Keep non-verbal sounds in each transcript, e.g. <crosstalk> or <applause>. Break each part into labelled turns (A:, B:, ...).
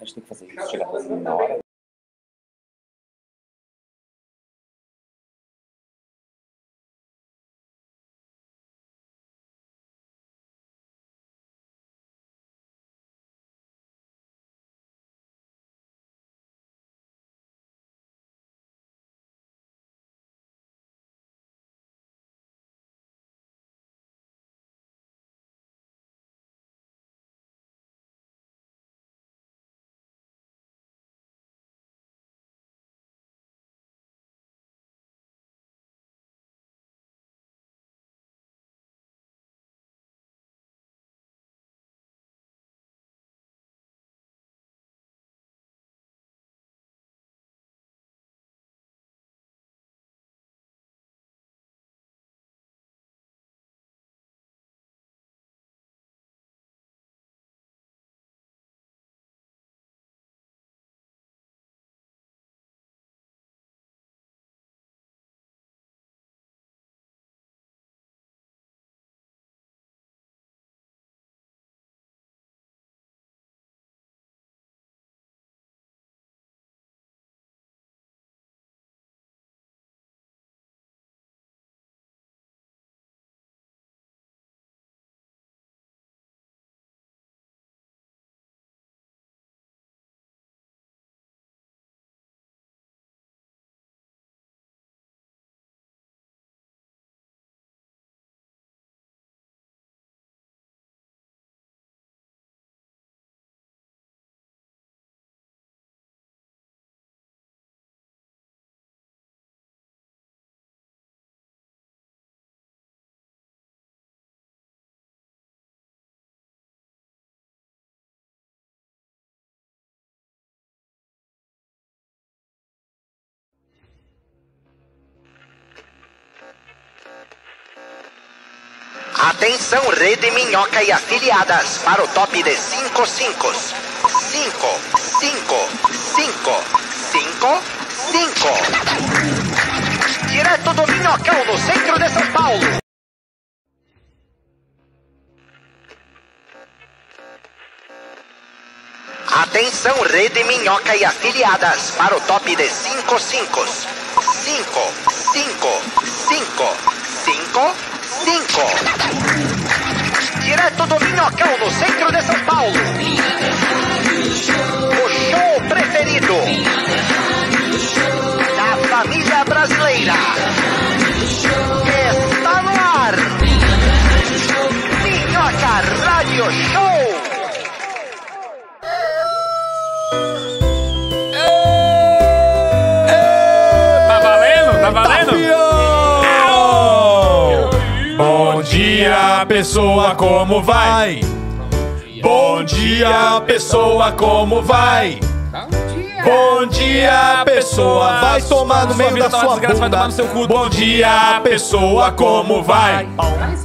A: a gente tem que fazer isso, chegar todo mundo na hora.
B: Atenção, Rede Minhoca e afiliadas, para o top de 5 5. 5, 5, 5, 5, 5. Direto do Minhocão, no centro de São Paulo. Atenção, Rede Minhoca e afiliadas, para o top de 5 5. 5, 5, 5, 5. 5. Direto do Minhocão, no centro de São Paulo. O show preferido da família brasileira. Está no ar. Minhoca Radio Show.
C: Tá valendo? Tá valendo? Bom dia, pessoa, como vai? Bom dia, pessoa, como vai? Bom dia, pessoa, vai tomar no meio da sua tá
D: desgraça, vai tomar
C: bunda.
D: no seu cu.
C: Bom dia, pessoa, como vai?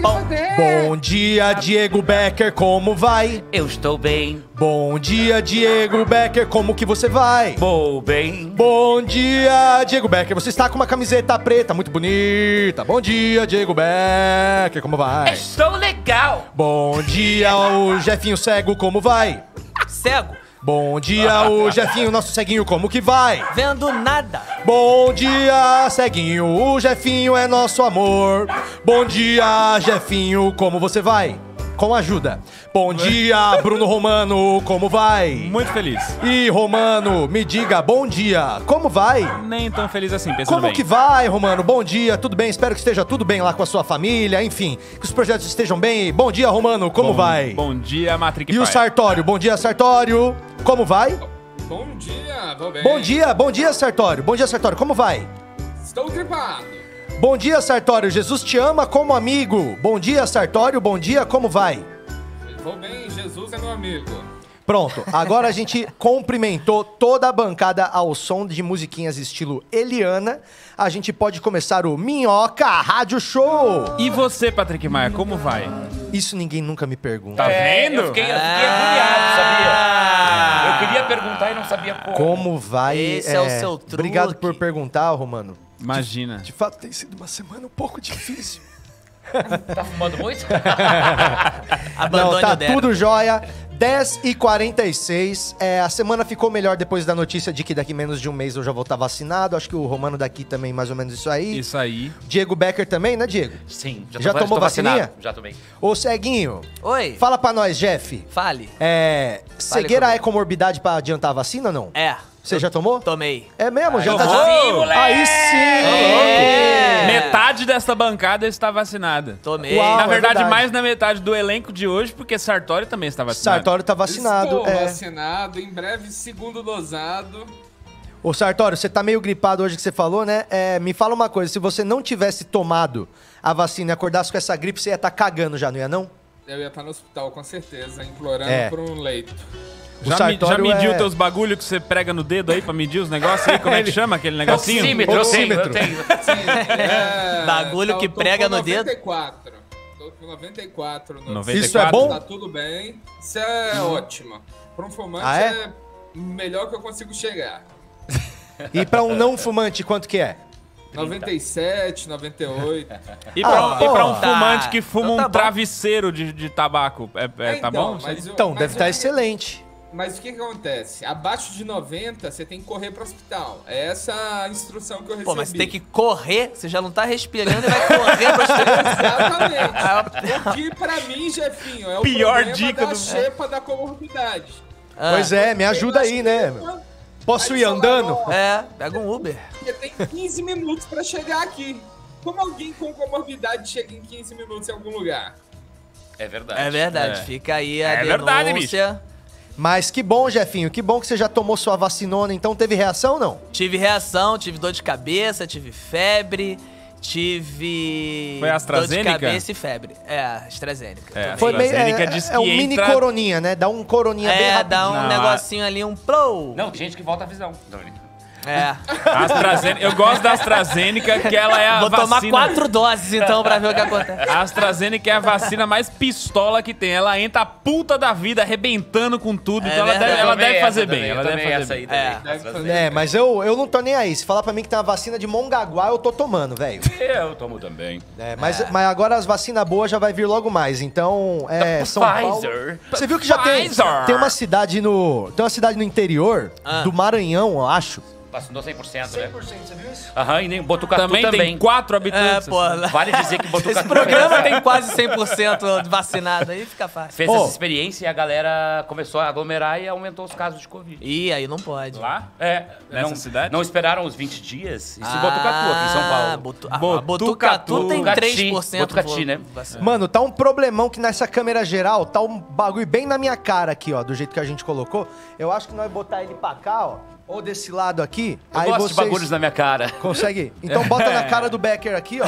C: Bom dia, Diego Becker, como vai?
D: Eu estou bem,
C: Bom dia, Diego Becker, como que você vai?
D: vou bem.
C: Bom dia, Diego Becker. Você está com uma camiseta preta muito bonita. Bom dia, Diego Becker. Como vai?
D: Estou legal.
C: Bom dia, o Jefinho Cego. Como vai?
E: Cego,
C: Bom dia, o Jefinho, nosso ceguinho. Como que vai?
E: vendo nada.
C: Bom dia, ceguinho. O Jefinho é nosso amor. Bom dia, Jefinho. Como você vai? Com ajuda. Bom dia, Bruno Romano. Como vai?
D: Muito feliz.
C: E Romano, me diga bom dia. Como vai?
D: Nem tão feliz assim, pensando
C: Como
D: bem.
C: que vai, Romano? Bom dia, tudo bem? Espero que esteja tudo bem lá com a sua família, enfim, que os projetos estejam bem. Bom dia, Romano, como
D: Bom-
C: vai?
D: Bom dia, Matrix.
C: e o Sartório, bom dia, Sartório, como vai?
F: Bom dia, vou bem.
C: Bom dia, bom dia, Sartório, bom dia, Sartório, como vai?
F: Estou gripado.
C: Bom dia, Sartório, Jesus te ama como amigo. Bom dia, Sartório, bom dia, como vai?
F: Vou bem, Jesus é meu amigo.
C: Pronto, agora a
F: <laughs>
C: gente cumprimentou toda a bancada ao som de musiquinhas estilo Eliana. A gente pode começar o Minhoca Rádio Show.
D: E você, Patrick Maia, como vai?
C: Isso ninguém nunca me pergunta.
D: Tá
G: É,
D: vendo?
G: Eu fiquei, eu fiquei agoniado, sabia? Eu queria perguntar e não sabia como.
C: Como vai?
E: Esse é o seu truque.
C: Obrigado por perguntar, Romano.
D: Imagina.
C: De fato, tem sido uma semana um pouco difícil.
G: Tá fumando muito?
E: Abandone
C: Não, tá
E: o Dero.
C: tudo jóia. 10 e 46. É, a semana ficou melhor depois da notícia de que daqui menos de um mês eu já vou estar vacinado. Acho que o Romano daqui também, mais ou menos isso aí.
D: Isso aí.
C: Diego Becker também, né, Diego?
G: Sim,
C: Já
G: tô-
C: tomou
G: tô vacinado.
C: vacininha?
G: Já tomei.
C: Ô, Ceguinho,
H: Oi.
C: fala pra nós, Jeff.
H: Fale.
C: É,
H: Fale
C: cegueira
H: comigo.
C: é comorbidade pra adiantar a vacina ou não?
H: É.
C: Você já tomou?
H: Tomei.
C: É mesmo? já
G: eu
C: tá
G: vou. Sim, moleque!
C: Aí sim!
H: É.
D: Metade desta bancada está vacinada.
H: Tomei.
C: Uau.
D: Na
C: é
D: verdade,
C: verdade.
D: mais da metade do elenco de hoje, porque Sartori também está vacinado.
C: Sartório tá vacinado.
I: Estou
C: é.
I: vacinado, em breve segundo dosado.
C: Ô, Sartório, você tá meio gripado hoje que você falou, né? É, me fala uma coisa, se você não tivesse tomado a vacina e acordasse com essa gripe, você ia estar tá cagando já, não ia não?
I: Eu ia estar no hospital com certeza, implorando
C: É.
I: por um leito.
C: O
D: Já, me- já
C: Sartório
D: mediu
C: é-
D: teus bagulho que você prega no dedo aí pra medir os negócios aí? Como é que chama aquele negocinho?
G: Oxímetro, eu tenho, eu
C: Oxímetro.
G: tenho.
I: É,
H: <laughs> Bagulho que prega
I: com
H: no dedo.
I: 94. Tô com 94 no
D: 94.
C: Isso é bom?
I: Tá tudo bem. Isso é
H: Hum.
I: ótimo. Pra um fumante
C: Ah, é?
I: é? melhor que eu consigo chegar.
C: E pra um não fumante, quanto que é?
H: <laughs>
I: 97, 98.
D: E pra,
C: Ah,
D: e pra um
C: pô.
D: fumante
H: Tá.
D: que fuma
H: Então tá
D: um
H: bom.
D: travesseiro de, de tabaco, é, é, tá bom?
I: mas o-
C: Então,
I: mas
C: deve
I: o
H: tá
C: estar
I: que-
C: excelente.
I: Mas o que, que acontece? Abaixo de 90, você tem que correr pro hospital. É essa a instrução que eu recebi.
H: Pô, mas você tem que correr, você já não tá respirando e vai correr pra
D: <laughs>
I: Exatamente. o que pra mim, Jefinho, é o
D: Pior
I: problema
D: dica
I: da
D: do-
I: xepa da comorbidade.
D: Ah.
C: Pois é, me ajuda aí, né? Posso ir andando?
H: É, pega um Uber.
I: Você tem 15 minutos pra chegar aqui. Como alguém com comorbidade chega em 15 minutos em algum lugar?
G: É verdade.
H: É verdade, fica aí a
D: É verdade,
H: denúncia.
C: Mas que bom, Jefinho, que bom que você já tomou sua vacinona, então teve reação ou não?
H: Tive reação, tive dor de cabeça, tive febre, tive.
D: Foi AstraZeneca?
H: Dor de cabeça e febre. É, AstraZeneca.
D: É,
H: Tomei.
C: Foi meio. É,
D: AstraZeneca diz
C: é um
D: que
C: mini
D: entra-
C: coroninha, né? Dá um coroninha bem
H: É,
C: rápido.
H: dá um
D: Não,
H: negocinho ali, um plow.
G: Não, tem gente que volta a visão. Não, ele-
H: É.
D: AstraZeneca, eu gosto da AstraZeneca, que ela é a
H: Vou
D: vacina...
H: tomar quatro doses então pra ver o que
D: <laughs>
H: acontece.
D: A AstraZeneca é a vacina mais pistola que tem. Ela entra a puta da vida, arrebentando com tudo.
H: É
D: então ela
H: verdade.
D: deve,
G: Eu
D: ela
G: tomei
D: deve
G: essa
D: fazer
G: também,
D: bem.
G: eu
D: Ela deve
G: tomei
D: fazer
G: essa
D: bem.
G: aí
H: É.
G: também. Deve fazer
C: É, mas eu, eu não tô nem aí. Se falar pra mim que tem uma vacina de Mongaguá, eu tô tomando, velho.
G: bem. Eu tomo também.
C: É, mas, mas agora as vacinas boas já vai vir logo mais. Então, é, São Paulo.
G: Pfizer.
C: Você viu que já tem,
D: Pfizer.
C: tem uma cidade no. Tem uma cidade no interior
G: Ah.
C: do Maranhão, eu acho.
G: Vacinou 100%, né? 100%, você viu isso? Aham, e nem Botucatu
D: Também,
G: também.
D: tem quatro
H: É,
D: habitantes. Né?
H: pô.
G: Vale dizer que Botucatu...
H: Esse programa tem quase 100% de vacinado aí, fica fácil.
G: Fez
C: Ô.
G: essa experiência e a galera começou a aglomerar e aumentou os casos de Covid.
H: Ih, aí não pode.
D: Lá?
G: É,
D: Nessa
G: não,
D: cidade?
G: Não esperaram os 20 dias.
H: Ah,
G: Isso em Botucatu, aqui em São Paulo.
H: Botu... ah,
D: Botucatu.
H: Botucatu tem
G: Botucati.
H: 3%
G: Botucati, né?
H: vacinado.
C: Mano, tá um problemão que nessa câmera geral tá um bagulho bem na minha cara aqui, ó, do jeito que a gente colocou. Eu acho que nós botar ele pra cá, ó, ou desse lado aqui,
G: Eu
C: aí
G: gosto
C: vocês
G: de bagulhos na minha cara.
C: consegue. Então bota na cara do Becker aqui, ó.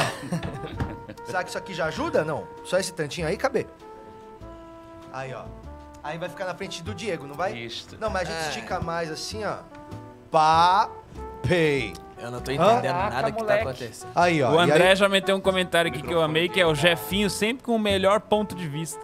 C: Será que isso aqui já ajuda? Não. Só esse tantinho aí, cabe. Aí, ó. Aí vai ficar na frente do Diego, não vai?
G: Isto.
C: Não, mas a gente estica mais assim, ó. Pá, pei.
H: Eu não tô entendendo
G: Caraca,
H: nada que tá
G: moleque.
H: acontecendo.
C: Aí, ó.
D: O
C: Ah, e aí-
D: André já meteu um comentário aqui que eu amei, que é o Jefinho sempre com o melhor ponto de vista.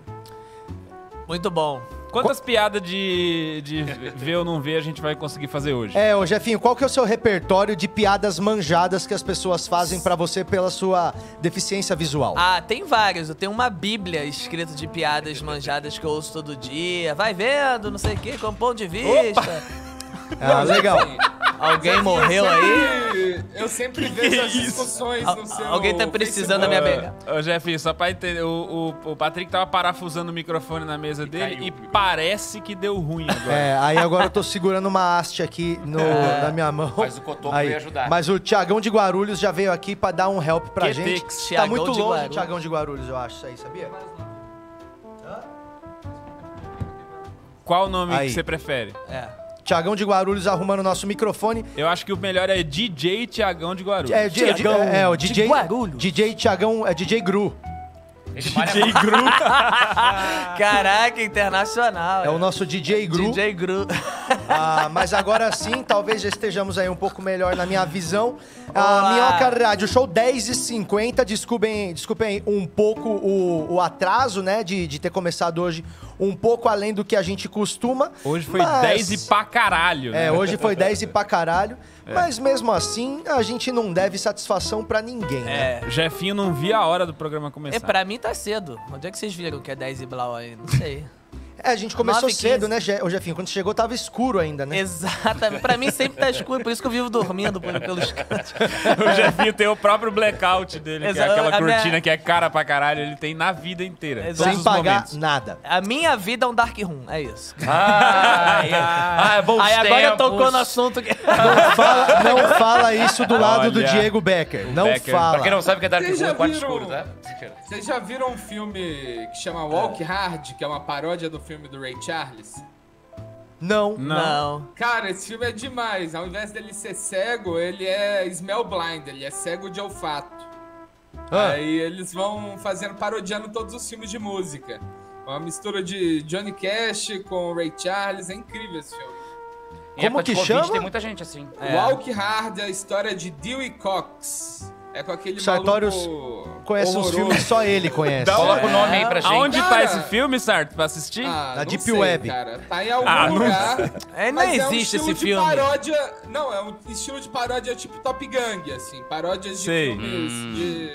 H: Muito bom.
D: Quantas piadas de, de ver ou não ver a gente vai conseguir fazer hoje?
C: É, ô Jefinho, qual que é o seu repertório de piadas manjadas que as pessoas fazem pra você pela sua deficiência visual?
H: Ah, tem vários. Eu tenho uma bíblia escrita de piadas manjadas que eu ouço todo dia. Vai vendo, não sei o que, com um ponto de vista.
C: Ah, legal.
H: <laughs> Alguém morreu aí.
I: E eu sempre vejo as discussões no seu.
H: Alguém tá precisando da minha pega.
D: Ô, Jefinho, só pra entender, o, o, o Patrick tava parafusando o microfone na mesa dele
G: caiu
D: e
G: o microfone.
D: parece que deu ruim agora.
C: É, aí agora eu tô segurando uma haste aqui no- na minha mão.
G: Mas o cotoco
C: aí.
G: ia ajudar.
C: Mas o Tiagão de Guarulhos já veio aqui pra dar um help pra
D: Que
C: gente.
D: dicks.
C: tá
H: Tiagão
C: muito longe
H: de
C: o
H: Guarulhos.
C: Tiagão de Guarulhos, eu acho, isso aí, sabia?
D: Qual o nome
C: Aí.
D: que você prefere?
H: É.
C: Tiagão de Guarulhos arrumando o nosso microfone.
D: Eu acho que o melhor é DJ Tiagão de Guarulhos.
C: É, o Di-
H: Tiagão
C: é, é, o
H: de
C: DJ.
H: Guarulhos.
C: DJ Tiagão, é DJ Gru.
G: Ele malha
D: DJ Gru.
H: Caraca, internacional.
C: É o nosso DJ Gru.
H: DJ Gru.
C: Ah, mas agora sim, talvez já estejamos aí um pouco melhor na minha visão.
H: Olá.
C: A Minhoca Rádio Show 10 e 50 desculpem, desculpem um pouco o, o atraso, né, de, de ter começado hoje um pouco além do que a gente costuma.
D: Hoje foi
C: mas-
D: 10 e pra caralho. né?
C: É, hoje foi 10 e pra caralho. Mas mesmo assim, a gente não deve satisfação pra ninguém, né?
H: É.
D: Jefinho não via a hora do programa começar.
H: É, pra mim tá cedo. Onde é que vocês viram que é 10 e blau ainda? Não sei.
C: É, É, a gente começou
H: 9 e 15.
C: cedo, né, Je- ô Jefinho? Quando chegou tava escuro ainda, né?
H: Exatamente. Pra mim sempre tá escuro, por isso que eu vivo dormindo por- pelos cantos.
D: <laughs> O Jefinho tem o próprio blackout dele, que é
H: Exato,
D: aquela
H: a minha-
D: cortina que é cara pra caralho, ele tem na vida inteira.
H: Exato.
D: Todos
C: Sem
D: os
C: pagar
D: momentos.
C: nada.
H: A minha vida é um dark room, é isso.
G: Ah, é. Ah, é bons
H: Aí agora
G: tempos.
H: tocou no assunto que.
C: Não fala, não fala isso do lado do
D: Olha,
C: Diego Becker. Não
D: Becker.
C: fala.
G: Pra quem não sabe o que é Dark
I: Vocês
G: Room,
I: já
G: é quarto
I: viram?
G: escuro, tá? Mentira.
I: Vocês já viram um filme que chama Walk Hard, que é uma paródia do filme do Ray Charles?
C: Não.
H: Não.
I: Cara, esse filme é demais. Ao invés dele ser cego, ele é smell blind, ele é cego de olfato.
C: Ah.
I: Aí eles vão fazendo, parodiando todos os filmes de música. É Uma mistura de Johnny Cash com Ray Charles, é incrível esse filme.
G: Em época
C: que
G: é de Covid,
C: chama?
G: Tem muita gente assim.
C: É.
I: Walk Hard é a história de Dewey Cox. É com aquele
C: Sartorius
I: maluco
C: Conhece uns
I: horroroso.
C: filmes que só ele conhece. É.
G: Coloca o nome aí pra gente.
D: Aonde tá
I: Cara.
D: esse filme, Sarto, pra assistir?
I: Ah,
C: Na
I: não
C: Deep
I: sei,
C: Web.
I: Cara. Tá em algum
D: Ah, não-
I: lugar.
H: É, não
I: mas é um
H: existe
I: estilo
H: esse
I: de
H: filme.
I: Paródia, não, é um estilo de paródia tipo Top Gang, assim. Paródias de
D: Sei. Hum.
I: filmes de...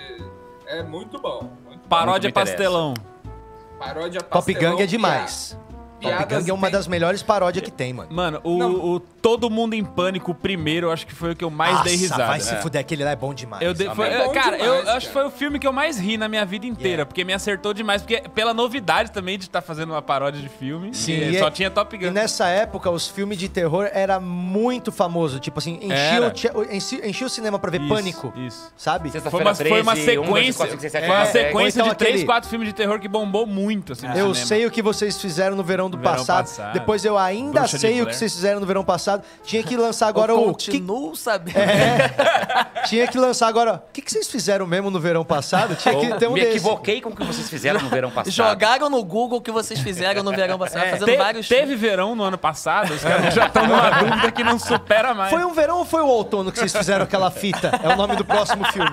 I: É muito bom. muito
D: Paródia
G: Muito me
D: pastelão.
I: bom. Paródia
C: Top
I: pastelão,
C: Gang é demais.
I: piada-
C: Top Gang é uma
I: piadas
C: das melhores paródias que tem, mano.
D: Mano, o, o Todo Mundo em Pânico, o primeiro, eu acho que foi o que eu mais dei risada.
C: vai se fuder, aquele lá é bom demais.
D: Eu dei- foi-
I: é bom
D: cara,
I: demais,
D: eu
I: cara.
D: acho que foi o filme que eu mais ri na minha vida inteira,
C: Yeah.
D: porque me acertou demais, porque pela novidade também de estar fazendo uma paródia de filme.
C: Sim,
D: e
C: e
D: só
C: é-
D: tinha Top Gun.
C: E nessa época, os filmes de terror era muito famoso. Tipo assim, enchia,
D: Era.
C: o, tia- enchi- enchia o cinema pra ver
D: Isso,
C: Pânico,
D: Isso.
C: sabe?
D: Foi
G: Sexta-feira
D: uma, foi uma
G: 13, um, dois,
D: sequência,
G: quatro, cinco, seis, sete,
D: foi uma
G: oito, nove, dez.
D: sequência
C: Ou
D: de
C: então
D: três,
C: aquele-
D: quatro filmes de terror que bombou muito, assim, no
C: Eu
D: cinema.
C: sei o que vocês fizeram no verão do
D: Verão
C: passado.
D: passado.
C: Depois eu ainda
D: Bruxa de
C: sei o que
D: Blair.
C: vocês fizeram no verão passado. Tinha que
D: <laughs>
C: lançar agora
H: eu
C: o. que- É,
H: continuo sabendo. <laughs>
C: tinha que lançar agora. O que, que vocês fizeram mesmo no verão passado? Tinha que ter um
G: Me
C: desse.
G: equivoquei com o que vocês fizeram no
C: <laughs>
G: verão passado.
H: Jogaram no Google o que vocês fizeram no verão passado,
C: É.
D: Te-
H: fazendo vários
D: teve verão no ano passado, os caras já
C: <laughs>
D: estão numa dúvida que não supera mais.
C: Foi um verão ou foi o outono que vocês fizeram aquela fita? É o nome do próximo filme.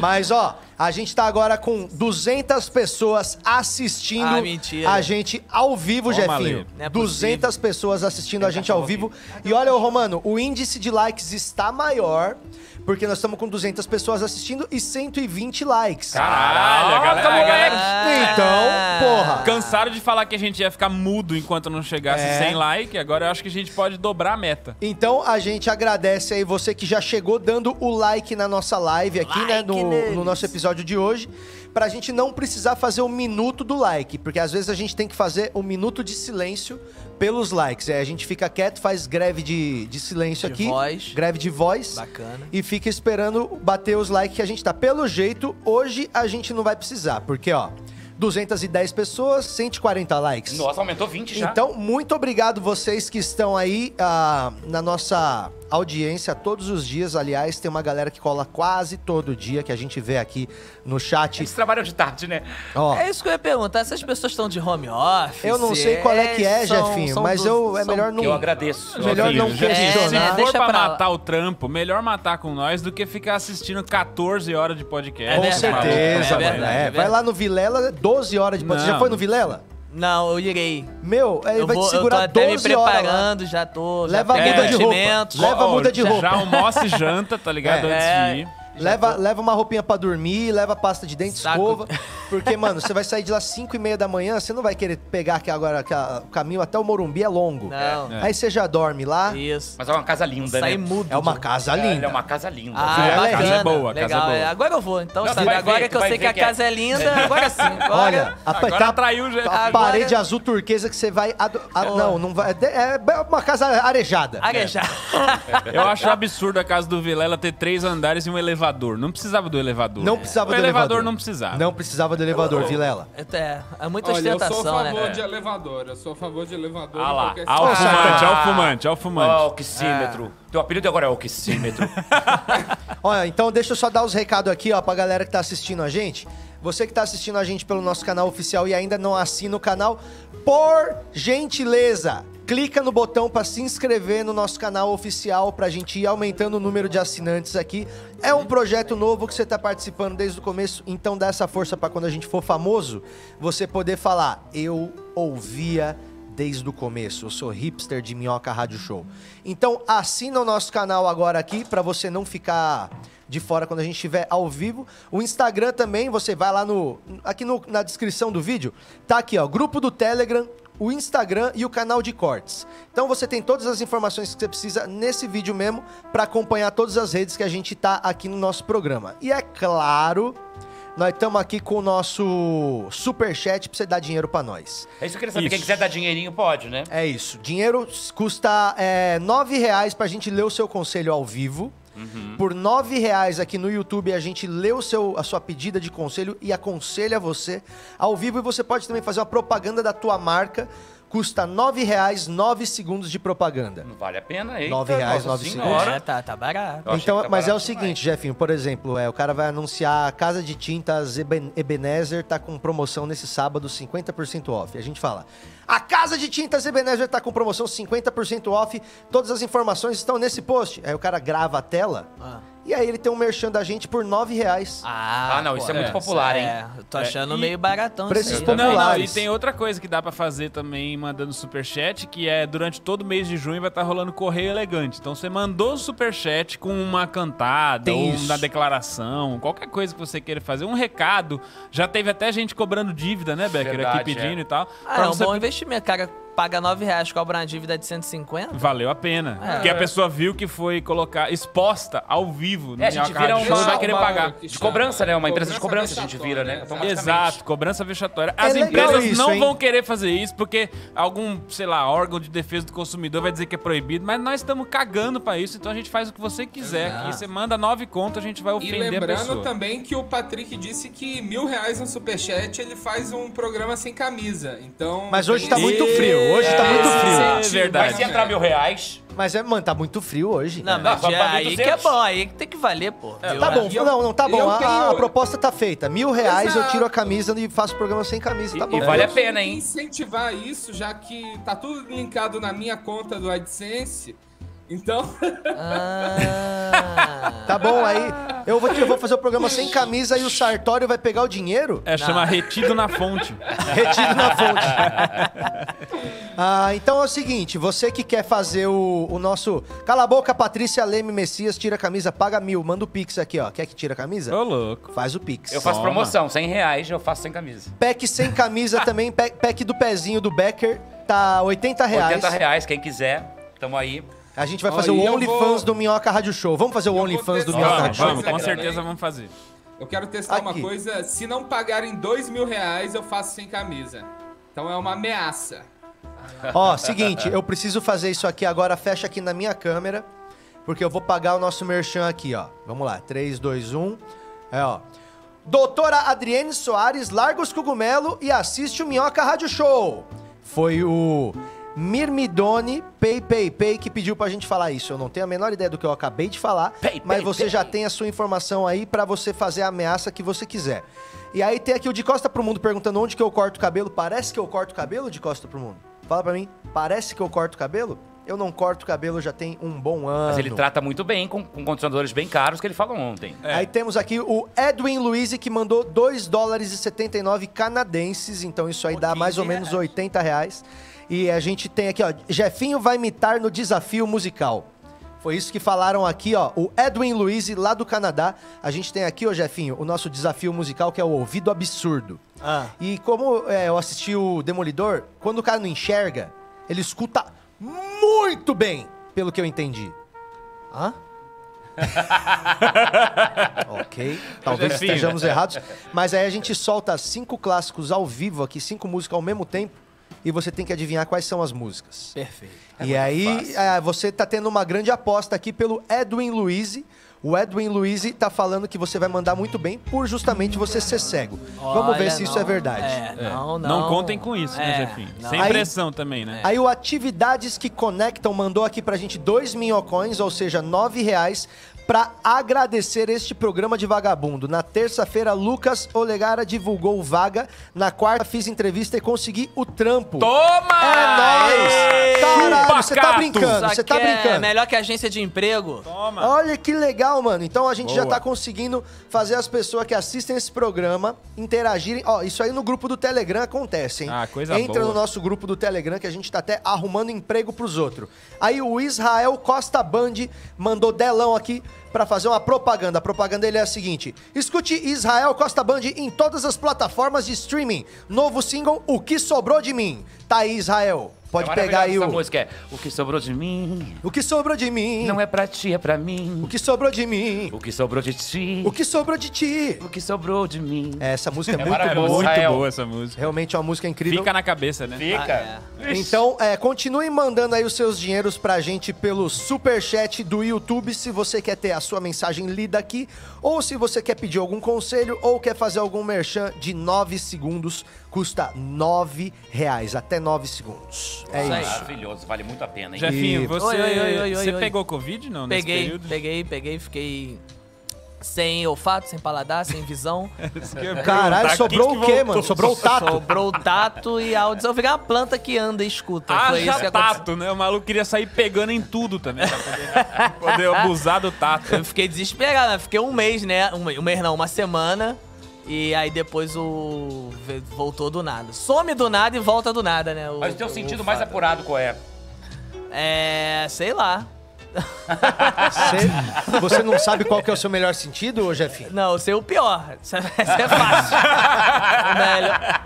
C: Mas, ó, a gente tá agora com 200 pessoas assistindo
H: Ah, mentira.
C: a gente ao vivo, Jefinho.
D: Ale.
H: Não é
C: 200 pessoas assistindo a gente ao vivo. E olha, ô, Romano, o índice de likes está maior, porque nós estamos com 200 pessoas assistindo e 120 likes.
D: Caralho, a galera, a galera
C: Então, porra.
D: cansaram de falar que a gente ia ficar mudo enquanto não chegasse
C: É.
D: 100 like, agora eu acho que a gente pode dobrar a meta.
C: Então a gente agradece aí você que já chegou dando o like na nossa live aqui, né? No,
H: neles.
C: no nosso episódio de hoje. Pra gente não precisar fazer o minuto do like, porque às vezes a gente tem que fazer o minuto de silêncio pelos likes. É, a gente fica quieto, faz greve de, de silêncio
H: De
C: aqui.
H: voz.
C: Greve de voz.
H: Bacana.
C: E fica esperando bater os likes que a gente tá. Pelo jeito, hoje a gente não vai precisar, porque ó, 210 pessoas, 140 likes.
G: Nossa, aumentou 20 já.
C: Então, muito obrigado vocês que estão aí ah, na nossa audiência todos os dias. Aliás, tem uma galera que cola quase todo dia que a gente vê aqui no chat.
G: Eles trabalham de tarde, né?
C: Ó,
H: É isso que eu ia perguntar. Essas pessoas estão de home office.
C: eu não sei qual é que é,
H: são-
C: Jefinho,
H: são
C: mas
H: dos-
C: eu é
H: são-
C: melhor não.
G: Eu agradeço.
C: Melhor não
D: Jefinho,
C: questionar.
D: Se
H: É,
D: for
H: deixa
D: pra
H: pra lá.
D: matar o trampo, melhor matar com nós do que ficar assistindo 14 horas de podcast.
H: É
C: Com
H: verdade,
C: certeza,
H: é
C: mano.
H: verdade,
C: É,
H: é
C: vai
H: verdade.
C: lá no Vilela, 12 horas de podcast. Você já
D: Não.
C: foi no Vilela?
H: Não, eu irei.
C: Meu, ele
H: eu,
C: vai
H: vou,
C: te segurar
H: eu tô até me
C: 12 horas. lá.
H: preparando, já tô.
C: Leva a
H: já pego
D: muda de
C: roupa.
H: mantimentos.
C: Leva a
D: Ó,
C: muda de
D: já-
C: roupa.
D: Já almoça e janta, tá
C: É.
D: ligado? Antes de ir.
C: Leva, leva uma roupinha pra dormir, leva pasta de dente,
H: Saco.
C: escova.
H: <laughs>
C: Porque, mano, você vai sair de lá 5 e meia da manhã, você não vai querer pegar que agora que a- o caminho até o Morumbi é longo.
H: Não.
C: Aí você já dorme lá.
H: Isso.
G: Mas é uma casa linda,
H: Sair
G: né?
H: mudo.
C: É uma
H: de-
C: casa
G: É,
C: linda.
G: É uma casa linda.
H: Ah,
C: Vilela é
H: bacana.
D: casa boa, casa
H: Legal.
D: boa.
H: é, Agora eu vou, então,
G: Não,
H: sabe?
G: vai ver,
H: Agora que eu
G: vai
H: sei
G: ver
H: que a
G: que é-
H: casa é linda, agora sim. Agora...
C: Olha, a,
D: Agora
C: tá-
D: traiu já.
C: a
H: Agora-
C: parede azul turquesa que você vai. ado- a- não, não vai. É é uma casa arejada.
H: Arejar. <laughs>
D: Eu acho absurdo a casa do Vilela ter três andares e um elevador. Não precisava do elevador.
C: Não precisava
D: o
C: do
D: elevador.
C: elevador.
D: não precisava.
C: Não precisava do elevador, Vilela.
H: É, é muita
I: Olha, eu sou a
H: ostentação,
I: favor
H: né?
I: de elevador, eu sou a favor de elevador.
D: Ah lá,
I: em qualquer
D: ah, o
C: situação.
D: fumante, ah, o fumante, ah, o fumante.
G: Ó, oxímetro. Teu apelido agora é
C: <laughs>
G: oxímetro.
C: Olha, então deixa eu só dar os recados aqui, ó, pra galera que tá assistindo a gente. Você que tá assistindo a gente pelo nosso canal oficial e ainda não assina o canal, por gentileza, clica no botão pra se inscrever no nosso canal oficial pra gente ir aumentando o número de assinantes aqui. É um projeto novo que você tá participando desde o começo, então dá essa força pra quando a gente for famoso, você poder falar: "Eu ouvia desde o começo. Eu sou hipster de Minhoca Rádio Show. Então assina o nosso canal agora aqui pra você não ficar de fora quando a gente estiver ao vivo. O Instagram também, você vai lá no aqui no- na descrição do vídeo, tá aqui ó, grupo do Telegram, o Instagram e o canal de cortes. Então você tem todas as informações que você precisa nesse vídeo mesmo pra acompanhar todas as redes que a gente tá aqui no nosso programa. E é claro, nós estamos aqui com o nosso superchat pra você dar dinheiro pra nós.
G: É isso que eu queria saber. Quem
J: Isso.
G: quiser dar dinheirinho, pode, né?
C: É isso. Dinheiro custa é, R$ 9 reais pra gente ler o seu conselho ao vivo. Por R$ 9 reais aqui no YouTube, a gente lê o seu, a sua pedida de conselho e aconselha você ao vivo. E você pode também fazer uma propaganda da tua marca. Custa R$ 9 reais, 9 segundos de propaganda.
G: Não vale a pena, hein?
C: Nove reais, nove
H: Agora tá, tá barato.
G: Eu achei
C: Então,
G: que tá
C: mas é o
G: barato
C: seguinte, Jefinho, por exemplo, é, o cara vai anunciar a casa de tintas Eben- Ebenezer tá com promoção nesse sábado, 50% off. A gente fala, a casa de tintas Ebenezer tá com promoção 50% off, todas as informações estão nesse post. Aí o cara grava a tela
H: Ah.
C: e aí ele tem um merchan da gente por R$ 9 reais.
H: Ah,
G: Ah, não, isso é muito popular, hein?
H: É, eu tô achando
D: É, e-
H: meio baratão
C: Preços
H: isso aí. né?
D: Não, não, e
C: populares.
D: tem outra coisa que dá pra fazer também mandando superchat, que é durante todo mês de junho vai estar rolando correio elegante. Então você mandou o superchat com uma cantada,
C: Tem
D: ou
C: isso.
D: uma declaração, qualquer coisa que você queira fazer, um recado. Já teve até gente cobrando dívida, né, Becker?
G: Verdade,
D: aqui pedindo
G: é.
D: e tal.
H: Ah,
D: Pra
H: é um
D: você-
H: bom investimento, cara. Paga 9 reais, cobra uma dívida de 150.
D: Valeu a pena. Porque a pessoa viu que foi colocar exposta ao vivo no
G: É, a gente
D: Minhoca
G: vira
D: Rádio
G: um-
D: Show e
G: uma-
D: vai querer
I: uma-
D: pagar.
G: De cobrança, né? Uma empresa de cobrança a gente vira, né?
I: Exato.
G: Automaticamente.
D: Exato, cobrança vexatória.
H: É
D: As
C: legal
D: empresas
C: isso,
D: não
C: hein?
D: vão querer fazer isso porque algum, sei lá, órgão de defesa do consumidor vai dizer que é proibido, mas nós estamos cagando pra isso, então a gente faz o que você quiser. Aqui você manda nove contas, a gente vai
I: E
D: ofender a
I: lembrando
D: pessoa.
I: também que o Patrick disse que mil reais no superchat ele faz um programa sem camisa. Então.
C: Mas hoje tá
I: tem-
C: muito frio, hoje tá muito
D: É
C: frio.
G: Mas
D: verdade. É.
G: se entrar mil reais,
C: Mas, é, mano, tá muito frio hoje.
H: Não,
C: É.
H: mas
G: Não,
H: é
G: paga
H: aí
G: 1.200.
H: que é bom, aí que tem que valer, pô. viu?
C: Tá bom,
I: eu-
C: não, não, tá
I: eu
C: bom. A- A,
I: tenho-
C: proposta tá feita. Mil reais eu
I: Exato.
C: tiro a camisa e faço o programa sem camisa, tá
G: E-
C: bom.
G: e vale a
I: Eu
G: pena,
I: queria
G: hein?
I: incentivar isso, já que tá tudo linkado na minha conta do AdSense. Então, <laughs>
H: Ah.
C: Tá bom, aí eu vou, eu vou fazer o programa sem camisa e o Sartório vai pegar o dinheiro
D: É, chama retido na
I: <laughs>
D: fonte.
C: retido na fonte. Ah, então é o seguinte, você que quer fazer o, o nosso... Cala a boca, Patrícia Leme Messias, tira a camisa, paga mil. Manda o Pix aqui, ó. Quer que tira a camisa?
D: Ô, louco.
C: Faz o Pix.
G: eu faço
D: Toma.
G: promoção. 100 reais eu faço sem camisa.
C: Pack sem camisa também, pack, pack do pezinho do Becker, tá 80 reais.
G: 80 reais, quem quiser. Tamo aí.
C: A gente vai fazer
I: Ó, e
C: o
I: eu
C: OnlyFans
I: vou-
C: do Minhoca Rádio Show. Vamos fazer o
I: vou
C: OnlyFans do
I: testar.
C: Minhoca
D: Vamos,
C: Rádio Show?
D: vamos, com
I: Aqui.
D: certeza vamos fazer.
I: eu quero testar
C: Aqui.
I: uma coisa. Se não pagarem dois mil reais, eu faço sem camisa. Então é uma ameaça.
C: Ó, seguinte, eu preciso fazer isso aqui agora, fecha aqui na minha câmera, porque eu vou pagar o nosso merchan aqui, ó. Vamos lá, 3, 2, 1. É, ó. Doutora Adriene Soares, larga os cogumelo e assiste o Minhoca Rádio Show. Foi o Mirmidone Pei Pei Pei que pediu pra gente falar isso. Eu não tenho a menor ideia do que eu acabei de falar,
G: Pei,
C: mas
G: pei,
C: você
G: pei.
C: já tem a sua informação aí pra você fazer a ameaça que você quiser. E aí tem aqui o De Costa Pro Mundo perguntando onde que eu corto o cabelo. Parece que eu corto o cabelo, De Costa Pro Mundo? Fala pra mim, parece que eu corto o cabelo? Eu não corto o cabelo já tem um bom ano.
G: Mas ele trata muito bem, com, com condicionadores bem caros que ele falou ontem.
C: Aí temos aqui o Edwin Luiz que mandou 2 dólares e 79 canadenses, então isso aí dá mais ou menos 80 reais. E a gente tem aqui, ó, Jefinho vai imitar no desafio musical. Foi isso que falaram aqui, ó, o Edwin Luiz lá do Canadá. A gente tem aqui, ó, Jefinho, o nosso desafio musical que é o ouvido absurdo.
H: Ah.
C: E como é, eu assisti o Demolidor, quando o cara não enxerga, ele escuta muito bem, pelo que eu entendi.
H: <laughs>
C: Hã? ok. Talvez
D: Jefinho.
C: estejamos errados. Mas aí a gente solta cinco clássicos ao vivo aqui, cinco músicas ao mesmo tempo. E você tem que adivinhar quais são as músicas.
H: Perfeito.
C: e aí é, você tá tendo uma grande aposta aqui pelo Edwin Luiz. O Edwin Luiz tá falando que você vai mandar muito bem por justamente você ser cego. <laughs> Vamos ver
H: Olha,
C: se isso
H: não-
C: é verdade.
H: é, não, não.
D: Não, contem com isso, né,
H: É,
D: Jefinho?
H: não. É.
D: Sem
C: Aí-
D: pressão também, né?
C: Aí o Atividades que Conectam mandou aqui pra gente dois minhocões, ou seja, nove reais. para agradecer este programa de vagabundo. Na terça-feira, Lucas Olegara divulgou vaga. Na quarta, fiz entrevista e consegui o trampo.
D: Toma!
C: É nóis!
D: Ei!
C: Caralho,
D: Chupa,
C: você tá
D: Cato!
C: brincando,
H: Isso
C: você tá
H: aqui é
C: brincando.
H: melhor que agência de emprego.
D: Toma!
C: Olha que legal, mano. Então a gente já tá conseguindo fazer as pessoas que assistem esse programa interagirem. Ó, isso aí no grupo do Telegram acontece, hein?
D: Ah, coisa
C: Entra no
D: boa.
C: nosso grupo do Telegram que a gente tá até arrumando emprego pros outros. Aí o Israel Costa Band mandou delão aqui pra fazer uma propaganda. A propaganda dele é a seguinte: Escute Israel Costa Band em todas as plataformas de streaming. Novo single O que sobrou de mim. Tá aí, Israel. Pode
G: É
C: pegar aí
G: maravilhosa
C: o
G: Essa música é O que sobrou de mim
C: O que sobrou de mim.
G: não é pra ti, é pra mim.
C: O que sobrou de mim.
G: O que sobrou de ti.
C: O que sobrou de ti?
G: O que sobrou de mim.
C: É, Essa música é, muito
G: maravilhoso.
C: boa.
D: Muito
G: Israel.
D: boa essa música.
C: Realmente é uma música incrível.
D: Fica na cabeça, né?
G: Fica.
C: Então, é, continuem mandando aí os seus dinheiros pra gente pelo superchat do YouTube, se você quer ter a sua mensagem lida aqui, ou se você quer pedir algum conselho, ou quer fazer algum merchan de 9 segundos, custa 9 reais, até 9 segundos. É
H: Isso
C: isso.
H: aí.
G: Maravilhoso, vale muito a pena, hein?
D: Jefinho, você,
H: Oi, oi, oi, oi,
D: você
H: oi, oi.
D: pegou Covid não, nesse
H: Peguei,
D: período?
H: peguei, peguei, fiquei sem olfato, sem paladar, sem
C: <laughs>
H: visão.
D: Tá
C: Caralho, sobrou o quê, mano? Sobrou o tato.
H: Sobrou o tato e a audição. Eu fiquei uma planta que anda e escuta. Foi isso que
D: Haja
H: aconteceu.
D: Ah, tato, né? O maluco queria sair pegando em tudo também, pra poder, né? poder abusar do tato.
H: Eu fiquei desesperado, né? Fiquei um mês, né? Um, me- um mês não, uma semana. E aí depois o. ve- voltou do nada. Some do nada e volta do nada, né?
G: Mas o teu sentido mais apurado qual é?
H: É. sei lá.
C: Você, você não sabe qual que é o seu melhor sentido, ô Jefinho?
H: Não, eu sei o pior. <laughs> Isso é isso é fácil. Melhor.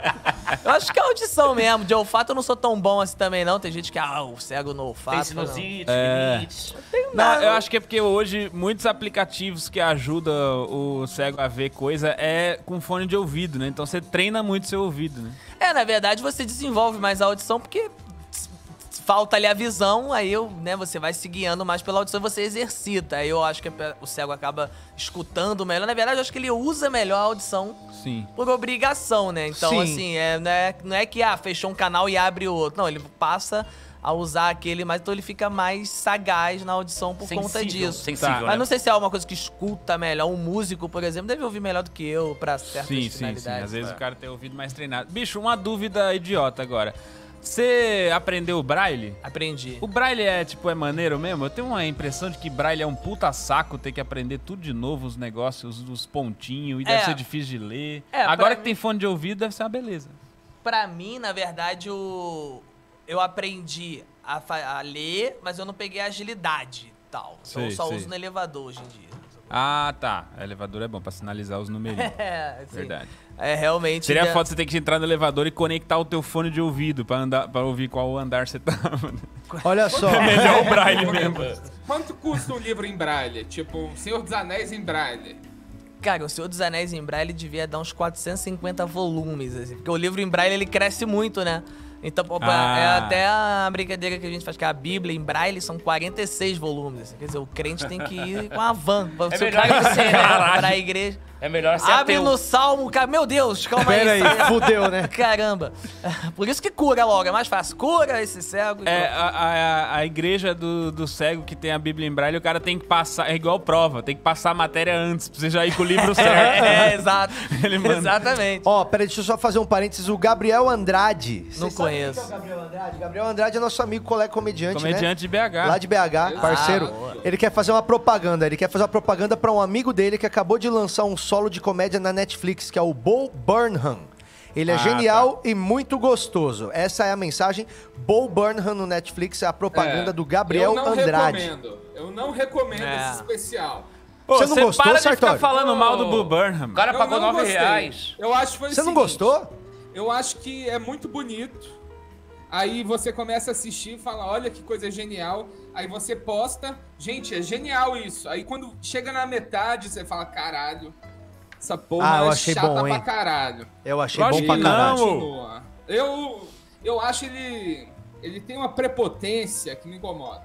H: Eu acho que é audição mesmo. De olfato eu não sou tão bom assim também, não. Tem gente que, ah, o cego no
G: Tem
H: olfato. não.
G: sinusite, rinite.
D: Não, eu acho que é porque hoje muitos aplicativos que ajudam o cego a ver coisa é com fone de ouvido, né? Então você treina muito seu ouvido, né?
H: É, na verdade, você desenvolve mais a audição porque s- s- falta ali a visão, aí eu, né, você vai se guiando mais pela audição, você exercita. Aí eu acho que a pe- o cego acaba escutando melhor. Na verdade, eu acho que ele usa melhor a audição
D: Sim.
H: por obrigação, né? Então,
C: Sim.
H: assim, é, não, é, não é que, ah, fechou um canal e abre o outro. Não, ele passa a usar aquele, mas então ele fica mais sagaz na audição por conta
G: Sensível,
H: disso.
G: Sensível,
D: Tá.
G: né?
H: Mas não sei se é uma coisa que escuta melhor. Um músico, por exemplo, deve ouvir melhor do que eu pra certas
D: Sim, sim,
H: finalidades.
D: sim. Às vezes
H: né?
D: o cara tem ouvido mais treinado. Bicho, uma dúvida idiota agora. Você aprendeu o braille?
H: Aprendi.
D: O braille é, tipo, é maneiro mesmo? Eu tenho uma impressão de que braille é um puta saco ter que aprender tudo de novo, os negócios, os pontinhos, e deve
H: É.
D: ser difícil de ler.
H: É, pra
D: agora que
H: mim-
D: tem fone de ouvido, deve ser uma beleza.
H: Pra mim, na verdade, o... eu aprendi a, fa- a ler, mas eu não peguei a agilidade e tal. Então eu
D: Sei,
H: só
D: sei.
H: uso no elevador hoje em dia. <laughs>
D: Ah, tá. A elevadora é bom pra sinalizar os
H: <laughs>
D: numerinhos.
H: É, assim,
D: Verdade.
H: É realmente.
D: Seria
H: né,
D: foda você ter que entrar no elevador e conectar o teu fone de ouvido pra, andar, pra ouvir qual andar você
H: <laughs>
D: tá. mano.
C: Olha só.
G: É
D: Melhor o braille mesmo.
I: <laughs> Quanto custa um livro em braille? Tipo, um Senhor dos Anéis em braille.
H: Cara, o Senhor dos Anéis em Braille devia dar uns 450 volumes, assim. Porque o livro em Braille, ele cresce muito, né? Então, pô,
D: Ah.
H: é até a brincadeira que a gente faz, que a Bíblia em Braille são 46 volumes. assim. Quer dizer, o crente tem que ir com a van. Pra,
G: É
H: se o
G: melhor
H: cara
G: que-
H: quiser, né,
G: Caralho.
H: pra igreja.
G: É melhor ser
H: Abre
G: ateu.
H: no salmo, cara. Meu Deus, calma
C: Pera aí,
H: aí. sabe?
C: fudeu, né?
H: <laughs> Caramba. Por isso que cura logo, é mais fácil. Cura esse cego. e
D: É, <laughs>
H: pronto.
D: a, a- a igreja do, do cego que tem a Bíblia em braille, o cara tem que passar. É igual prova, tem que passar a matéria antes pra você já ir com o
H: <laughs>
D: livro certo.
H: É, é, <laughs> exato.
D: Ele manda.
H: Exatamente.
C: Ó, peraí, deixa eu só fazer um parênteses. O Gabriel Andrade.
H: Não
C: Vocês sabem
H: conheço.
C: quem é o Gabriel Andrade? Gabriel Andrade é nosso amigo, colega comediante, né?
D: Comediante de BH.
C: Lá de BH, parceiro.
H: boa.
C: ele quer fazer uma propaganda. Ele quer fazer uma propaganda pra um amigo dele que acabou de lançar um solo de comédia na Netflix, que é o Bo Burnham. Ele é
D: Ah,
C: genial e muito gostoso. Essa é a mensagem. Bo Burnham no Netflix é a propaganda
I: É.
C: do Gabriel
I: eu não
C: Andrade.
I: Recomendo. Eu não recomendo
H: É.
I: esse especial.
D: Pô,
C: Você não gostou,
D: para de
C: Sartori?
D: ficar falando mal do Bo
G: O
D: Burnham.
G: cara
I: Eu
G: pagou
I: não
G: 9
I: gostei.
G: reais.
I: Eu acho que foi É o
C: Você não
I: seguinte,
C: gostou?
I: Eu acho que é muito bonito. Aí você começa a assistir e fala, olha que coisa genial. Aí você posta, gente, é genial isso. Aí quando chega na metade, você fala, caralho, essa porra
C: Ah, eu
I: é
C: achei
I: chata
C: bom,
I: pra
C: hein?
I: caralho.
C: Eu achei
D: Eu
C: bom
D: acho
C: pra
D: que
C: caralho.
D: não.
I: Continua. Eu, eu acho ele... Ele tem uma prepotência que me incomoda.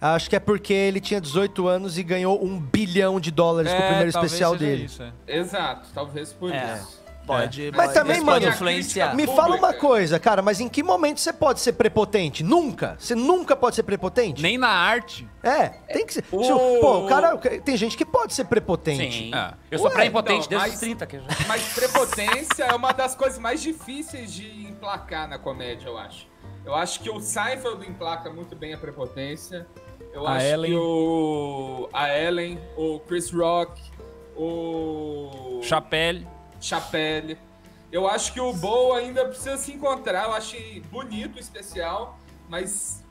C: Acho que é porque ele tinha 18 anos e ganhou um bilhão de dólares com o primeiro
D: É, talvez
C: especial
D: seja
C: dele.
D: isso, é.
I: Exato, talvez por
H: É.
I: isso.
H: Pode.
C: Mas
H: pode-
C: também,
H: isso
C: mano,
H: pode
D: Ah,
H: influenciar.
C: Me
I: Pública.
C: fala uma coisa, cara, mas em que momento você pode ser prepotente? Nunca. Você nunca pode ser prepotente?
D: Nem na arte.
C: É, tem que ser. Se o- Pô, o cara. Tem gente que pode ser prepotente.
G: Sim.
D: Ah.
G: Eu sou
I: Ué,
G: pré-impotente
I: então,
G: desde
I: mas-
G: os 30. Que eu já...
I: Mas prepotência é uma das coisas mais difíceis de emplacar na comédia, eu acho. Eu acho que o Seinfeld emplaca muito bem a prepotência. Eu
D: A
I: acho
D: Ellen.
I: que o a Ellen, o Chris Rock, o
D: Chapelle.
I: Chapelle. Eu acho que o Bo ainda precisa se encontrar. Eu achei bonito o especial, mas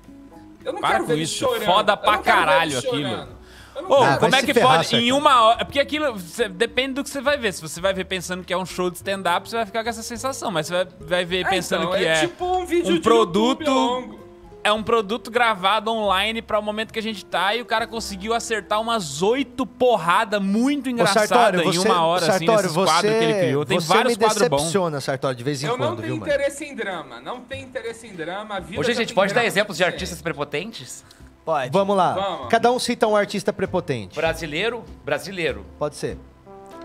I: eu não
D: Para
I: quero
D: com
I: ver ele
D: isso,
I: chorando.
D: foda
I: Eu não
D: pra
I: quero ver ele
D: caralho
I: chorando.
D: aquilo.
I: Eu não
D: Ô,
C: Ah, vai
D: como é
C: se
D: que
C: ferrar,
D: pode? Em
C: Sérgio.
D: uma hora. Porque aquilo. cê- depende do que você vai ver. Se você vai ver pensando que é um show de stand-up, você vai ficar com essa sensação. Mas você vai, vai ver
I: É,
D: pensando
I: então,
D: que é.
I: tipo um vídeo
D: um
I: de
D: produto-
I: YouTube longo.
D: É um produto gravado online pra o momento que a gente tá e o cara conseguiu acertar umas oito porradas muito engraçadas em uma hora, assim, nesses quadros que ele criou. Tem
C: você
D: vários
C: me
D: quadros bons.
C: decepciona, Sartori, de vez em
I: Eu não
C: quando,
I: tenho
C: viu, mano?
I: interesse em drama, não tenho interesse em drama. a vida
G: Hoje a
I: já
G: gente
I: tem É,
G: pode dar
I: drama
G: exemplos de
I: suficiente.
G: artistas prepotentes?
H: Pode.
C: Vamos lá.
I: Vamos.
C: Cada um cita um artista prepotente.
G: Brasileiro, brasileiro.
C: Pode ser.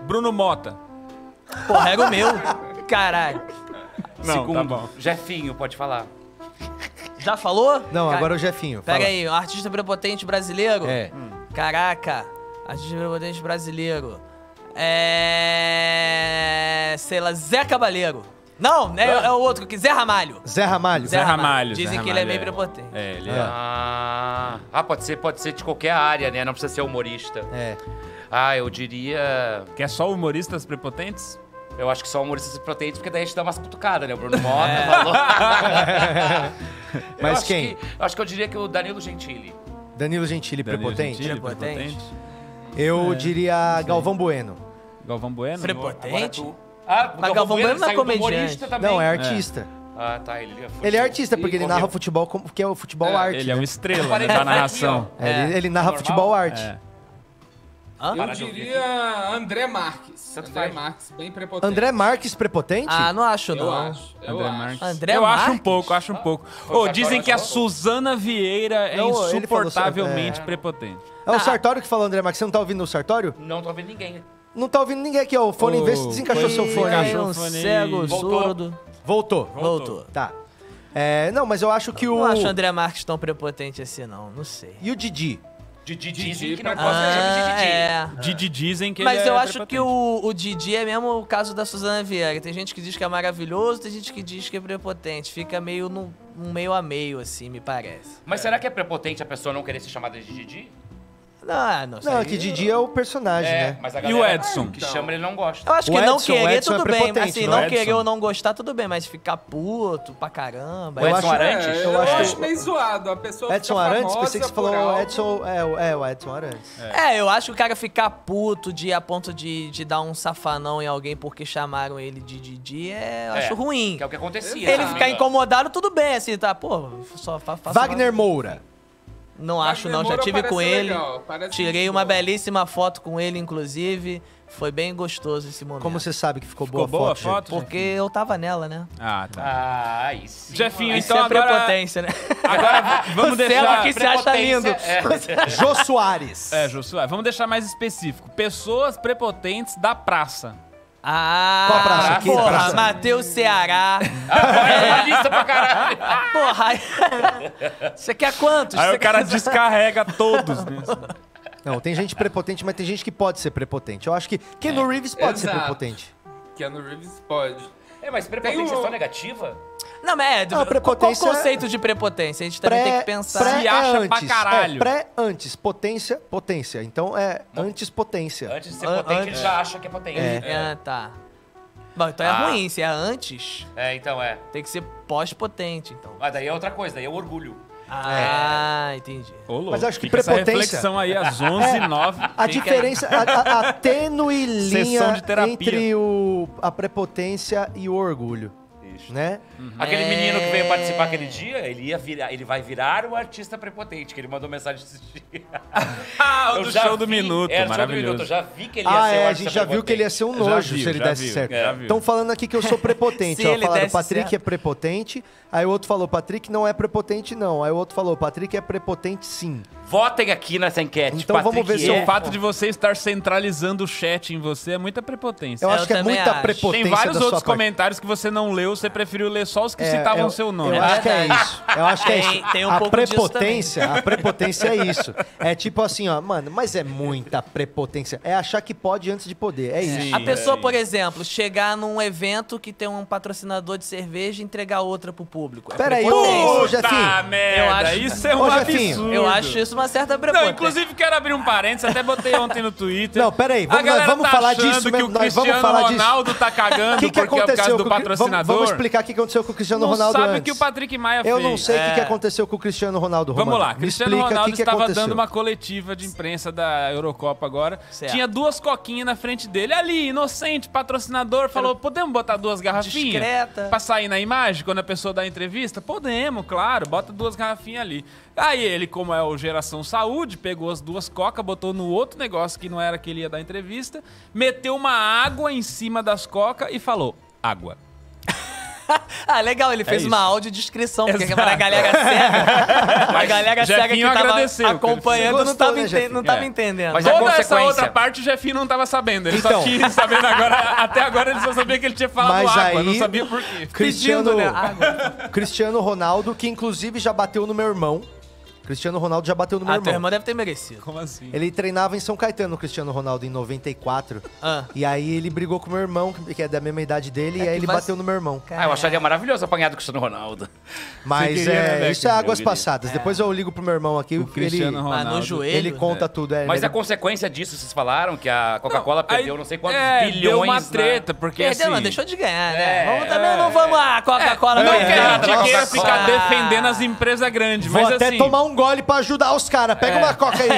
D: Bruno Mota. é
H: Pô, rega o meu. Caralho.
I: tá
G: Segundo, Jefinho, pode falar.
H: Já falou?
C: Não,
H: Ca-
C: agora é o Jefinho.
H: Pega
C: fala.
H: aí, um artista prepotente brasileiro? Hum.
C: É.
H: Caraca, artista prepotente brasileiro. É. Sei lá, Zé Cabaleiro. Não, é, é o outro que. Zé Ramalho.
C: Zé Ramalho.
D: Zé Ramalho.
H: Dizem
D: Zé
H: que ele é
D: Ramalho,
H: meio prepotente.
D: É, ele é.
C: É.
G: Ah, ah, pode ser, pode ser de qualquer área, né? Não precisa ser humorista.
C: É.
G: Ah, eu diria.
D: Quer só humoristas prepotentes?
G: Eu acho que só humoristas prepotentes, porque daí a gente dá umas cutucadas, né? O Bruno Mota falou. Eu
C: Mas
G: acho
C: quem?
G: que- eu acho que eu diria que o Danilo Gentili.
C: Danilo Gentili, prepotente.
D: Danilo Gentili,
H: Prepotente.
C: Eu diria Galvão Bueno.
D: Galvão Bueno.
H: Prepotente?
G: Ah,
H: Mas Galvão Bueno não é
G: saiu do
H: comediante.
G: humorista também.
C: Não, é artista.
G: Ah, tá. Ele é,
C: Ele é artista, porque ele narra o
G: futebol.
C: futebol como que é o futebol arte.
D: Ele é um
C: né?
D: estrela né,
G: Parei
D: da
G: de ver aqui,
D: narração.
C: É, ele, ele narra
G: Normal?
C: futebol arte.
D: É.
I: Eu
G: Para de ouvir
I: diria André Marques.
G: Tanto
I: André
G: faz.
I: Marques, bem prepotente.
C: André Marques prepotente?
H: Ah, não acho,
I: eu
H: não.
I: acho. Eu
D: É, André
I: acho.
D: Marques.
H: André
D: eu acho um
H: Marques?
D: pouco, acho um pouco.
G: Foi o
D: Ô,
G: Sartori
D: dizem que a
G: que falou?
D: Suzana Vieira é
C: Não, ele falou
D: insuportavelmente prepotente.
H: tá.
C: É o Sartório que falou, André Marques. Você não tá ouvindo o Sartório?
G: Não tô vendo ninguém.
C: Não tá ouvindo ninguém aqui, ó. O fone,
D: Ô,
C: vê se desencaixou
D: foi-
C: seu fone. aí.
D: desencaixou.
H: um
D: fone aí.
H: cego,
G: Voltou.
H: surdo.
C: Voltou.
H: Voltou.
C: Tá. É, não, mas eu acho que o...
H: Não acho o André Marques tão prepotente assim, não. Não sei.
C: E o Didi?
G: Didi
I: Didi,
G: dizem que não
I: pra-
G: pode ser
H: Ah,
G: chamado de Didi.
H: é.
D: Didi dizem que
H: Mas
D: ele é
H: eu acho
D: prepotente.
H: que o, o Didi é mesmo o caso da Suzana Vieira. Tem gente que diz que é maravilhoso, tem gente que diz que é prepotente. Fica meio num um meio a meio, assim, me parece.
G: Mas será que é prepotente a pessoa não querer ser chamada de Didi?
H: Ah, Não, não sei.
C: Não, é que Didi é o personagem,
G: É,
C: né?
G: mas a
D: E
G: galera
D: o Edson?
G: que chama ele não gosta.
H: Eu acho
C: O
H: que não
C: Edson, o
H: querer,
C: Edson é
H: tudo bem.
C: prepotente,
H: Assim,
C: não
H: não,
C: é,
H: querer
D: Edson?
H: ou não gostar, tudo bem. Mas ficar puto pra caramba.
G: O
C: eu
G: Edson
C: acho-
G: Arantes?
I: É,
C: Eu
I: eu,
C: acho
I: acho,
G: um
C: que-
I: meio zoado. A pessoa
C: Edson
I: fica
C: Arantes?
I: famosa
C: Pensei que você
I: por
C: falou
I: algo.
C: Edson... É, o- é, o Edson Arantes.
H: É, eu acho que o cara ficar puto de, a ponto de, de dar um safanão em alguém porque chamaram ele de Didi é. Eu
G: É,
H: acho ruim.
G: Que é o que acontecia.
H: Ele
G: né,
H: ficar
G: amiga?
H: incomodado, tudo bem, assim, tá? Pô, só fa faça
C: Wagner Moura.
H: Não acho
I: Wagner
H: não, já
I: Moura
H: tive com
I: parece
H: ele.
I: legal, parece
H: Tirei
I: gente
H: uma
I: boa.
H: belíssima foto com ele, inclusive. Foi bem gostoso esse momento.
C: Como você sabe que ficou,
D: Ficou
C: boa
D: boa
C: a foto,
D: a foto?
C: gente?
H: Porque eu tava nela, né?
D: Ah,
H: <laughs>
D: tá.
G: Ah, aí sim.
D: Jefinho,
H: Isso
D: então
H: é
D: agora-
H: prepotência, né?
D: Agora v-
H: <laughs>
D: vamos
H: Você é
D: deixar.
H: uma que se acha lindo.
G: Prepotência,
C: Jô Soares.
D: É, Jô Soares, vamos deixar mais específico. Pessoas prepotentes da praça.
H: Ah,
C: Qual a praça? Que
H: porra,
C: praça?
H: Matheus Ceará.
G: É uma lista pra caralho.
H: porra, aí- <laughs> você quer quantos?
D: Aí
H: Você
D: o cara
H: <laughs> quer-
D: descarrega todos, né?
C: Não, tem gente prepotente, mas tem gente que pode ser prepotente. Eu acho que Keanu
D: É.
C: Reeves pode ser
I: Exato.
C: prepotente.
I: Keanu Reeves pode.
G: É, mas prepotência
I: Tem um-
G: é só negativa?
H: Não, mas
C: Não,
H: é, qual qual o
C: prepotência é-
H: conceito de prepotência? A gente também tem que pensar.
C: pré
D: Se acha
C: é
D: pra
C: antes.
D: caralho.
C: É, pré antes, potência, potência. Então é antes potência.
G: Antes de ser
H: An-
G: potente, ele
H: antes.
G: já acha que é potente. É,
H: Ah, tá. Bom, então é
G: Ah.
H: ruim, se é antes,
G: É, então é.
H: tem que ser pós-potente, então.
G: Mas daí é outra coisa, daí é o orgulho.
H: Ah, entendi.
D: Ô, louco,
C: Mas acho que
D: fica
C: prepotência- É.
D: Essa reflexão aí
C: <laughs>
D: às 11 h 09
C: A diferença, a, a, a tênue
D: Sessão
C: linha
D: de terapia.
C: entre o, a prepotência e o orgulho.
G: Isso.
C: né?
G: Aquele
H: É.
G: menino que veio participar aquele dia, ele ia virar, ele vai virar o artista prepotente, que ele mandou mensagem esses dias.
D: <laughs> Ah, o
G: Eu
D: do
G: já
D: show do
G: vi-
D: minuto,
G: Era o show do minuto, eu
D: maravilhoso.
G: já vi que ele ia
C: Ah,
G: ser o
C: é, a
G: artista
C: gente já viu que ele ia ser um
D: Já
C: nojo
D: viu,
C: se ele
D: já
C: desse
D: viu,
C: certo.
D: já viu.
C: Estão falando aqui que eu sou prepotente.
H: <laughs> Se
C: ó,
H: ele
C: falaram,
H: desse
C: Patrick
H: certo.
C: é prepotente. Aí o outro falou, Patrick não é prepotente, não. Aí o outro falou, Patrick é prepotente, sim.
G: Votem aqui nessa enquete.
C: Então vamos ver se
D: E
C: eu
G: é.
D: o fato de você estar centralizando o chat em você é muita prepotência.
C: Eu
H: É,
C: acho
H: eu
C: que é
H: também
C: muita
H: acho.
C: prepotência
D: Tem vários
C: da sua
D: outros
C: parte.
D: comentários que você não leu, você preferiu ler só os que
C: É,
D: citavam
C: eu-
D: seu nome.
C: Eu
H: É
C: acho que é
H: verdade.
C: isso. Eu acho que é
H: Tem-
C: isso.
H: tem um
C: a
H: pouco disso
C: prepotência,
H: <laughs>
C: a prepotência é isso. É tipo assim, ó, mano, mas é muita prepotência. É achar que pode antes de poder. É isso.
H: A pessoa, por exemplo, chegar num evento que tem um patrocinador de cerveja e entregar outra pro público. É
C: Peraí,
H: prepotência.
C: ô,
D: Tá,
C: Jefinho.
D: merda,
H: acho-
D: isso é um
C: Ô, Jefinho.
D: absurdo.
H: Eu acho isso uma certa
D: Não,
H: prepotência.
D: inclusive quero abrir um parênteses, até botei ontem no Twitter.
C: Não, peraí,
D: A
C: vamos- nós
D: galera
C: vamos
D: tá
C: falar
D: achando
C: disso
D: que
C: mesmo,
D: o
C: nós vamos
D: Cristiano
C: falar disso.
D: Ronaldo tá
C: <laughs>
D: cagando
C: O que, que
D: porque é por causa
C: aconteceu
D: do
C: com o Cri-
D: patrocinador.
C: Vamos, vamos explicar o que aconteceu com o Cristiano
D: não
C: Ronaldo
D: sabe o
C: antes.
D: que o Patrick Maia
C: Eu
D: fez.
C: não sei o que,
H: É.
C: que aconteceu com o Cristiano Ronaldo.
D: Vamos
C: Romano.
D: lá,
C: Me
D: Cristiano
C: explica o
D: Ronaldo
C: que que
D: estava
C: aconteceu.
D: dando uma coletiva de imprensa da Eurocopa agora.
H: Certo.
D: Tinha duas coquinhas na frente dele. Ali, inocente, patrocinador, falou: podemos botar duas garrafinhas?
H: Discreta.
D: Pra sair na imagem quando a pessoa dá a entrevista? Podemos, claro, bota duas garrafinhas ali. Aí ele, como é o Geração Saúde, pegou as duas cocas, botou no outro negócio que não era que ele ia dar entrevista, meteu uma água em cima das cocas e falou: água.
H: Ah, legal, ele fez
D: É isso.
H: uma audiodescrição, porque
D: Exato.
H: para a galera
D: <laughs>
H: cega, a galera cega que
D: Jefinho agradeceu,
H: tava
D: cara.
H: acompanhando
C: Você
H: não
C: gostou,
H: tava,
C: né,
H: enten-
C: Jefinho?
H: não tava
D: um É.
H: entendendo.
G: Mas é
D: Toda essa
G: consequência.
D: outra parte o Jefinho não tava sabendo. Ele
C: Então.
D: só quis sabendo agora. Até agora ele só sabia que ele tinha falado
C: Mas
D: água.
C: aí,
D: não sabia por quê.
C: Cristiano,
D: Pedindo, né?
C: <laughs> Cristiano Ronaldo, que inclusive já bateu no meu irmão. Cristiano Ronaldo já bateu no meu
H: Ah,
D: é
H: teu
C: irmão.
H: irmão deve ter merecido.
D: Como assim?
C: Ele treinava em São Caetano, o Cristiano Ronaldo, em 94.
H: Ah.
C: E aí ele brigou com o meu irmão, que é da mesma idade dele, e aí
H: que
C: ele
H: vac-
C: bateu no meu irmão.
G: Ah, eu acharia maravilhoso apanhado com o Cristiano Ronaldo.
C: Mas
D: queria,
C: é,
D: né, Beck?
C: isso é águas
G: Eu queria.
C: passadas. Depois eu ligo pro meu irmão aqui,
D: O
C: porque ele,
D: Cristiano
H: Ah, no
D: Ronaldo.
I: Tá
H: joelho.
I: né?
C: ele conta tudo. É,
G: Mas
C: ele
G: a consequência disso, vocês falaram que a Coca-Cola
D: Aí,
G: perdeu não sei quantos
D: é,
G: bilhões. né?
D: Deu uma
G: na-
D: treta, porque
H: Perdeu,
D: assim... é.
H: mas deixou de ganhar, né?
G: É,
H: vamos também, não vamos lá, Coca-Cola. né?
D: Não
H: vai
D: que a
H: ganhar.
D: gente queira
G: Coca-Cola.
D: ficar defendendo as empresas grandes,
C: Vou
D: mas
C: até
D: assim... É.
C: tomar um gole pra ajudar os caras. Pega uma coca
D: <laughs>
C: aí.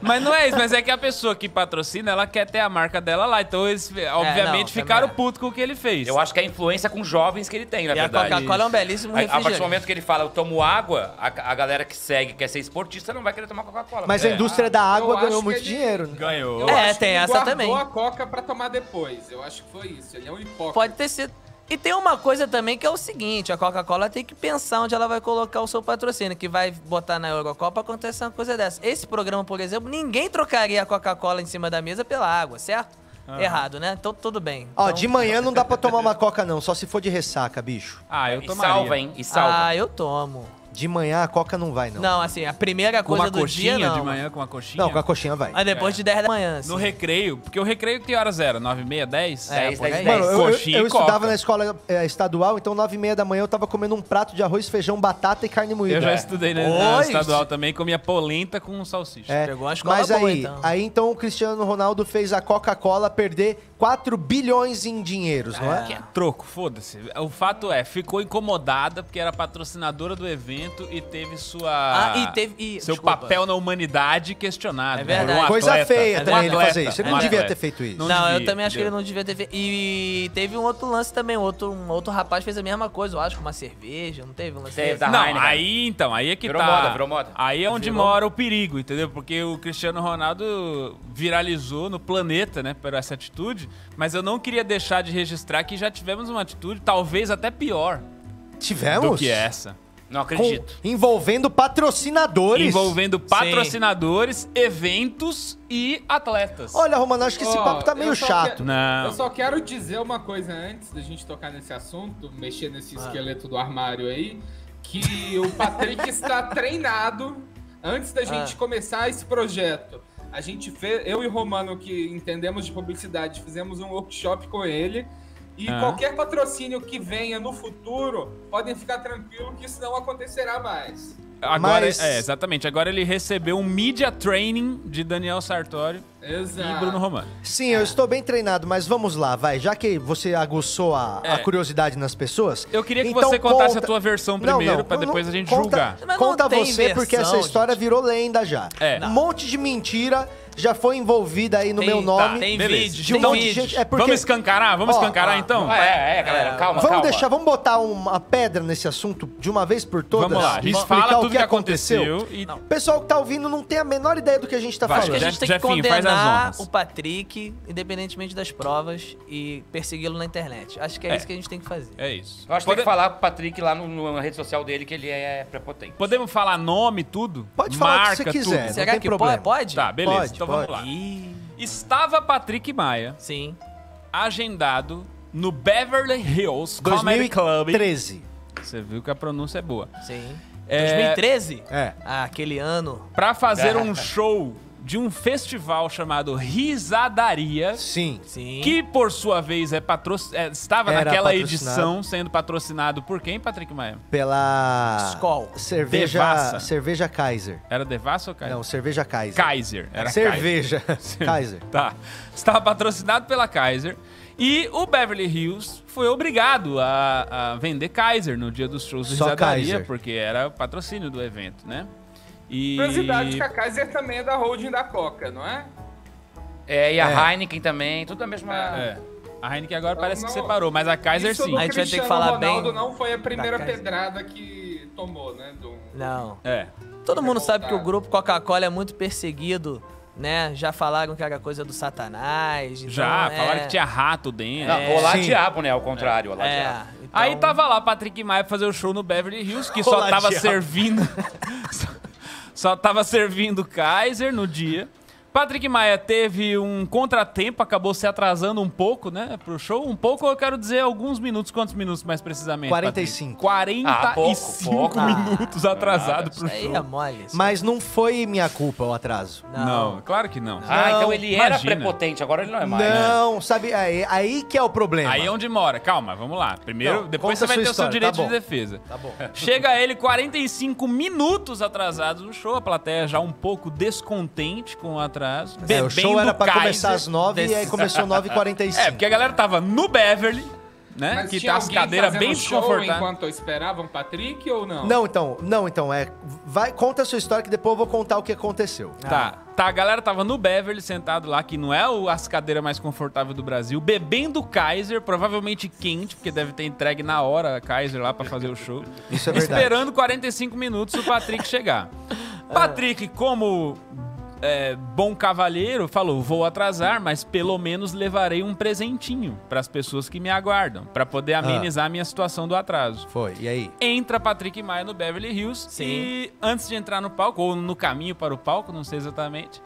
D: Mas não é isso, mas é que a pessoa que patrocina, ela quer ter a marca dela lá. Então eles, obviamente,
H: não,
D: ficaram
H: também é.
D: putos com o que ele fez.
G: Eu acho que é a influência com jovens que ele tem, na
H: E a
G: verdade.
H: Coca-Cola é um belíssimo
G: A, a partir do
H: refrigerante.
G: momento que ele fala, eu tomo água, a, a galera que segue, quer ser esportista, não vai querer tomar Coca-Cola.
C: Mas a
G: É.
C: indústria da
I: eu
C: água
I: acho
C: ganhou
I: que
C: muito
I: ele-
C: dinheiro. né?
D: Ganhou.
I: Eu
H: É,
I: acho que
H: tem
I: ele
H: essa
I: guardou
H: também.
I: a coca pra tomar depois. Eu acho que foi isso. Ele é um hipócrita.
H: Pode ter sido. E tem uma coisa também que é o seguinte, a Coca-Cola tem que pensar onde ela vai colocar o seu patrocínio, que vai botar na Eurocopa, acontece uma coisa dessa. Esse programa, por exemplo, ninguém trocaria a Coca-Cola em cima da mesa pela água, certo? Errado, né? Então tudo bem.
C: Ó,
H: Então-
C: de manhã não dá pra tomar uma coca, não. Só se for de ressaca, bicho.
D: Ah, eu
G: E
D: tomaria.
G: salva, hein? E salva.
H: Ah, eu tomo.
C: De manhã a coca não vai, não.
H: Não, assim, a primeira
D: Então, Com
H: coisa
D: uma
H: do dia,
D: coxinha
H: não.
D: de manhã, com uma coxinha.
C: Não, com a coxinha vai.
H: Mas depois de 10 da manhã, assim.
D: É. No recreio, porque o recreio que horas era? 9 e meia, 10?
H: É,
G: Dez,
H: por
G: dez,
H: aí.
G: dez.
C: Mano, eu, eu-
D: coxinha
C: eu
D: e
C: estudava
D: coca.
C: na escola eh, estadual, então nove e meia da manhã eu tava comendo um prato de arroz, feijão, batata e carne moída.
D: Eu já
C: É.
D: estudei na, na
C: Oi,
D: estadual também, comia polenta com salsicha.
C: É,
H: Pegou uma escola
C: mas aí,
H: boa, então.
C: aí então o Cristiano Ronaldo fez a Coca-Cola perder 4 bilhões em dinheiros, não é?
D: Troco, foda-se. O fato é, ficou incomodada porque era patrocinadora do evento e teve sua
H: Ah, e teve- e-
D: seu
H: desculpa.
D: papel na humanidade questionado.
H: É verdade.
D: por um
C: Coisa
D: atleta.
C: feia
D: Um
C: também ele
D: atleta.
C: fazer isso. Ele
D: Um
C: não devia
D: atleta.
C: ter feito isso.
H: Não,
D: Não
H: eu
D: devia,
H: também acho que ele
D: entendeu?
H: não devia ter feito. E teve um outro lance também, outro, um outro rapaz fez a mesma coisa, eu acho, com uma cerveja, não teve um lance
G: Teve,
H: desse?
G: da
D: Não,
G: Tá, Heineken.
D: aí então, aí é que
G: Virou
D: tá.
G: moda, virou moda.
D: Aí é onde
H: Virou.
D: mora o perigo, entendeu? Porque o Cristiano Ronaldo viralizou no planeta, né, por essa atitude. Mas eu não queria deixar de registrar que já tivemos uma atitude, talvez até pior
C: Tivemos?
D: do que é, essa.
G: Não
C: Com-
G: acredito.
C: envolvendo patrocinadores.
D: Envolvendo patrocinadores, eventos e atletas.
C: Olha, Romano, acho que esse
I: Ó,
C: papo tá
I: eu
C: meio
I: só
C: chato.
I: que-
D: Não.
I: Eu só quero dizer uma coisa antes da gente tocar nesse assunto, mexer nesse
C: Ah.
I: esqueleto do armário aí, que o
C: <laughs>
I: Patrick está treinado antes da
C: Ah.
I: gente começar esse projeto. A gente fez, eu e Romano que entendemos de publicidade, fizemos um workshop com ele. E
D: Ah.
I: qualquer patrocínio que venha no futuro, podem ficar tranquilo que isso não acontecerá mais.
D: Agora,
C: Mas-
D: é, exatamente. Agora ele recebeu um media training de Daniel Sartori
I: Exato.
D: e Bruno Romano.
C: Sim, eu estou bem treinado, mas vamos lá, vai. Já que você aguçou a, a curiosidade nas pessoas.
D: É. Eu queria que
C: então
D: você contasse
C: conta-
D: a tua versão
C: Não,
D: primeiro,
C: não,
D: pra
C: não,
D: depois a gente
C: conta-
D: julgar.
H: Mas não
C: Conta
H: tem
C: você, porque
H: versão,
C: essa história virou lenda já.
D: É.
C: Um monte de mentira. já foi envolvida aí no
H: Tem-
C: meu
D: tá,
G: Tá,
C: nome.
H: Tem
D: Beleza.
H: vídeos,
C: de
H: tem
C: um monte de
H: vídeos.
C: gente. É porque
D: Vamos escancarar? Vamos
C: Ó,
D: escancarar
C: ó,
D: então?
G: Ah, é, é, galera, calma,
C: vamos
G: calma.
C: deixar, vamos botar uma pedra nesse assunto de uma vez por todas.
D: Vamos lá, a gente
C: Vamos
D: fala
C: explicar
D: tudo que aconteceu, e-
C: O pessoal que tá ouvindo não tem a menor ideia do que a gente tá
D: Vai,
H: Acho que a
C: falando.
D: Jeff-
H: gente tem que
D: Jeffinho, né? faz as
H: condenar
D: honras.
H: o Patrick, independentemente das provas, e persegui-lo na internet. Acho que é,
D: É.
H: isso que a gente tem que fazer.
D: É isso.
G: Eu acho que tem
D: Pode-
G: que falar pro Patrick lá no, no- na rede social dele que ele é prepotente.
D: Podemos falar nome, tudo?
C: Pode falar o que
D: Marca,
C: você quiser.
D: tudo.
C: não tem
H: que
C: problema.
H: po- pode?
D: Tá, beleza.
C: Pode,
D: então
C: pode.
D: vamos lá.
H: Ih,
D: Estava Patrick Maia
H: sim.
D: agendado no Beverly Hills Comedy Club.
C: 2013.
D: Você viu que a pronúncia é boa.
H: Sim.
D: É.
H: 2013?
C: É.
H: Ah, aquele ano.
D: Pra
G: <laughs>
D: fazer um show de um festival chamado Risadaria.
C: Sim.
H: Sim.
D: Que, por sua vez, é patro... é, estava
C: Era
D: naquela
C: patrocinado.
D: edição sendo patrocinado por quem, Patrick Maia?
C: Pela.
H: Skol.
C: Cerveja.
D: Devassa.
C: Cerveja Kaiser.
D: Era Devassa ou Kaiser?
C: Não, cerveja Kaiser.
D: Kaiser. Era
C: cerveja
D: <laughs>
C: <laughs>
D: Kaiser.
C: Kaiser.
D: Tá. Estava patrocinado pela Kaiser. E o Beverly Hills foi obrigado a, a vender Kaiser no dia dos shows do
C: Só
D: Risadaria,
C: Kaiser.
D: porque era o patrocínio do evento, né? E...
I: Curiosidade que a Kaiser também é da holding da Coca, não é?
G: É, e a Heineken também, tudo a mesma.
D: É. A Heineken agora parece
I: Não,
D: que
I: não.
D: separou, mas assim, a Kaiser
I: Isso
D: sim.
I: do
H: A gente vai ter que
I: Cristiano
H: falar
I: Ronaldo
H: bem
I: não foi a primeira
H: Kaiser.
I: pedrada que tomou, né? Do...
H: Não.
D: É.
H: Todo mundo sabe que o
I: revoltado.
H: grupo Coca-Cola é muito perseguido, né? Já falaram que era coisa do satanás. então
D: Já,
H: é-
D: falaram que tinha rato dentro.
G: Não, Olá
C: sim.
G: Diabo, né? Ao contrário, Olá
H: É,
G: Diabo.
H: então-
D: Aí tá tava lá Patrick Maia pra fazer o show no Beverly Hills, que só
C: Olá,
D: tava
C: diabo.
D: servindo. <laughs> só, só tava servindo Kaiser no dia. Patrick Maia teve um contratempo, acabou se atrasando um pouco, né, pro show. Um pouco, eu quero dizer alguns minutos. Quantos minutos mais precisamente? Patrick?
C: 45.
D: 45
G: Ah, pouco, pouco.
D: minutos atrasado pro
H: Isso aí
D: show.
H: é mole. isso.
C: Mas não foi minha culpa o atraso.
D: Não, claro que não.
G: Ah, então ele era
D: imagina.
G: prepotente, agora ele não é mais. né?
C: Não, sabe, aí, aí que é o problema.
D: Aí é onde mora. Calma, vamos lá. Primeiro,
C: Não,
D: depois
C: conta
D: você vai
C: sua
D: ter o seu
C: história,
D: direito
C: tá bom.
D: de defesa.
C: Tá bom.
D: Chega ele 45 minutos atrasado no show, a plateia já um pouco descontente com o atraso.
C: É,
D: bebendo
C: o show era pra
D: Kaiser.
C: começar às 9 e aí começou 9h45.
D: <laughs> É, porque a galera tava no Beverly, né?
I: Mas
D: que
I: tinha
D: tá as
I: alguém
D: cadeiras
I: fazendo
D: bem
I: show
D: desconfortáveis.
I: Enquanto eu esperava um Patrick ou não?
C: Não, então, não, então, é. Vai, conta a sua história que depois eu vou contar o que aconteceu.
D: Tá, tá, a galera tava no Beverly sentado lá, que não é o- as cadeiras mais confortáveis do Brasil, bebendo Kaiser, provavelmente quente, porque deve ter entregue na hora a Kaiser lá pra fazer o show.
C: <laughs> Isso é verdade.
D: Esperando 45 minutos o
C: <laughs>
D: Patrick chegar. Patrick, como é, bom cavalheiro, falou: vou atrasar, mas pelo menos levarei um presentinho para as pessoas que me aguardam, para
C: Ah.
D: poder amenizar a minha situação do atraso.
C: Foi, e aí?
D: Entra Patrick Maia no Beverly Hills
H: Sim.
D: e, antes de entrar no palco, ou no caminho para o palco, não sei exatamente,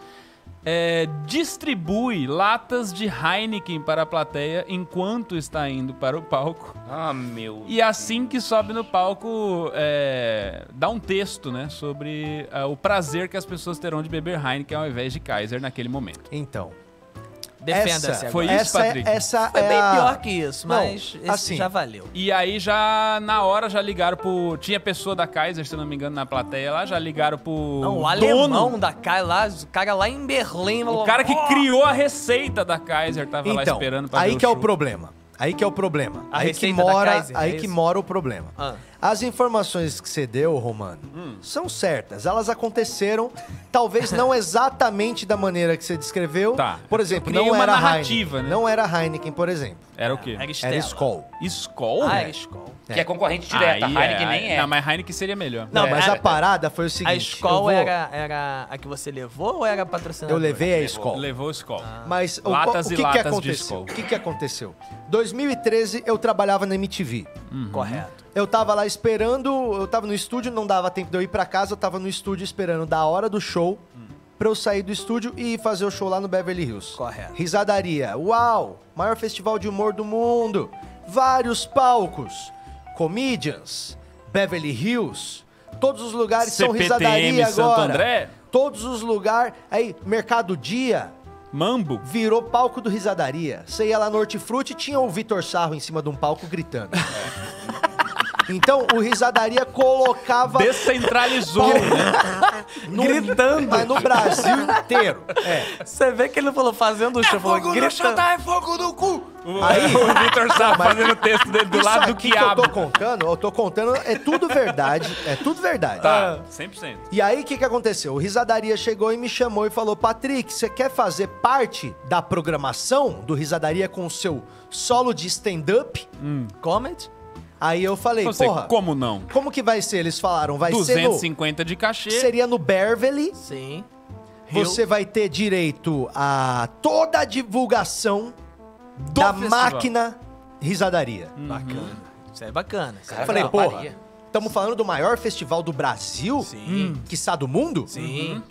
D: é, distribui latas de Heineken para a plateia enquanto está indo para o palco.
G: Ah, meu.
D: E assim que sobe no palco, é, dá um texto, né? Sobre ah, o prazer que as pessoas terão de beber Heineken ao invés de Kaiser naquele momento.
C: Então.
H: Defenda-se
C: essa-
H: agora.
D: Foi isso,
C: essa, é-
D: Patrick?
C: Essa
H: Foi
C: é
H: bem
C: a-
H: pior que isso,
C: Não,
H: mas esse
C: assim,
H: já valeu.
D: E aí já, na hora, já ligaram pro... Tinha pessoa da Kaiser, se eu não me engano, na plateia lá. Já ligaram pro
H: Não, o
D: dono.
H: alemão da cara lá, o cara lá em Berlim.
D: O cara que criou a receita da Kaiser tava lá
C: Então,
D: esperando pra
C: aí
D: ver
C: que é o
D: show. tá
C: problema. Aí que é o problema.
H: A
C: aí que
H: receita da
C: mora,
H: Kaiser,
C: aí
H: é
C: que
H: isso?
C: mora o problema.
H: Ah.
C: As informações que você deu, Romano,
D: Hum.
C: são certas. Elas aconteceram, talvez
D: <laughs>
C: não exatamente da maneira que você descreveu.
D: Tá.
C: Por exemplo,
D: Criei
C: não
D: uma
C: era
D: narrativa,
C: Heineken.
D: né?
C: Não era Heineken, por exemplo.
D: Era o quê?
C: Era Skol.
D: Skol?
H: Ah,
D: velho?
H: era Skol.
G: Que é concorrente direta.
D: Aí
G: a Heineken
D: é,
G: nem é.
D: Não, mas Heineken seria melhor.
C: Não,
G: É,
C: mas a
G: era-
C: parada foi o seguinte.
H: A
C: eu
H: Skol
C: vou-
H: era, era a que você levou ou era a patrocinadora?
C: Eu levei a Skol. Ah.
D: Levou o Skol.
C: Mas o-
D: Latas
C: o, que,
D: e
C: que
D: latas de
C: aconteceu?
D: Skol.
C: O que, que aconteceu? 2013 eu trabalhava na MTV.
H: Uhum. Correto.
C: Eu tava lá esperando, eu tava no estúdio, não dava tempo de eu ir pra casa, eu tava no estúdio esperando da hora do show pra eu sair do estúdio e ir fazer o show lá no Beverly Hills.
H: Correto.
C: Risadaria. Uau! Maior festival de humor do mundo. Vários palcos. Comedians. Beverly Hills. Todos os lugares são
D: CPTM
C: risadaria
D: Santo
C: agora.
D: André?
C: Todos os lugares. Aí, Mercado Dia
D: Mambo?
C: virou palco do Risadaria. Você ia lá no Hortifruti e tinha o Vitor Sarro em cima de um palco gritando.
D: É.
C: Então o Risadaria colocava
D: Descentralizou, <laughs> né?
C: no, <laughs> gritando, mas no Brasil inteiro. É.
H: Você vê que ele falou fazendo o show, falou gritando.
C: fogo no cu!
D: O,
C: Aí-
D: o Vitor Sá fazendo o texto dele do
C: Isso
D: lado do
C: aqui que eu
D: quiabo.
C: tô contando, eu tô contando, é tudo verdade. É tudo verdade.
D: Tá, 100%.
C: E aí, o que, que aconteceu? O Risadaria chegou e me chamou e falou: Patrick, você quer fazer parte da programação do Risadaria com o seu solo de stand-up?
D: Hum.
C: Comedy? Aí eu falei:
D: Não sei
C: Porra, como...
D: como não.
C: que vai ser? Eles falaram: Vai ser
D: 250 de
C: no.
D: cachê.
C: Seria no Beverly.
H: Sim.
C: Você vai ter direito a toda a divulgação da
D: festival.
C: máquina Risadaria.
H: Bacana. Isso é bacana. Isso é
C: Eu falei,
H: legal,
C: porra,
H: Maria.
C: estamos falando do maior festival do Brasil,
H: Sim.
C: que está do mundo? Uhum.
H: Sim,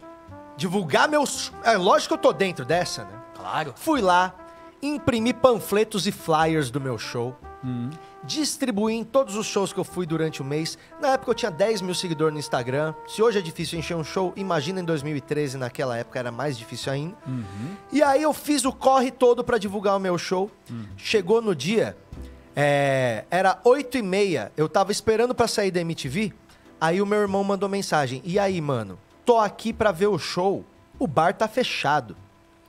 C: Divulgar meus. É lógico que eu tô dentro dessa, né?
H: claro.
C: Fui lá, imprimi panfletos e flyers do meu show. Distribuí em todos os shows que eu fui durante o mês. Na época eu tinha 10 mil seguidores no Instagram. Se hoje é difícil encher um show, imagina em 2013, naquela época era mais difícil ainda. E aí eu fiz o corre todo pra divulgar o meu show. Chegou no dia, é, era 8 e meia, eu tava esperando pra sair da MTV. Aí o meu irmão mandou mensagem. E aí, mano, tô aqui pra ver o show. O bar tá fechado.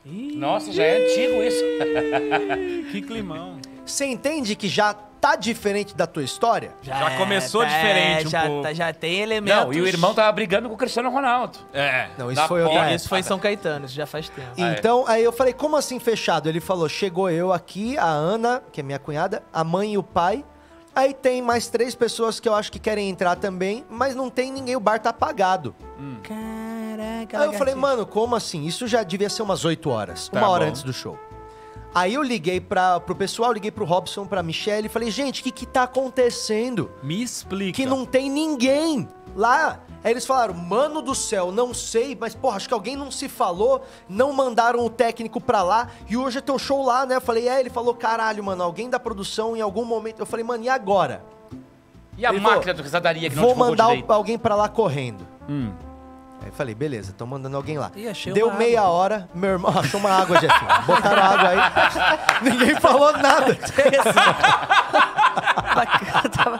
G: Nossa, já é antigo isso.
D: Que climão.
C: Você entende que já tá diferente da tua história?
D: Já começou diferente um
H: É, tá, já,
D: pouco.
H: tá- já tem elementos.
G: Não, e o irmão tá- tava brigando com o Cristiano Ronaldo.
D: É.
C: Não,
G: Na
C: isso foi outra
G: porta.
C: época.
H: Isso foi em São Caetano, isso já faz tempo.
C: Então, aí eu falei, como assim fechado? Ele falou, chegou eu aqui, a Ana, que é minha cunhada, a mãe e o pai. Aí tem mais três pessoas que eu acho que querem entrar também, mas não tem ninguém, o bar tá apagado.
H: Caraca,
C: Aí eu falei, mano, como assim? Isso já devia ser umas 8 horas,
D: Tá
C: uma hora
D: bom.
C: antes do show. Aí eu liguei pra, pro pessoal, liguei pro Robson, pra Michelle, e falei, gente, o que que tá acontecendo?
D: Me explica.
C: que não tem ninguém lá. Aí eles falaram, mano do céu, não sei, mas porra, acho que alguém não se falou, não mandaram o técnico pra lá e hoje é teu show lá, né? Eu falei, é, ele falou, caralho, mano, alguém da produção em algum momento. Eu falei, mano, e agora?
G: E a
C: Ele
G: máquina
C: falou,
G: do risadaria que não
C: Vou
G: divulgou
C: mandar
G: direito?
C: alguém pra lá correndo.
D: Hum.
C: Aí eu falei, beleza, estão mandando alguém lá.
H: Ih, achei
C: Deu
H: uma
C: meia
H: água.
C: hora, meu irmão <laughs> achou uma água, Jefinho. Botaram água aí, <laughs> ninguém falou
H: <laughs>
C: nada.
H: Bacana, tá tava,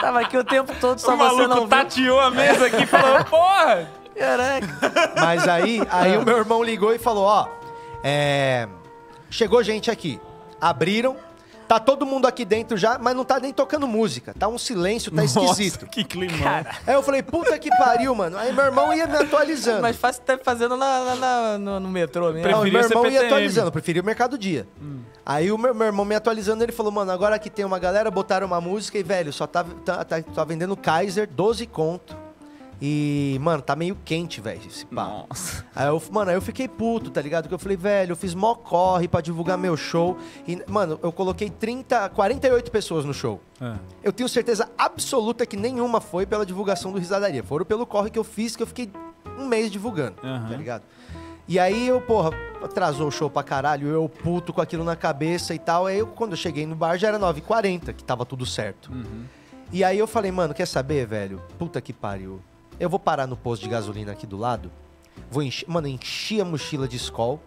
H: tava aqui o tempo todo, só
D: O
H: você
D: maluco tá
H: não viu.
D: tateou a mesa aqui e falou, porra!
H: Caraca.
C: Mas aí, aí o meu irmão ligou e falou, ó, é, chegou gente aqui, abriram, tá todo mundo aqui dentro já, mas não tá nem tocando música, tá um silêncio, tá esquisito.
D: Nossa, que climão.
C: Aí eu falei, puta que pariu, mano. Aí meu irmão ia me atualizando.
H: Mas fácil tá fazendo na, na- na- no, no metrô mesmo.
D: Pre-
C: Não, e meu
D: preferia ser
C: irmão ia
D: PTM.
C: atualizando, eu preferi o Mercado Dia. Aí o meu, meu irmão me atualizando, ele falou, mano, agora que tem uma galera, botaram uma música e, velho, só tá, tá, tá, tá vendendo Kaiser, 12 conto. E, mano, tá meio quente, velho, esse pá.
D: Nossa.
C: Aí eu, mano, aí eu fiquei puto, tá ligado? Porque eu falei, velho, eu fiz mó corre pra divulgar meu show. E, mano, eu coloquei 30, 48 pessoas no show.
D: Ah.
C: Eu tenho certeza absoluta que nenhuma foi pela divulgação do Risadaria. Foram pelo corre que eu fiz, que eu fiquei um mês divulgando,
D: Aham.
C: tá ligado? E aí eu, porra, atrasou o show pra caralho, eu puto com aquilo na cabeça e tal. Aí eu, quando eu cheguei no bar já era 9h40, que tava tudo certo.
D: Uhum.
C: E aí eu falei, mano, quer saber, velho? Puta que pariu. Eu vou parar no posto de gasolina aqui do lado. Vou encher. Mano, enchi a mochila de Skol.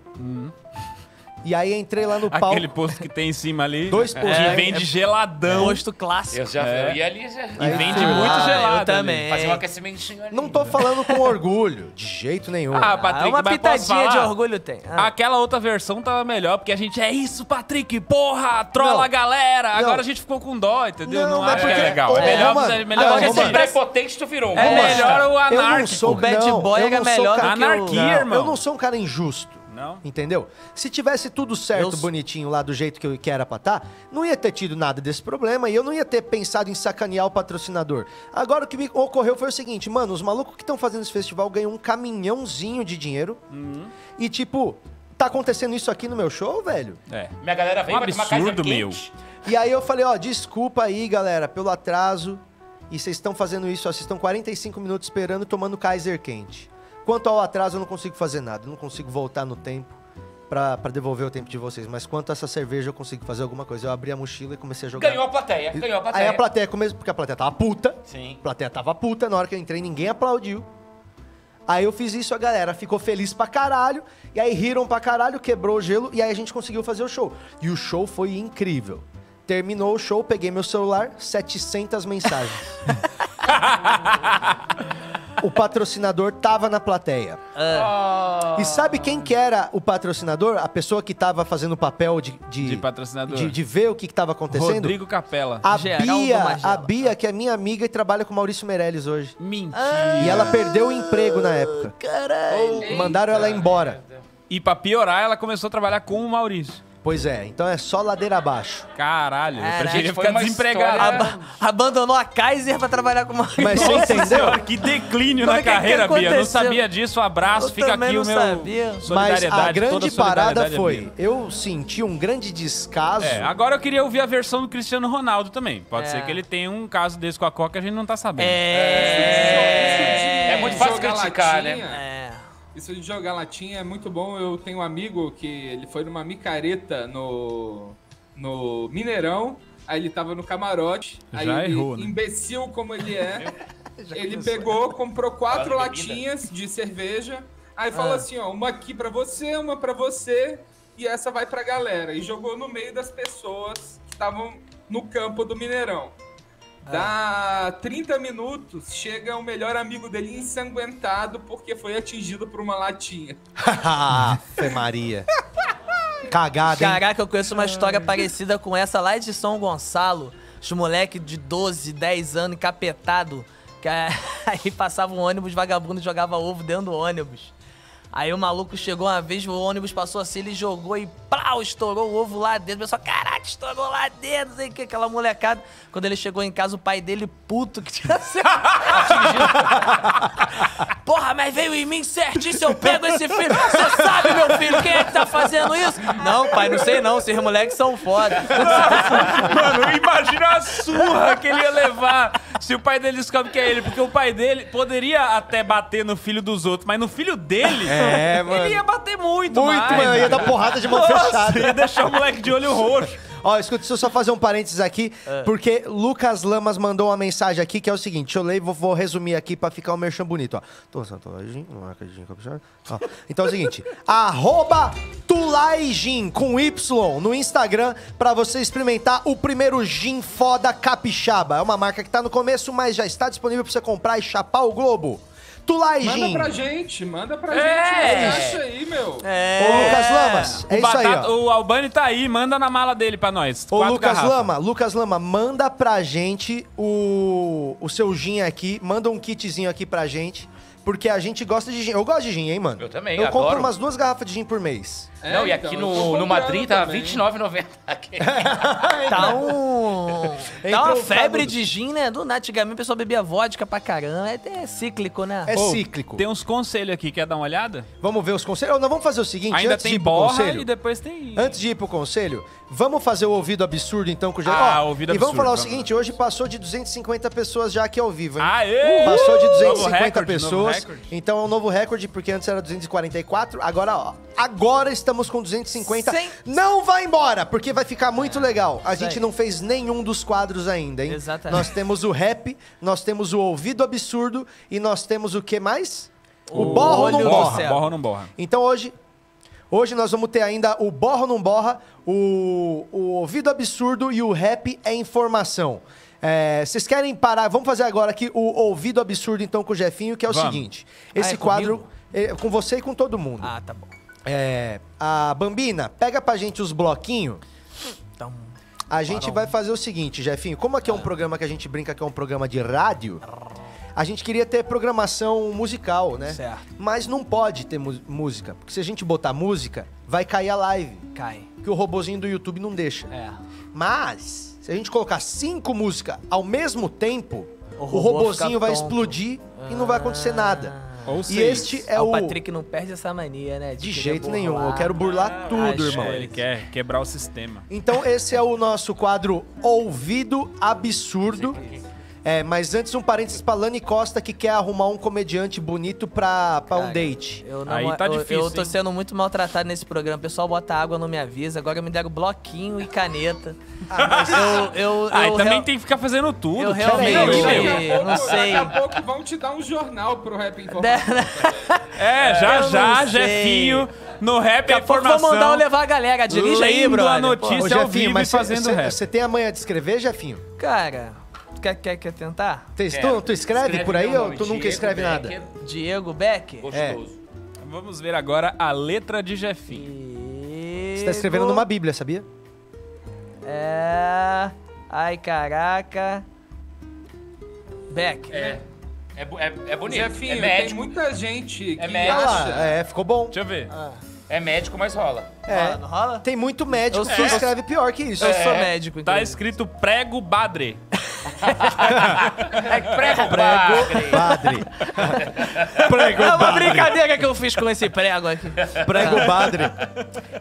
C: E aí entrei lá no palco.
D: Uhum. Aquele posto que tem em cima ali.
C: Dois postos.
D: Que
C: É,
D: vende geladão.
H: Posto clássico.
G: Eu já
D: É.
G: eu ia ali já.
D: E vende
H: Ah,
D: muito
H: eu
D: gelado. ali.
H: também.
G: Fazer um aquecimentinho ali.
C: Não tô falando com orgulho, de jeito nenhum.
D: Ah,
H: Ah,
D: Patrick,
H: uma
D: mas posso
H: pitadinha de
D: falar?
H: orgulho tem. Ah,
D: Aquela outra versão tava melhor, porque a gente é isso, Patrick, porra, trola
C: Não.
D: a galera.
C: Não.
D: Agora a gente ficou com dó, entendeu?
C: Não,
D: Não,
C: mas
D: acho que é
C: porque-
D: legal. É,
C: Ô,
D: melhor,
C: mano,
D: é melhor
C: agora
D: a
G: Agora
D: gente
C: Ô,
G: esse
C: mano.
G: prepotente tu virou. um
D: É
G: bosta.
D: melhor o
C: eu não
D: anárquico.
C: sou
H: Bad
C: não,
H: boy
C: eu
H: é
C: não sou
H: melhor
C: cara-
D: do que o- Anarquia, irmão.
C: Eu não sou um cara injusto.
D: Não?
C: Entendeu? Se tivesse tudo certo,
H: Eu-
C: bonitinho lá do jeito que, eu, que era pra tá, não ia ter tido nada desse problema e eu não ia ter pensado em sacanear o patrocinador. Agora o que me ocorreu foi o seguinte, mano, os malucos que estão fazendo esse festival ganham um caminhãozinho de dinheiro
D: Uhum.
C: e tipo, tá acontecendo isso aqui no meu show, velho?
D: É.
G: Minha galera vem
D: Um
G: pra tomar Kaiser
D: absurdo, meu.
G: quente.
C: E aí eu falei, ó, desculpa aí, galera, pelo atraso. E vocês estão fazendo isso, ó, vocês estão 45 minutos esperando e tomando Kaiser quente. Quanto ao atraso, eu não consigo fazer nada, eu não consigo voltar no tempo pra pra devolver o tempo de vocês. Mas quanto a essa cerveja, eu consigo fazer alguma coisa. Eu abri a mochila e comecei a jogar.
G: Ganhou a plateia, ganhou é a plateia.
C: Aí a plateia começou, porque a plateia tava puta.
G: Sim.
C: A plateia tava puta, na hora que eu entrei ninguém aplaudiu. Aí eu fiz isso, a galera ficou feliz pra caralho, e aí riram pra caralho, quebrou o gelo, e aí a gente conseguiu fazer o show. E o show foi incrível. Terminou o
G: <laughs>
C: show, peguei meu celular, 700 mensagens. o patrocinador tava na plateia.
G: Ah.
C: E sabe quem que era o patrocinador? A pessoa que tava fazendo o papel de... De,
D: De patrocinador.
C: De, de ver o que, que tava acontecendo? Ah,
D: Rodrigo Capela.
C: A
H: Geraldo
C: Bia,
H: Magela.
C: a Bia, que é minha amiga e trabalha com Maurício Meirelles hoje.
D: Mentira.
C: E ela perdeu o emprego na época. Caralho. Mandaram ela embora.
D: E pra piorar, ela começou a trabalhar com o Maurício.
C: Pois é, então é só ladeira abaixo.
D: Caralho, eu
H: Caraca,
D: preferia
G: foi
D: ficar
G: uma
D: desempregado.
G: história-
D: Aba-
H: Ab- abandonou a Kaiser pra trabalhar com uma...
C: Mas
H: <laughs>
C: você
D: Nossa
C: entendeu?
D: senhora, que declínio
H: Como
D: na
H: é que- que
D: carreira, Bia. Eu não
H: aconteceu?
D: sabia disso. Um abraço,
H: Eu
D: fica
H: também
D: aqui o
H: não
D: meu.
H: sabia.
C: Mas
D: Solidariedade,
C: a
D: toda
C: grande
D: solidariedade
C: parada
D: à Bia.
C: foi, eu senti um grande descaso.
D: É,
C: <laughs>
D: agora eu queria ouvir a versão do Cristiano Ronaldo também. Pode
H: É.
D: ser que ele tenha um caso desse com a Coca, a gente não tá sabendo.
G: É
H: É...
G: muito fácil
I: Jogar
G: criticar,
I: latinha.
G: né?
H: É...
I: Isso de jogar latinha é muito bom. Eu tenho um amigo que ele foi numa micareta no, no Mineirão. Aí ele tava no camarote. Aí
D: Já
I: ele,
D: errou, né?
I: imbecil como ele é, ele pegou, comprou quatro
G: Quase bebida.
I: latinhas de cerveja. Aí falou assim, ó, uma aqui pra você, uma pra você e essa vai pra galera. E jogou no meio das pessoas que estavam no campo do Mineirão. Dá 30 minutos, chega o melhor amigo dele ensanguentado porque foi atingido por uma latinha.
C: Fê Maria. Cagada, hein?
H: Caraca, eu conheço uma história parecida com essa lá de São Gonçalo. Os moleque de 12, 10 anos, encapetado. Que a- <laughs> aí passava um ônibus, vagabundo jogava ovo dentro do ônibus. Aí o maluco chegou uma vez, o ônibus passou assim, ele jogou e plau, estourou o ovo lá dentro. O pessoal, caraca, estourou lá dentro, não sei o que, aquela molecada. Quando ele chegou em casa, o pai dele puto que tinha <laughs> sido Porra, mas veio em mim certinho, se eu pego esse filho. Você sabe, meu filho, quem é que tá fazendo isso? Não, pai, não sei não. Esses moleques são foda.
D: Mano, imagina a surra que ele ia levar se o pai dele descobre que é ele. Porque o pai dele poderia até bater no filho dos outros, mas no filho dele,
C: É, mano.
D: ele ia bater muito,
C: Muito,
D: mais.
C: mano. Eu ia dar porrada de mão
D: Nossa,
C: fechada.
D: ia deixar o moleque de olho roxo.
C: Ó, escuta, deixa eu só fazer um parênteses aqui,
D: É.
C: porque Lucas Lamas mandou uma mensagem aqui que é o seguinte: deixa eu ler e vou, vou resumir aqui pra ficar o merchan bonito, ó. Tô tatuagem, não acredito caprichado. Ó, Então é o seguinte: <laughs> arroba Tulaijin com Y no Instagram pra você experimentar o primeiro gin foda capixaba. É uma marca que tá no começo, mas já está disponível pra você comprar e chapar o globo.
I: Manda
C: Tulaijin.
I: pra gente, manda pra
D: É.
I: gente. o que Você acha aí, meu?
C: Ô, Lucas Lamas, é
D: o,
C: isso aí,
D: Batata-
C: ó.
D: o Albani tá aí, manda na mala dele pra nós.
C: Ô,
D: Quatro
C: Lucas
D: garrafas.
C: Lama, Lucas Lama, manda pra gente o, o seu gin aqui, manda um kitzinho aqui pra gente, porque a gente gosta de gin. Eu gosto de gin, hein, mano?
G: Eu também,
C: Eu compro
G: adoro.
C: umas duas garrafas de gin por mês.
I: É,
G: não, e
I: então,
G: aqui
I: eu tô
G: no,
I: comprando
G: no Madrid tá
I: também.
G: R$29,90.
C: <laughs>
G: aqui.
H: Tá um.
C: Entra
H: Tá uma
C: o
H: febre
C: sábado.
H: de gin, né? Do nada, antigamente o pessoal bebia vodka pra caramba. É, é cíclico, né?
C: É
D: Ô,
C: cíclico.
D: Tem um uns conselhos aqui, quer dar uma olhada?
C: Vamos ver os conselhos. Ô, Nós vamos fazer o seguinte,
D: Ainda
C: antes de
D: tem
C: ir pro
D: borra
C: conselho.
D: e depois tem.
C: Antes de ir pro conselho, vamos fazer o ouvido absurdo então com o Jair.
D: Ah,
C: Ó,
D: ouvido
C: E vamos
D: absurdo,
C: falar o
D: vamos
C: seguinte, hoje passou de 250 pessoas já aqui ao vivo, hein?
D: Aê!
C: Passou de
D: Novo
C: 250
D: recorde, novo
C: pessoas.
D: recorde.
C: Então é um novo recorde, porque antes era 244. Agora, ó. Agora estamos com 250.
H: Cem. Ah,
C: Não vai embora, porque vai ficar muito legal. A
H: isso
C: gente
H: aí.
C: não fez nenhum dos quadros ainda, hein?
H: Exatamente.
C: Nós temos o rap, nós temos o ouvido absurdo e nós temos o que mais? O, borro
H: olho
C: não
H: no
C: borra.
H: céu.
D: Borra, borra ou não borra?
C: Então hoje. Hoje nós vamos ter ainda o Borro Não Borra, o, o Ouvido Absurdo e o Rap é Informação. É, vocês querem parar? Vamos fazer agora aqui o Ouvido Absurdo, então, com o Jefinho, que é o
D: Vamos.
C: seguinte. Esse
H: Ah, é
C: quadro
H: comigo?
C: é com você e com todo mundo.
H: Ah, tá bom.
C: É, a Bambina, pega pra gente os bloquinhos.
H: Então,
C: A gente vai fazer o seguinte, Jefinho. Como aqui é um programa que a gente brinca que é um programa de rádio, a gente queria ter programação musical, né?
H: Certo.
C: Mas não pode ter mu- música. Porque se a gente botar música, vai cair a live.
H: cai.
C: Que o robozinho do YouTube não deixa.
H: É.
C: Mas, se a gente colocar cinco músicas ao mesmo tempo, o,
H: O robô
C: robozinho
H: fica
C: vai
H: tonto.
C: explodir e não vai acontecer nada.
D: Ou
C: E
D: seis.
C: este é
H: Ah,
C: o.
H: o Patrick não perde essa mania, né?
C: De
H: querer
C: jeito
H: burlar. Ah,
C: nenhum. Eu quero burlar tudo,
H: Acho
C: irmão.
D: É, ele quer quebrar o sistema.
C: Então esse é o nosso quadro Ouvido Absurdo. É, mas antes um parênteses pra Lani Costa que quer arrumar um comediante bonito pra, pra um
H: Cara,
C: date.
H: Eu
D: Aí
H: eu-
D: tá
H: eu,
D: difícil,
H: tô
D: hein?
H: sendo muito maltratado nesse programa. O pessoal bota água, não me avisa. Agora me deram bloquinho e caneta.
C: Ah,
H: mas eu, eu,
D: Ah, e
H: eu
D: também
H: real- <laughs>
D: tem que ficar fazendo tudo.
H: Eu
D: que
H: realmente-
D: nem
I: Daqui a
D: eu.
H: Ei,
I: pouco-
H: não sei.
I: Daqui a pouco vão te dar um jornal pro Rap Informação.
H: De-
D: É, já,
H: Eu
D: já,
H: não sei.
D: Jefinho, no rap é
H: Daqui a pouco vou
D: informação.
H: mandar eu levar a galera. Dirige aí,
D: Lendo
H: brother.
D: a notícia. isso é ao vivo e fazendo rap.
C: Você tem a manha de escrever, Jefinho?
H: Pô, Cara, Tu Quer, quer, quer tentar?
C: Tens-
G: Quero.
C: Tu, tu escreve, por aí
G: meu
C: ou
G: nome,
C: tu nunca
G: Diego
C: escreve nada? É.
G: Becker,
H: Diego Beck?
G: Gostoso.
D: Vamos ver agora a letra de Jefinho.
C: Você tá escrevendo numa bíblia, sabia?
H: É. Ai, caraca. Beck.
G: É. É. bu- é- é bonito.
I: Jefinho,
G: é
I: tem
G: médico,
I: muita gente que
G: É médico.
C: Ah
I: acha.
C: lá, é, ficou bom.
D: Deixa eu ver.
G: é médico, mas rola.
C: É.
H: Rola, não rola?
C: Tem muito médico
H: Eu
C: que
H: sou-
C: escreve pior que isso.
H: Eu sou médico,
D: Tá
H: inclusive.
D: escrito prego badre.
G: É <laughs> prego, prego.
C: Padre.
J: Prego
H: <laughs> É uma
J: padre.
H: brincadeira que eu fiz com esse prego aqui.
C: Prego Badre.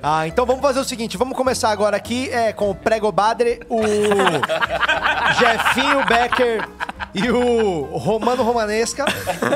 C: Ah, então vamos fazer o seguinte, vamos começar agora aqui é, com o Prego Badre, o Jefinho Becker e o Romano Romanesca.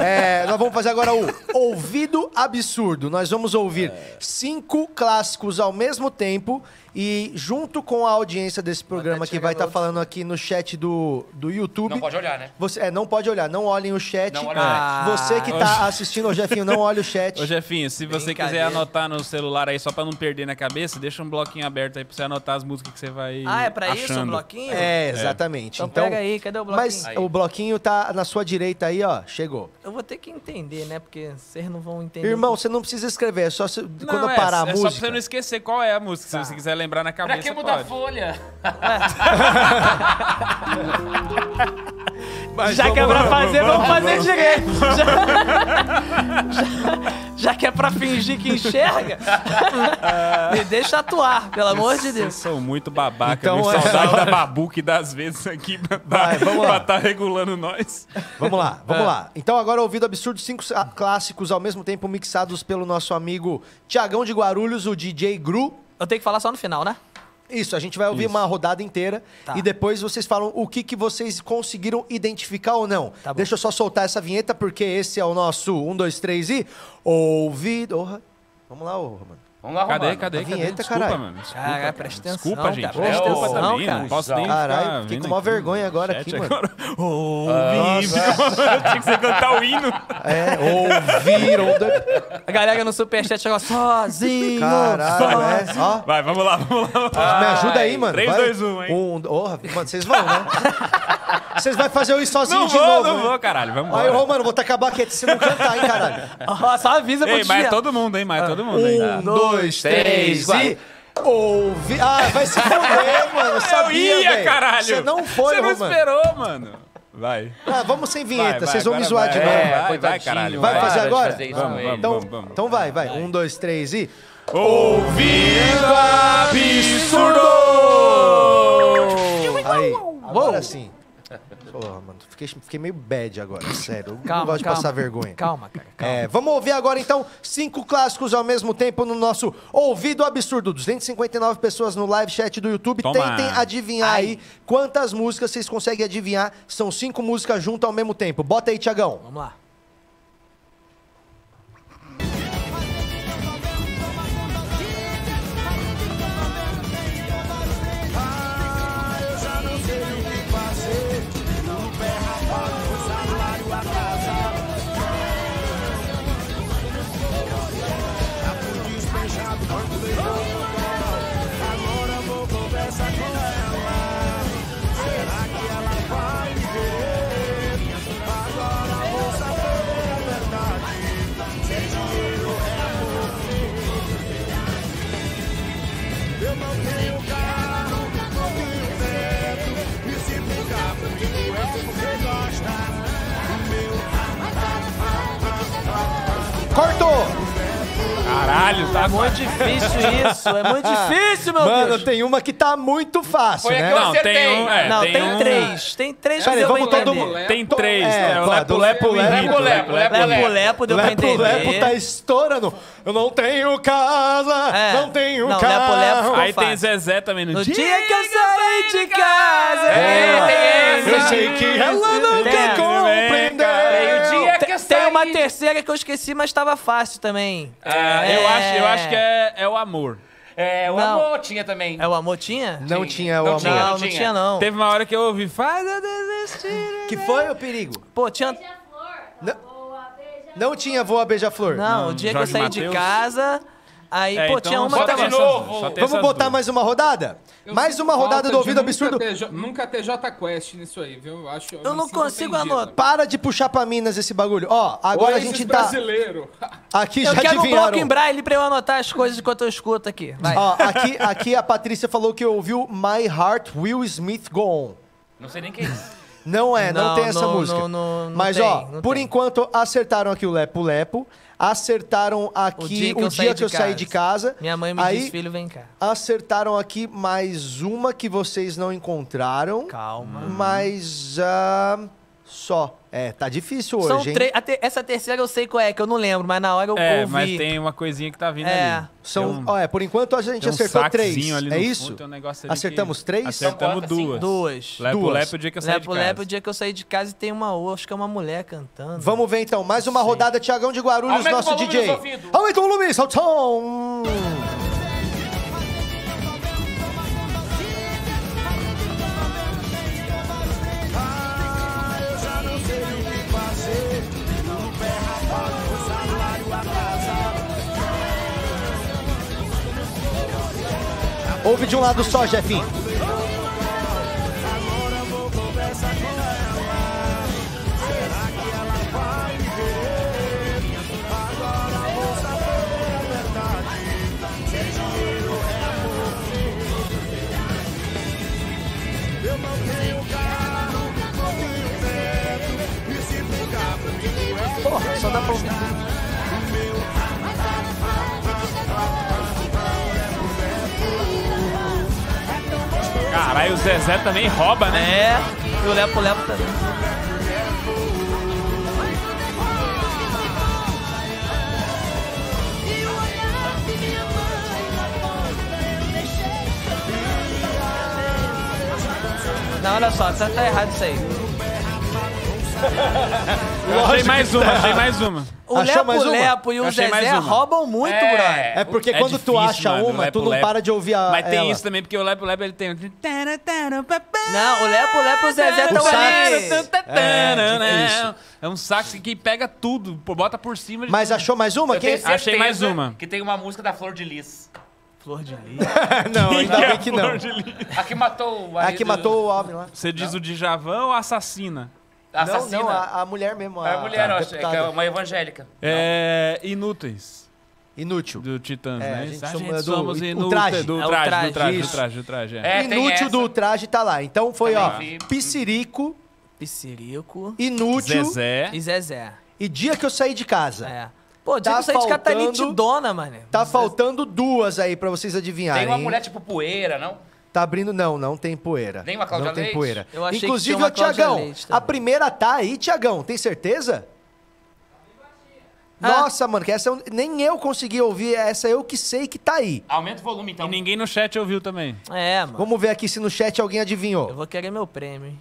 C: É, nós vamos fazer agora o Ouvido Absurdo. Nós vamos ouvir cinco clássicos ao mesmo tempo e junto com a audiência desse programa que vai estar falando aqui no chat do, do YouTube.
G: Não pode olhar, né?
C: Você, é, não pode olhar, não olhem o chat.
G: Não olhem o
H: chat.
C: Você que tá assistindo ao Jefinho, não olhe o chat.
D: Ô, Jefinho, se você quiser
H: Brincadeira.
D: anotar no celular aí, só pra não perder na cabeça, deixa um bloquinho aberto aí pra você anotar as músicas que você vai
H: Ah, é pra isso o
D: achando.
H: bloquinho?
C: É, exatamente.
H: Então
C: Então,
H: pega aí, cadê o bloquinho?
C: Mas
G: Aí.
C: o bloquinho tá na sua direita aí, ó. Chegou.
H: Eu vou ter que entender, né? Porque vocês não vão entender.
C: Irmão, você não precisa escrever, é só se-
D: Não,
C: quando
D: é,
C: eu parar a
D: é
C: música.
D: só pra você não esquecer qual é a música.
H: Tá.
D: Se você quiser lembrar na
G: Pra
D: cabeça,
G: que mudar a
D: pode.
G: folha?
J: Mas
H: Já que é
J: vamos-
H: pra fazer,
J: vamos-
H: vamos fazer direito.
C: <laughs>
H: Já- já- Já que é pra fingir que enxerga, <laughs> me deixa atuar, pelo amor de
D: Vocês
H: Deus.
D: são muito babaca,
C: Então,
D: então,
C: é.
D: Saudade da babu que dá às vezes aqui pra
C: Vai, vamos lá.
D: estar regulando nós.
C: Vamos lá, vamos lá. Então agora ouvido absurdo, cinco sa- clássicos ao mesmo tempo mixados pelo nosso amigo Tiagão de Guarulhos, o DJ Gru.
H: Eu tenho que falar só no final, né?
C: Isso, a gente vai ouvir uma rodada inteira
H: Tá.
C: e depois vocês falam o que, que vocês conseguiram identificar ou não.
H: Tá bom.
C: Deixa eu só soltar essa vinheta, porque esse é o nosso 1, 2, 3 e. Ouvido. Ô, Vamos lá, ô, Romano.
G: Vamos lá,
D: Cadê,
G: Romano.
D: cadê, cadê?
C: vinheta,
D: Desculpa,
C: caralho.
D: mano. Desculpa,
H: Caralho,
D: cara.
H: presta atenção,
D: Desculpa,
H: cara.
D: gente.
H: Presta
D: Desculpa
G: atenção,
D: também,
H: cara.
D: não posso nem ficar
C: Caralho, fiquei
D: vindo
C: com mó
D: aqui no
C: vergonha agora
D: chat
C: aqui, mano.
D: <laughs> agora. Ouvi, tinha que você cantar o hino.
C: É, ouviram.
H: A galera no superchat chegou sozinho.
C: Caralho, é. Ó,
D: Vai, vamos lá, vamos lá. Vamos lá.
C: me ajuda aí, mano.
D: três,
C: Vai.
D: dois, um, hein?
C: Um, oh, mano, vocês vão,
D: <laughs>
C: né? Vocês vão fazer isso sozinho
D: Não
C: de
D: vou,
C: novo.
D: não
C: né?
D: vou, caralho. Vamos
C: Aí,
D: lá.
C: ô, mano, vou tacar a baqueta se não cantar, hein, caralho.
H: Ó, só avisa pro
D: Ei, mas é
H: dia.
D: todo mundo, hein? Mas é todo mundo, hein?
C: Um, dois, três e.
G: vai.
C: Ouvi. Ah, vai se
D: <laughs>
C: fuder, mano. Eu
D: Eu
C: sabia,
D: ia,
C: velho.
D: caralho.
C: Você não foi,
D: Você não
C: Romano.
D: esperou, mano. Vai.
C: Ah, vamos sem vinheta,
D: Vai, vai,
C: vocês vão me
D: agora
C: zoar
D: vai.
C: de novo.
D: É, vai,
G: coitadinho,
D: vai, caralho.
C: Vai fazer
G: para de
C: agora?
G: fazer isso
D: Vamos,
G: com
D: vamos,
G: ele.
C: Então,
D: vamos, vamos.
C: então vai, vai. Um, dois, três e.
D: Ouvido absurdo!
C: Aí. Agora sim. Porra, mano, fiquei, fiquei meio bad
H: <laughs>
C: agora, sério. Eu não gosto de passar vergonha.
H: Calma, cara.
C: É, vamos ouvir agora então cinco clássicos ao mesmo tempo no nosso Ouvido Absurdo. 259 pessoas no live chat do YouTube.
D: Toma.
C: Tentem adivinhar aí quantas músicas vocês conseguem adivinhar. São cinco músicas juntas ao mesmo tempo. Bota aí, Tiagão.
H: Vamos lá.
C: Cortou!
D: Caralho, tá
H: Muito difícil isso. É muito difícil, meu
C: Mano,
H: Deus.
C: tem uma que tá muito fácil,
G: Foi a
C: né?
G: que eu
D: Não,
G: acertei.
D: tem um. É,
H: Não, tem,
D: um-
H: três. Tem três que
C: Peraí,
H: deu pra
C: vamos todo
H: entender.
C: mundo-
D: Tem três,
C: É,
D: né? O
C: pô,
D: Lepo
C: do-
D: Lepo
C: Lepo,
D: Lepo
G: lepo, lepo,
H: Lepo, lepo, deu pra
C: Lepo,
H: entender.
C: Lepo tá estourando. Eu não tenho casa,
H: É.
C: não tenho
H: Não,
C: carro.
H: Lepo, Lepo ficou
D: Aí tem
H: fácil.
D: Zezé também no,
H: No dia que eu saí de casa.
D: É,
H: É, tem
C: Eu
H: essa.
C: sei que ela não
H: Tem
C: quer
H: essa.
C: compreender.
G: Meio-dia que
H: Tem-
G: eu
H: Tem
G: saí.
H: uma terceira que eu esqueci, mas tava fácil também.
D: É, eu, acho, eu acho que é, é o amor.
G: É, o
H: Não.
G: amor tinha também.
H: É o amor tinha?
C: Não tinha o
G: Não
C: amor.
G: tinha.
H: não, não tinha não.
D: Teve uma hora que eu ouvi, faz eu desistir.
C: Que foi o perigo?
H: Pô, tinha...
K: Beija-flor.
C: Não-
K: Tá Boa, beija
C: Não tinha voa beija-flor.
H: Não, o dia que eu
D: Jorge
H: saí de
D: Mateus.
H: casa... Aí,
D: É,
H: pô,
D: então
H: tinha uma
D: só
H: que
G: Bota
D: tem
H: tava- assim,
G: de
D: essas duas, só
G: novo!
D: tem
C: Vamos
D: essas
C: botar
D: duas.
C: mais uma rodada?
I: Eu
C: mais
I: sinto
C: uma rodada
I: falta
C: do ouvido
I: de
C: absurdo.
I: Nunca ter, jo- nunca ter J Quest nisso aí, viu? Eu acho.
H: Eu
I: me
H: não
I: sinto
H: consigo
I: ofendido.
H: anotar.
C: Para de puxar pra Minas esse bagulho. Ó, agora
I: Ou
C: a gente
I: esses
C: tá.
H: <laughs>
I: brasileiro.
C: Aqui
H: Eu
C: já
H: quero um bloco em
C: adivinharam.
H: braille pra eu anotar as coisas enquanto eu escuto aqui. Vai.
C: Ó, aqui, aqui a Patrícia falou que ouviu My Heart Will Smith Go On.
G: Não sei nem quem é isso.
C: Não é, não,
H: Não,
C: tem essa
H: não,
C: música.
H: não, não, não
C: Mas,
H: tem,
C: ó,
H: não
C: por
H: tem.
C: enquanto acertaram aqui o Lepo Lepo, acertaram aqui o dia que eu, saí, de casa.
H: Minha mãe me
C: aí,
H: disse, filho, vem cá.
C: Acertaram aqui mais uma que vocês não encontraram.
H: Calma.
C: Mas. ah, só. É, tá difícil hoje,
H: São
C: hein?
H: três. a te- Essa terceira eu sei qual é, que eu não lembro, mas na hora eu
D: É,
H: ouvi.
D: mas tem uma coinha que tá vindo
H: É.
D: ali.
C: um São,
D: Tem um-
C: ó, é, por enquanto a gente
D: tem um
C: acertou três.
D: saquezinho ali
C: É
D: no
C: isso?
D: fundo, tem um negócio ali
C: Acertamos
D: que-
C: três? assim,
D: Acertamos
G: Então,
D: duas.
H: Duas.
D: Lepo,
C: Duas.
D: lepo, o dia que eu saí de
H: Lepo,
D: casa.
H: lepo, o dia que eu saí de casa e tem uma outra, acho que é uma mulher cantando.
C: Vamos ver então, mais uma rodada, Tiagão de Guarulhos,
G: Aumenta o
C: nosso
G: volume
C: DJ.
G: dos ouvidos.
C: Aumenta o volume, Saltão! Ouve de um lado só, Jefinho. Porra, só dá pra ouvir.
D: Caralho, o Zezé também rouba, né?
H: É, e o Lepo Lepo também. Não, olha só, tá, tá errado isso aí.
D: Eu achei mais uma,
C: tá.
D: achei mais uma.
H: O
C: Achou mais
H: Lepo
C: uma?
H: Lepo e
D: Eu
H: o
D: achei mais
H: Zezé
D: uma.
H: roubam muito,
G: É.
H: brother.
C: É porque
D: É
C: quando tu acha
D: difícil, mano,
C: uma, tu
D: lepo,
C: não
D: lepo.
C: para de ouvir a
D: Mas tem
C: Ah, ela.
D: isso também, porque o Lepo Lepo ele tem. um
H: Não, o Lepo Lepo e o Zezé
C: O
H: tão
C: sax.
H: ali.
C: É, é isso.
D: É um sax que pega tudo, pô, bota por cima de
C: Mas achou mais uma?
G: Eu
C: Quem- é
G: tenho certeza
D: Achei mais uma.
G: Que tem uma música da Flor de Lis.
H: Flor de lis.
C: Não, ainda bem que não.
D: flor de lis.
G: A que matou o
C: A
G: marido-
C: que matou o homem lá.
D: Você diz o Djavan ou a assassina?
G: a
C: Não,
G: assassina.
C: não, a, a mulher mesmo. A,
G: É a mulher, eu acho. É, que
C: deputada.
G: é uma evangélica.
D: É. Inúteis.
C: Inútil.
D: Do Titãs,
C: É,
D: né?
C: a
D: A
C: gente
D: gente,
C: chama- do-
D: somos
C: o
D: inúteis.
C: traje.
D: Do
H: É o
D: traje,
H: traje,
D: do traje, do
C: isso.
D: traje, do traje. É.
G: É, tem
C: Inútil
G: essa.
C: do traje tá lá. Então foi, ó,
G: Também vi.
C: Piscirico,
H: Piscirico
C: Inútil
D: Zezé.
H: e Zezé.
C: e Dia que eu saí de casa.
H: É. Pô,
C: Tá
H: diga que eu saí de
C: faltando-
H: Catalitidona, mano.
C: Tá faltando duas aí pra vocês adivinharem.
G: Tem uma
C: hein?
G: mulher tipo poeira, não?
C: Tá abrindo, não, não tem poeira.
G: Nem uma Cláudia
C: Não tem
G: Leite?
C: poeira.
H: Eu achei que
C: Inclusive,
H: tinha uma
C: ô
H: Cláudia
C: Tiagão,
H: Leite também.
C: a primeira tá aí, Tiagão, tem certeza?
H: Ah.
C: Nossa, mano, que essa eu- nem eu consegui ouvir, essa eu que sei que tá aí.
G: Aumenta o volume, então.
D: E ninguém no chat ouviu também.
H: É, mano.
C: Vamos ver aqui se no chat alguém
H: Eu
C: adivinhou.
H: vou querer meu prêmio. hein?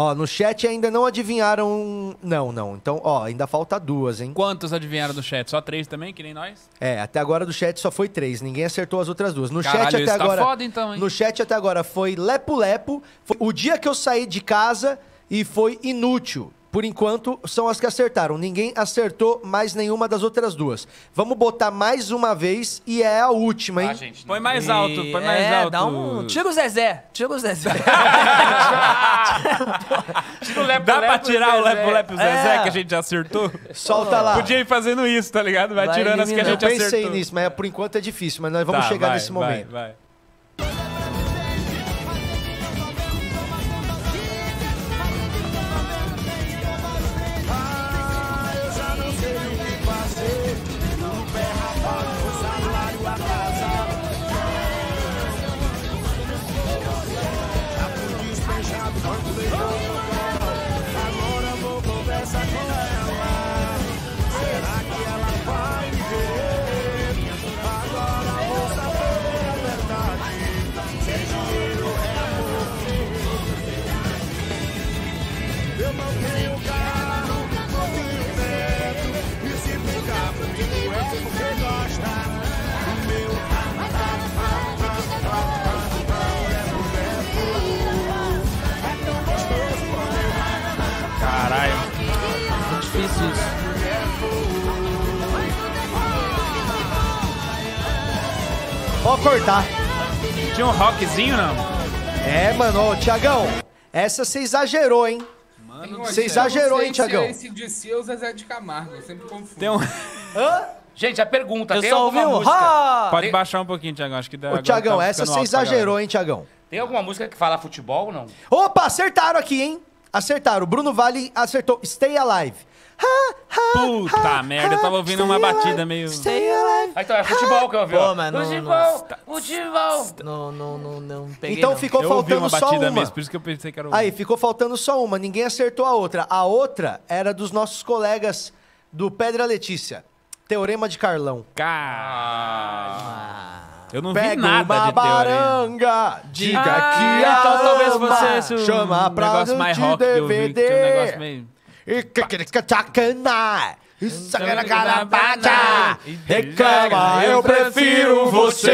C: Ó, no chat ainda não adivinharam. Não, não. Então, ó, ainda falta duas, hein?
D: Quantos adivinharam do chat? Só três também, que nem nós?
C: É, até agora do chat só foi três. Ninguém acertou as outras duas. No
D: Caralho,
C: chat até
D: isso tá
C: agora.
D: foda então, hein?
C: No chat até agora foi Lepo Lepo, foi o dia que eu saí de casa e foi inútil. Por enquanto, são as que acertaram. Ninguém acertou mais nenhuma das outras duas. Vamos botar mais uma vez e é a última,
D: Tá,
C: hein?
G: Ah, gente, não.
D: Põe mais alto, põe mais
H: é,
D: alto.
H: dá um... Tira o Zezé. Tira o
C: <laughs>
H: Zezé.
G: Tira
H: <laughs>
G: o lepo,
D: Dá pra
G: lepo,
D: tirar o
G: Zezé.
D: Lepo Lepo e o Zezé,
H: É.
D: que a gente já acertou?
C: Solta lá.
D: Podia ir fazendo isso, tá ligado? Vai,
H: Vai
D: tirando as que a
C: Eu
D: gente
H: eliminando.
C: pensei
D: acertou.
C: nisso, mas por enquanto é difícil. Mas nós vamos
D: Tá,
C: chegar
D: vai,
C: nesse
D: vai,
C: momento.
D: vai. Caralho.
H: Difícil isso.
C: Pode cortar.
D: Tinha um rockzinho, não?
C: É, mano, ô, Tiagão, essa você exagerou, hein? Você exagerou, hein, Thiagão?
I: Não sei se é esse de si ou Zezé de Camargo, eu sempre confundo.
D: Tem um...
G: Gente, a pergunta,
H: Eu
G: tem
H: só ouvi
G: alguma
H: um.
G: música?
H: "Ha!"
D: Pode baixar um pouquinho, Tiagão. Acho que dá.
C: Ô,
D: agora
C: Tiagão,
D: tá
C: essa
D: ficando
C: você
D: alto pra
C: exagerou, hein, Tiagão?
G: Tem alguma música que fala futebol ou não?
C: Opa, acertaram aqui, hein? Acertaram. Bruno Vale acertou. Stay Alive. Ha, ha,
D: Puta
C: ha,
D: merda, eu tava ouvindo
C: stay
D: uma
C: alive,
D: batida meio-
C: Stay alive.
G: Ah, então é futebol que eu ouvi. ó.
H: Pô, mas não-
G: futebol, futebol.
H: Não, não, não, não peguei.
C: Então
H: não.
C: ficou
D: Eu ouvi
C: faltando
D: uma
C: só
D: batida
C: uma.
D: mesmo, por isso que eu pensei que era um o.
C: Aí, ficou faltando só uma. Ninguém acertou a outra. A outra era dos nossos colegas do Pedra Letícia. Teorema de Carlão.
D: Cara. Eu não vi
C: Pega
D: nada
C: uma
D: de teoria.
C: baranga, diga
D: Ah,
C: que
D: então
C: a
D: talvez
C: ama,
D: fosse esse o
C: chama pra
D: negócio mais rock
C: de
D: que eu vi, que tinha um negócio
C: DVD.
D: meio...
C: E é que que que tacana, sacana carapata,
D: E-
C: reclama, eu prefiro
H: É,
C: você.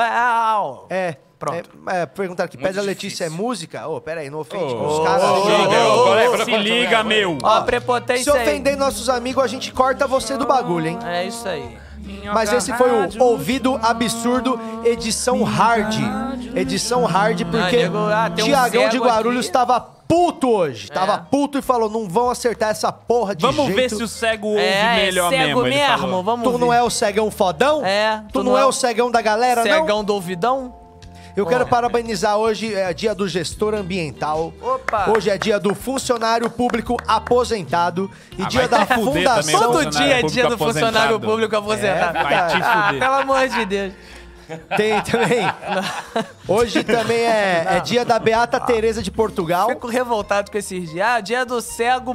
H: Surreal.
C: É, pronto. É, é, perguntaram aqui, Pedra Letícia é música? Ô, peraí, não ofende que os
D: Se liga,
C: caras...
D: ô, É
H: ô,
D: colega, Se liga, meu.
H: Ó,
C: Se
H: prepotência aí.
C: ofender nossos amigos, a gente corta você do bagulho, hein?
H: É isso aí.
C: Mas esse foi o
H: um
C: Ouvido Absurdo, edição hard. Edição hard, porque
H: nego, um ah, tem um
C: Tiagão de
H: cego
C: Guarulhos
H: aqui. É.
C: tava puto hoje. Tava puto e falou: não vão acertar essa porra de
D: Vamos
C: jeito.
D: ver se o cego ouve
H: É,
D: melhor
H: é
D: mesmo.
H: cego
D: ele
H: mesmo,
D: falou.
H: vamos
C: Tu não
H: ver.
C: é o cegão fodão?
H: É,
C: Tu, não, é o cegão da galera, não?
H: Cegão do ouvidão?
C: Eu quero parabenizar hoje, é dia do gestor ambiental.
H: Opa.
C: Hoje é dia do funcionário público aposentado e
D: Ah,
C: dia
D: vai
C: da
D: te fuder também,
C: fundação.
H: Todo
D: funcionário
H: dia é
D: público
H: dia do
D: aposentado.
H: funcionário público aposentado.
C: É,
D: Vai te
H: Ah,
D: fuder.
H: pelo amor de Deus.
C: Tem também.
H: <laughs>
C: Hoje também é, é dia da Beata Teresa de Portugal.
H: Fico revoltado com esses dias. Ah, dia do cego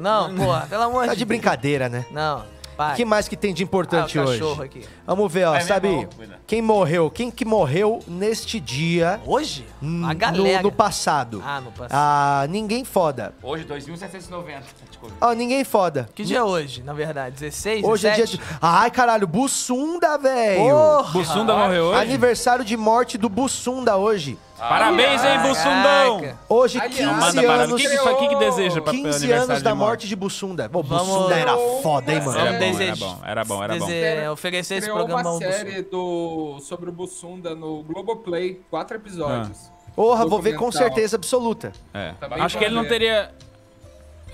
C: <laughs>
H: Não, pô, pelo amor
C: Tá
H: de
C: de
H: Deus.
C: brincadeira, né?
H: Não,
C: O
H: para.
C: que mais que tem de importante
H: Ah, o
C: hoje?
H: cachorro aqui.
C: Vamos ver, ó,
G: Vai,
C: sabe?
G: meu irmão, cuida.
C: Quem morreu? Quem que morreu neste dia?
H: Hoje?
C: n-
H: A
C: no,
H: galera.
C: no passado.
H: Ah, no passado.
C: Ah, ninguém foda.
G: Hoje, 2.790. de Covid.
C: Ó, ninguém foda.
H: Que dia é hoje, na verdade? 16,
C: Hoje é dia
H: 17?
C: de. Ai, caralho, Bussunda, velho!
H: Porra!
D: Bussunda morreu hoje?
C: Aniversário de morte do Bussunda hoje.
D: Parabéns, hein, Bussundão.
H: Caraca.
C: Hoje,
I: Aliás,
C: 15
D: Manda barulho. O
C: anos.
D: que, que, foi- o que que deseja pra
C: 15
D: aniversário
C: anos da
D: de
C: morte de Bussunda. Pô,
H: Vamos-
C: Bussunda era foda, hein, mano?
D: Era bom, era
H: Desejo-
D: bom, era bom, era bom.
H: Dizer, é, oferecer esse
I: Criou
H: programa
D: é
I: uma
D: um
H: ao Bussunda.
I: série do, sobre o Bussunda no Globoplay, quatro episódios.
D: Ah.
C: Porra, vou ver com
I: Documental.
C: certeza absoluta.
D: É.
I: Tá bem
D: Acho que ele não
I: maneiro.
D: teria...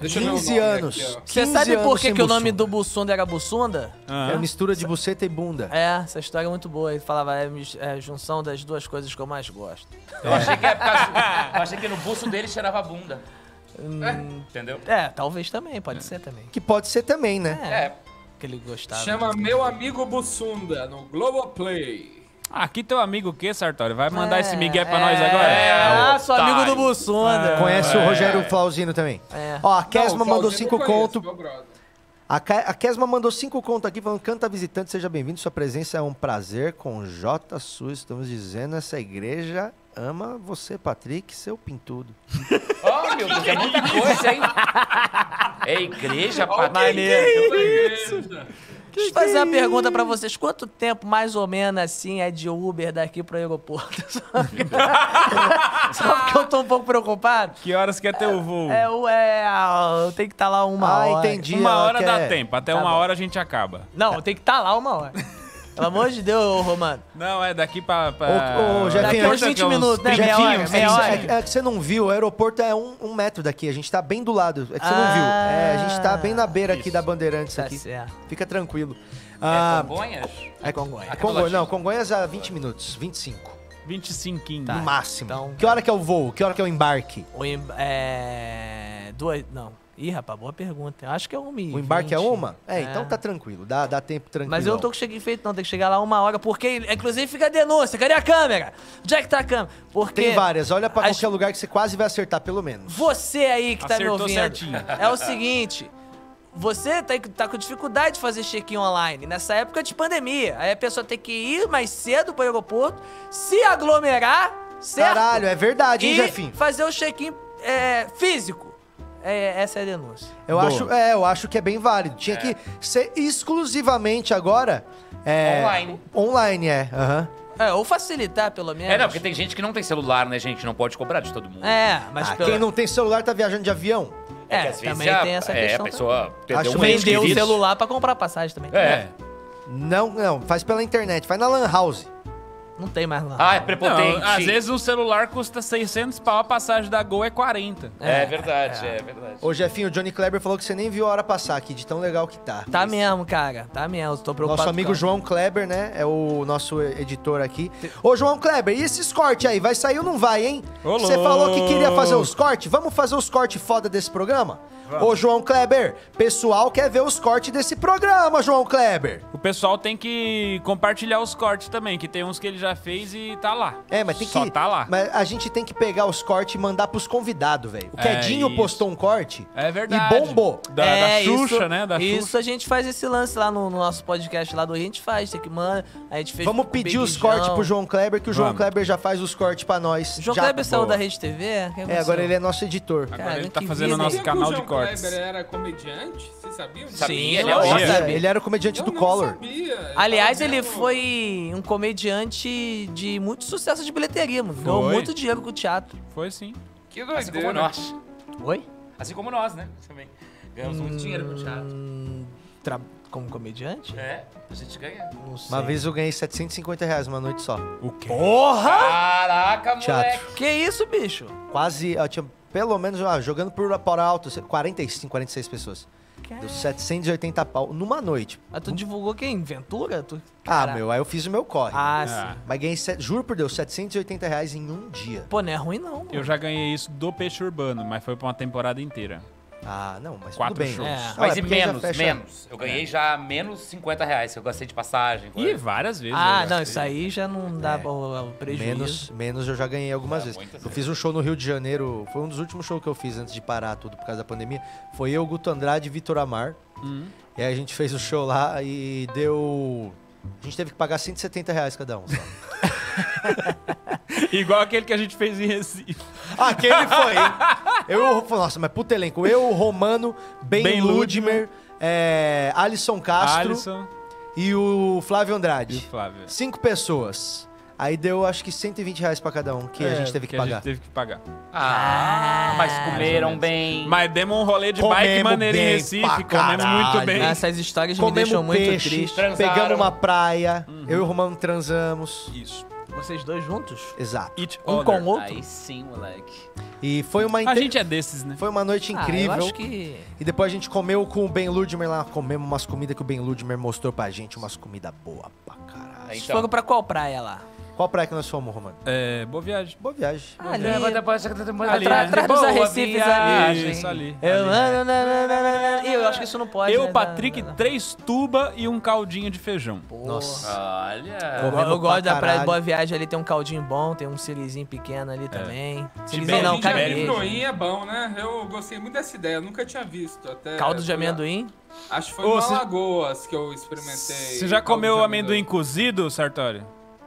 I: Deixa eu ver o
C: 15
I: nome
C: anos.
I: aqui, ó.
H: Você
C: 15
H: sabe por
C: anos
H: que,
C: sem
H: que o nome do
C: Bussunda.
H: Bussunda era Bussunda?
C: É a
D: Aham.
C: mistura de buceta e bunda.
H: É, essa história é muito boa. Ele falava, é mis- é a junção das duas coisas que eu mais gosto.
G: Eu achei que, é por causa- eu achei que no bolso dele cheirava a bunda. Entendeu?
H: É, talvez também, pode ser também.
C: Que pode ser também, né?
H: É,
G: É.
H: que ele gostava.
I: Chama Meu Amigo Bussunda no Globoplay.
D: Ah, Aqui teu amigo o quê, Sartori? Vai mandar esse Miguel pra
H: É,
D: nós agora?
H: Ah, sou amigo do
G: otário.
H: Bussunda.
C: Conhece o Rogério Flauzino também.
H: É.
C: Ó, a Kesma
I: Não, o
C: mandou
I: Claudinho
C: 5
I: eu conheço,
C: conto.
I: meu brother.
C: A, Ca- a Kesma mandou 5 conto aqui falando: canta visitante, seja bem-vindo. Sua presença é um prazer com J. Sul. Estamos dizendo, essa igreja ama você, Patrick, seu pintudo.
G: Oh, meu Deus, é muita coisa, hein? É igreja,
H: Maneiro.
I: Igreja.
H: Deixa eu fazer uma pergunta pra vocês. Quanto tempo, mais ou menos, assim, é de Uber daqui pro aeroporto? <laughs> Só que- Só porque eu tô um pouco preocupado.
D: Que horas que é teu voo?
H: É, ué, eu tenho que estar lá uma
C: Ah,
H: hora.
C: entendi.
D: Uma
C: ela
D: hora dá
C: quer-
D: tempo. Até
H: Tá
D: uma
H: bom.
D: hora a gente acaba.
H: Não, eu tenho que estar lá uma hora. Pelo amor de Deus, ô, Romano.
D: Não, é daqui pra.
C: Ô, ô, Jefinho,
H: Daqui
C: Tem
H: uns
D: é
H: 20
D: um
H: minutos, né? Meia
C: Jefinho,
H: hora, meia hora.
C: é, que- é que você não viu, o aeroporto é um, um metro daqui, a gente tá bem do lado. É que você não
H: Ah,
C: viu. É, a gente tá bem na beira aqui da Bandeirantes
H: Tá
C: aqui.
H: certo.
C: Fica tranquilo.
G: É
C: Ah,
G: Congonhas?
C: é Congonhas. Congonhas. Não, Congonhas a 20 minutos, 25.
D: 25.
C: no máximo.
H: então-
C: que hora que é o voo? Que hora que é o embarque?
H: O em- é... Duas... Não. Ih, rapaz, boa pergunta. Eu acho que é uma e
C: O embarque é
H: 20.
C: uma? É, então tá tranquilo, dá, dá tempo tranquilo.
H: Mas eu não tô com cheguei feito, não. Tem que chegar lá uma hora. Porque, inclusive, fica a denúncia. Cadê a câmera? Onde é que tá a câmera? Porque...
C: Tem várias, olha pra
H: As-
C: qualquer lugar que você quase vai acertar, pelo menos.
H: Você aí que tá
D: Acertou
H: me ouvindo.
D: certinho.
H: É o seguinte. Você tá, tá com dificuldade de fazer check-in online nessa época de pandemia. Aí a pessoa tem que ir mais cedo pro aeroporto, se aglomerar, certo?
C: Caralho, é verdade, hein,
H: e
C: Jefinho?
H: fazer o check-in é, físico. É, essa é a denúncia.
C: Eu
D: Boa.
C: acho, é, eu acho que é bem válido. Tinha que ser exclusivamente agora. é,
G: Online.
C: Online, é. aham.
H: É, ou facilitar, pelo menos.
G: É, não, porque tem gente que não tem celular, né, gente? Não pode cobrar de todo mundo.
H: É, mas
C: Ah,
H: pelo...
C: quem não tem celular tá viajando de avião.
H: É,
G: Às vezes
H: também
G: a-
H: tem essa
G: é,
H: questão.
G: a pessoa perdeu
C: Acho
G: um
H: também.
G: ente
H: Vender o
G: querido.
H: celular pra comprar passagem também.
G: É.
C: Não, não, faz pela internet, faz na Lan House.
H: Não tem mais lá.
G: Ah, é prepotente.
D: Não, às vezes um celular custa 600 pau, a passagem da Gol é 40.
G: É verdade, é verdade.
C: Ô, Jefinho, o Johnny Kleber falou que você nem viu a hora passar aqui, de tão legal que tá.
H: Tá mesmo, cara. Tá mesmo. Tô preocupado.
C: Nosso amigo
H: com-
C: João Kleber, né? É o nosso editor aqui. Ô, João Kleber, e esses cortes aí? Vai sair ou não vai, hein?
D: Ô,
C: Você falou que queria fazer
D: louco.
C: os cortes? Vamos fazer os cortes foda desse programa? Ô, João Kleber, pessoal quer ver os cortes desse programa, João Kleber.
D: O pessoal tem que compartilhar os cortes também, que tem uns que ele já fez e tá lá.
C: É, mas tem
D: Só
C: que.
D: tá lá.
C: Mas a gente tem que pegar os cortes e mandar pros convidados, velho. O
D: É,
C: Quedinho
D: isso.
C: postou um corte.
D: É verdade.
C: E bombou.
D: Da, da
H: É,
D: Xuxa,
H: isso-
D: né? Da
H: Isso
D: Xuxa.
H: a gente faz esse lance lá no, no nosso podcast lá do Rio, a gente faz, tem que manda. A gente fez
C: Vamos
H: com o
C: pedir
H: Big
C: os cortes
H: João.
C: pro João Kleber, que o João
D: Vamos.
C: Kleber já faz os cortes pra nós.
H: O João
C: já. tá
H: Kleber saiu
C: Boa.
H: da Rede TV?
C: É, agora ele é nosso editor.
D: Agora
H: Cara,
D: ele tá
H: que
D: fazendo
H: vida,
D: o nosso
H: hein?
D: canal
I: o
D: de
I: João
D: cortes.
I: Kleber era comediante? Vocês sabiam? disso?
G: Sabia,
H: Sim,
G: ele é
H: lógico.
G: ótimo.
C: Sabia, Ele era o comediante
I: Eu
C: do
I: não
C: Collor.
I: sabia. Eu
H: Aliás,
I: tava
H: ele
I: vendo-
H: foi um comediante de muito sucesso de bilheteria, mano. Ganhou
D: Foi.
H: muito dinheiro com o teatro.
D: Foi sim.
G: Que Assim como nós.
H: Oi?
G: Assim como nós, né? Também. Ganhamos muito dinheiro com o teatro.
H: Tra- Como comediante?
G: É, a gente ganha.
H: Não sei.
C: Uma vez eu ganhei 750 reais uma noite só.
D: O quê?
G: Caraca, moleque.
C: Teatro.
H: Que isso, bicho?
C: Quase, eu tinha pelo menos, ah, jogando por, por alto, 45, 46 pessoas. Deu 780 pau numa noite.
H: Mas Ah, tu divulgou quem? Ventura? Tu...
C: Ah,
H: Caraca.
C: meu, aí eu fiz o meu corre.
H: Ah,
D: Ah.
H: sim.
C: Mas ganhei, set- juro por Deus, 780 reais em um dia.
H: Pô, não é ruim não.
D: Eu já ganhei isso do Peixe Urbano, mas foi pra uma temporada inteira.
C: Ah, não, mas
D: Quatro
C: tudo bem.
D: shows.
C: Não,
H: É.
G: Mas
C: é
G: e
C: porque aí já
G: menos,
C: fecha-
G: menos. Eu ganhei já menos 50 reais, que eu gastei de passagem.
D: E várias vezes.
H: Ah,
D: eu já
H: não,
D: fiz.
H: isso aí já não dá pra o o prejuízo.
C: É. Menos, menos eu já ganhei algumas
G: É,
C: vezes.
G: muitas
C: Eu fiz um show no Rio de Janeiro, foi um dos últimos shows que eu fiz antes de parar tudo por causa da pandemia. Foi eu, Guto Andrade e Vitor Amar.
D: Uhum.
C: E aí a gente fez o show lá e deu. A gente teve que pagar 170 reais cada um.
D: <laughs>
C: só.
D: <laughs> Igual aquele que a gente fez em Recife.
C: Aquele foi. hein? <laughs> Eu, e o Ro- nossa, mas puta elenco. Eu, o Romano, Ben,
D: Ben
C: Ludmer, é, Alisson Castro
D: Alisson
C: e o Flávio
D: e o
C: Andrade.
D: Flávio.
C: Cinco pessoas. Aí deu acho que 120 reais pra cada um, que a gente teve que,
D: a
C: pagar.
D: gente teve É, que pagar.
G: Ah, mas
D: mais
G: comeram
D: ou menos.
G: bem.
D: Mas demos um rolê de bike
C: Comemos
D: maneiro em
C: bem pra
D: Recife, comemos muito
C: caralho.
D: bem.
H: Essas histórias me
C: Comemos
H: deixam muito
C: peixe,
H: triste.
G: Transaram.
C: pegamos uma praia,
D: Uhum.
C: eu e o Romano transamos.
D: Isso.
H: Vocês dois juntos?
C: Exato.
D: Each
H: Um
D: other.
H: com o outro?
G: Aí sim, moleque.
C: E foi uma,
D: A
C: inte-
D: gente é desses, né?
C: foi uma noite
H: Ah,
C: incrível.
H: eu acho que...
C: E depois a gente comeu com o Ben Ludmer lá, comemos umas comidas que o Ben Ludmer mostrou pra gente, umas comidas boas pra caralho.
H: Vocês
G: Então.
H: foram pra qual praia lá?
C: Qual praia que nós fomos, Romano?
D: É, boa viagem.
C: Boa viagem.
D: Ali,
H: Ali. Atra-
D: né?
H: atrás dos
G: Boa
H: arrecifes
G: viagem.
D: Isso ali.
H: Eu,
D: ali.
H: na, na, na, na, na, na. eu acho que isso não pode.
D: Eu,
H: né?
D: Patrick,
H: Não, não, não.
D: três tuba e um caldinho de feijão. Ah,
C: Nossa.
G: Olha.
H: Eu,
C: Comemos
H: eu gosto
C: pra
H: da praia
C: caralho.
H: de Boa Viagem ali, tem um caldinho bom, tem um sirizinho pequeno ali também. Sirizinho
D: bem,
H: não,
D: de
I: Gente,
D: bem,
H: caranguejo.
I: amendoim é bom, né? Eu gostei muito dessa ideia, eu nunca tinha visto. Até
H: Caldo de
I: fui lá.
H: amendoim?
I: Acho que foi
D: Ô,
I: em
D: você-
I: Alagoas que eu experimentei.
D: Você já
I: caldo
D: comeu
I: de
D: amendoim cozido, Sartori?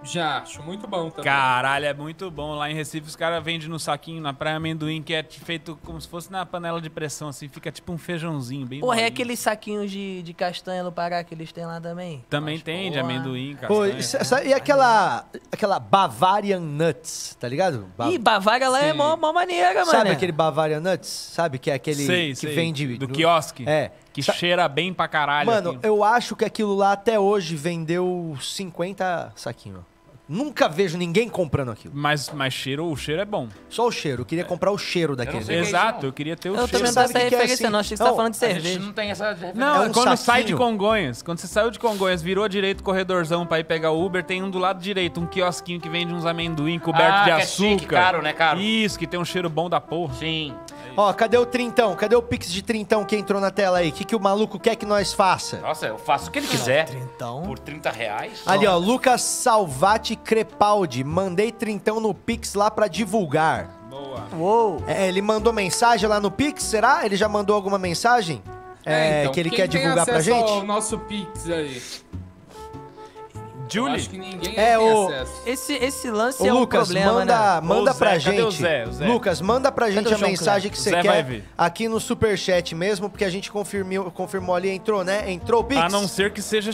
I: Já, acho muito bom também.
D: Caralho, é muito bom. Lá em Recife, os caras vendem no saquinho na praia amendoim que é feito como se fosse na panela de pressão, assim, fica tipo um feijãozinho bem
H: Porra, é
D: molinho.
H: aqueles saquinhos de, de castanha no Pará que eles têm lá também?
D: Também
H: Mas,
D: tem de
H: porra.
D: amendoim, cara.
C: Pô, é e, sa- sa- e aquela, aquela Bavarian Nuts, tá ligado? Ba-
H: Ih, Bavária lá é
I: Sim.
H: mó, mó maneira, mano.
C: sabe aquele Bavarian Nuts? Sabe que é aquele
D: Sei,
C: que
D: sei.
C: vende...
D: Do
C: no-
D: quiosque.
C: É.
D: Que
C: Sa-
D: cheira bem pra caralho. assim.
C: Mano,
D: aquilo.
C: eu acho que aquilo lá até hoje vendeu 50 saquinhos. Nunca vejo ninguém comprando aquilo.
D: Mas, mas cheiro, o cheiro é bom.
C: Só o cheiro. Eu queria comprar o cheiro
G: não
C: daquele.
G: sei que
C: né?
G: é isso,
D: Exato,
G: não.
D: eu queria ter o
H: Eu
D: cheiro.
H: também não
C: sabe
H: tô
C: que
H: essa
C: que é
H: referência,
C: assim?
H: não. Achei que você
C: Não,
H: tá falando de
G: A gente
H: cerveja.
G: não tem essa. referência.
D: Não,
C: É um
D: quando sai de
C: saquinho.
D: Congonhas, quando você saiu de Congonhas, virou direito corredorzão pra ir pegar o Uber, tem um do lado direito, um quiosquinho que vende uns amendoim coberto
G: Ah,
D: de
G: que é
D: açúcar.
G: chique, caro, né, caro?
D: Isso, que tem um cheiro bom da porra.
G: Sim.
C: Ó, cadê o trintão? Cadê o pix de trintão que entrou na tela aí? O que, que o maluco quer que nós faça?
G: Nossa, eu faço o que ele quiser.
H: Então,
G: Por 30 reais?
C: Ali, ó, Lucas Salvati Crepaldi. Mandei trintão no pix lá pra divulgar.
D: Boa.
H: uou.
C: É, ele mandou mensagem lá no pix, será? Ele já mandou alguma mensagem? É,
I: então,
C: que ele
I: quem
C: quer
I: tem
C: divulgar pra
I: acesso
C: gente?
I: ao nosso Pix aí. Eu
D: Julie?
I: acho que ninguém
C: É,
I: aí tem
C: o-
I: acesso.
H: Esse, esse lance
C: Ô,
H: é
C: Lucas,
H: um problema,
C: manda,
D: né?
C: manda
D: Ô, Zé,
C: pra
D: cadê
C: gente.
D: o Zé? O Zé?
C: Lucas, manda pra gente
H: o
C: a
H: João
C: mensagem que você
D: Zé vai
C: quer
D: ver.
C: aqui no superchat mesmo, porque a gente confirmou, confirmou ali, entrou, né? Entrou o Pix.
D: A Ah, não ser que seja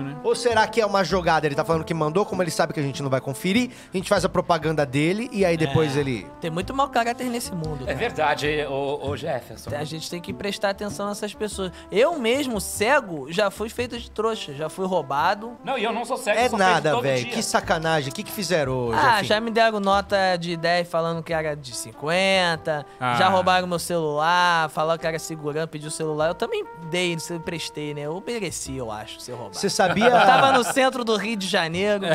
C: <laughs>
D: né?
C: Ou será que é uma jogada? Ele tá falando que mandou, como ele sabe que a gente não vai conferir, a gente faz a propaganda dele e aí depois ele.
H: né? Tem muito mau caráter nesse mundo,
G: É
H: cara.
G: verdade, ô, ô Jefferson.
H: A gente tem que prestar atenção nessas pessoas. Eu mesmo, cego, já fui feito de trouxa, já fui roubado.
G: Não, e eu não sou cego,
C: É
G: sou
C: nada,
G: feito todo
C: velho.
G: dia.
C: Que sacanagem. O que, que fizeram hoje?
H: ah,
C: afim?
H: já me deram nota de 10 falando que era de 50,
D: Ah.
H: já roubaram meu celular, falaram que era segurando, pediu o celular. Eu também dei, eu prestei, né? Eu mereci, eu acho, ser roubado.
C: Você
H: Eu
C: sabia.
H: tava no centro do Rio de Janeiro.
D: <laughs>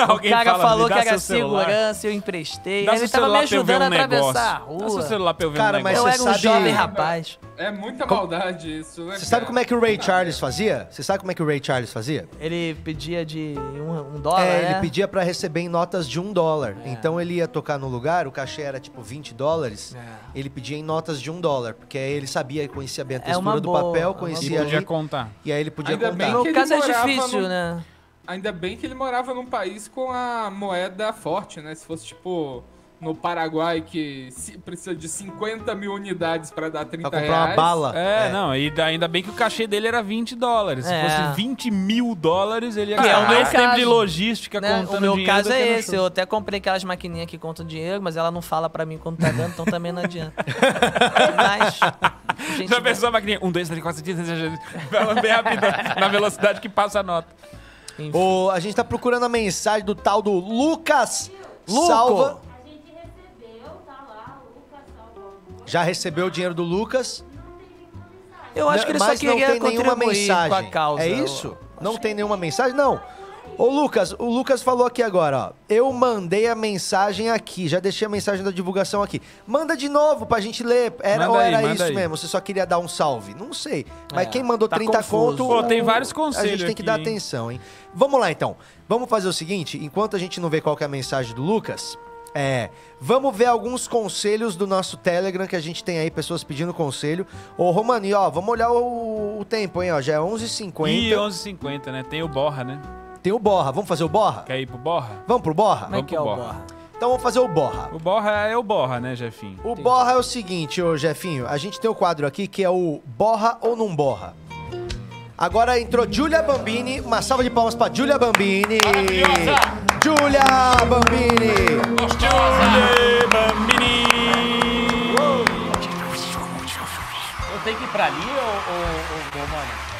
H: O cara
D: Ah. fala, me
H: falou que
D: dá
H: era
D: seu celular.
H: segurança, eu emprestei.
D: Dá
H: Aí
D: seu
H: ele tava me
D: celular pra eu ver
H: ajudando a
D: um negócio.
H: atravessar a
D: Dá seu
H: rua.
D: celular pra eu ver
C: Cara,
D: um
C: mas
H: Eu
D: negócio.
C: você
H: era um
C: sabe-
H: jovem rapaz.
I: É muita maldade isso. né,
C: Você sabe
I: cara?
C: como é que o Ray Charles fazia? Você sabe como é que o Ray Charles fazia?
H: Ele pedia de um, um dólar,
C: É,
H: né? É.
C: ele pedia pra receber em notas de um dólar. Então ele ia tocar no lugar, o cachê era tipo 20 dólares.
H: É.
C: Ele pedia em notas de um dólar, porque aí ele sabia, conhecia bem a textura
H: uma
C: do
H: boa, é
C: papel,
H: uma
D: E
C: conhecia
H: boa.
C: ali,
D: podia contar.
C: e aí ele podia
I: Ainda
C: contar.
I: bem
H: No
I: que ele
H: caso é
I: morava
H: difícil,
I: num-
H: né?
I: Ainda bem que ele morava num país com a moeda forte, né? Se fosse tipo no Paraguai que se- precisa de 50 mil unidades pra dar 30
C: Pra comprar
I: reais.
C: uma
H: Ah,
C: bala.
D: É, não, e da- ainda bem que o cachê dele era 20 dólares. Se
H: É.
D: fosse 20 mil dólares, ele ia
H: Que é o
D: gastar
H: meu
D: mais tempo
H: caso.
D: de logística
H: Né?
D: tá contando
H: O meu
D: dinheiro
H: caso
D: do que
H: é
D: no
H: esse.
D: show.
H: Eu até comprei aquelas maquininhas que contam dinheiro, mas ela não fala pra mim quando tá dando, então também não
C: <laughs>
H: adianta. mas... Gente,
D: Já pensou a maquininha? Um, dois, três, quatro, cinco, seis, sete, oito. Vai lá bem rapidão, na velocidade que passa a nota.
H: enfim.
C: Ô, a gente tá procurando a mensagem do tal do Lucas
H: Luco.
C: Salva.
K: A gente recebeu, tá lá, Lucas salva alguma.
C: Já recebeu o dinheiro do Lucas.
H: Eu acho que ele só
C: mas não
H: queria
C: tem nenhuma
H: contribuir
C: mensagem.
H: com a causa.
C: É isso? Não tem nenhuma mensagem? Não. Ô Lucas, o Lucas falou aqui agora, ó. Eu mandei a mensagem aqui, já deixei a mensagem da divulgação aqui. Manda de novo pra gente ler. Era,
D: Manda
C: ou
D: aí,
C: era
D: manda
C: isso
D: aí.
C: mesmo? Você só queria dar um salve? Não sei. Mas
H: É,
C: quem mandou
H: tá
C: 30
H: confuso.
C: conto.
D: Pô, tem
C: o-
D: vários
C: A
D: conselhos
C: gente tem que
D: aqui,
C: dar
D: hein?
C: atenção, hein? Vamos lá então. Vamos fazer o seguinte: enquanto a gente não vê qual que é a mensagem do Lucas, é. Vamos ver alguns conselhos do nosso Telegram que a gente tem aí, pessoas pedindo conselho. Ô, Romani, ó, vamos olhar o, o tempo, hein? Ó, já é 11h50.
D: E 11,50, né? Tem o Borra, né?
C: Tem o Borra. Vamos fazer o Borra?
D: Quer ir pro Borra?
C: Vamos pro Borra?
H: Como é
D: Vamos
H: que é
D: pro
H: o
D: Borra.
H: Borra?
C: Então vamos fazer o Borra.
D: O Borra é o Borra, né, Jefinho?
C: O Borra é o seguinte, ô Jefinho. A gente tem o quadro aqui que é o Borra ou Não Borra. Agora entrou Julia Bambini. Uma salva de palmas pra Julia Bambini.
G: Maravilhosa!
C: Julia Bambini.
G: Gostosa!
D: Bambini!
G: Eu tenho que ir pra ali, ô, ô, ô, ô mano?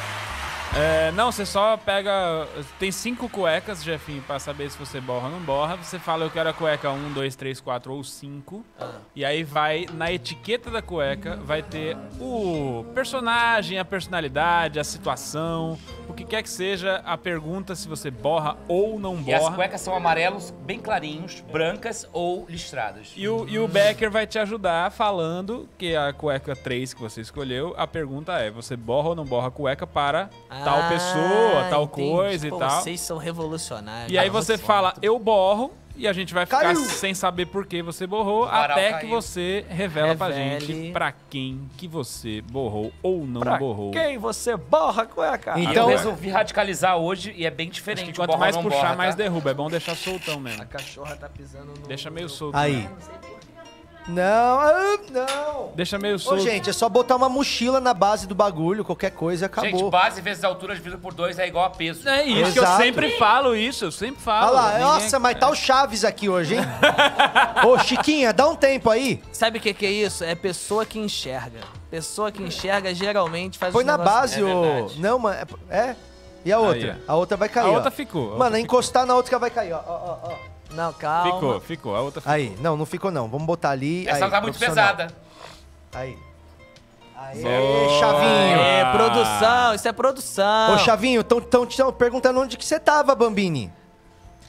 D: É, não, você só pega. Tem cinco cuecas, Jefinho, pra saber se você borra ou não borra. Você fala eu quero a cueca 1, 2, 3, 4 ou 5.
G: Ah.
D: E aí vai, na etiqueta da cueca, vai ter o personagem, a personalidade, a situação, o que quer que seja, a pergunta se você borra ou não
G: E as
D: borra.
G: cuecas são amarelos, bem clarinhos, brancas ou listradas.
D: E o, e o Becker vai te ajudar falando que a cueca 3 que você escolheu, a pergunta é: você borra ou não borra a cueca para tal
H: Ah,
D: pessoa, tal
H: entendi.
D: coisa
G: Tipo,
H: Pô,
D: e tal?
H: Vocês são revolucionários.
D: E aí
H: Cara,
D: você
H: muito
D: fala,
H: foda.
D: eu borro, e a gente vai ficar
C: Caiu!
D: sem saber por que você borrou,
G: varal
D: até que
G: caiu.
D: você revela pra
H: Revele.
D: gente pra quem que você borrou ou não
H: Pra
D: borrou.
H: Quem você borra, cueca?
G: E
C: Então-
G: eu resolvi radicalizar hoje e é bem
D: Acho que
G: diferente.
D: quanto
G: borra
D: mais
G: ou não
D: puxar,
G: borra,
D: mais
G: tá?
D: derruba. É bom deixar soltão mesmo.
H: A cachorra tá pisando no...
D: Deixa meio solto. né?
C: Aí. Não, ah, não.
D: Deixa meio
C: Ô,
D: solto.
C: gente, é só botar uma mochila na base do bagulho, qualquer coisa, acabou.
G: Gente, base vezes altura dividido por dois é igual a peso.
D: É isso que eu
C: Exato.
D: sempre falo isso, eu sempre falo.
C: Olha lá,
D: Ninguém-
C: nossa, mas tá o Chaves aqui hoje, hein? Ô, Chiquinha, dá um tempo aí.
H: Sabe o que, que é isso? É pessoa que enxerga. Pessoa que enxerga geralmente faz
C: Foi
H: os
C: na
H: negócios-
C: base,
G: É
C: ô.
G: verdade.
C: Não, mas. É? E a outra?
D: Aí,
C: a outra vai cair.
D: A
C: ó.
D: outra ficou, a outra
C: Mano,
D: ficou.
C: encostar na outra que vai cair, ó. ó, ó, ó.
H: Não, calma.
D: Ficou, ficou. A outra ficou.
C: Aí, não, não ficou não. Vamos botar ali.
G: Essa
C: aí,
G: tá muito
C: profissional.
G: pesada.
C: Aí. Aí,
D: Boa.
C: Chavinho.
H: É, produção, isso é produção.
G: Ah.
C: Ô, Chavinho, estão perguntando onde que você tava, Bambini.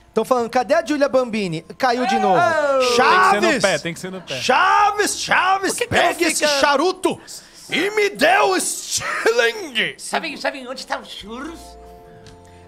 C: Estão falando, cadê a Júlia Bambini? Caiu de novo.
D: Tem que
C: Chaves!
D: ser no pé, tem que ser no pé.
C: Chaves, Chaves,
H: que eu
C: pegue esse
H: fico-
C: charuto e me dê o estilingue.
G: Sabe, sabe onde tá os churros?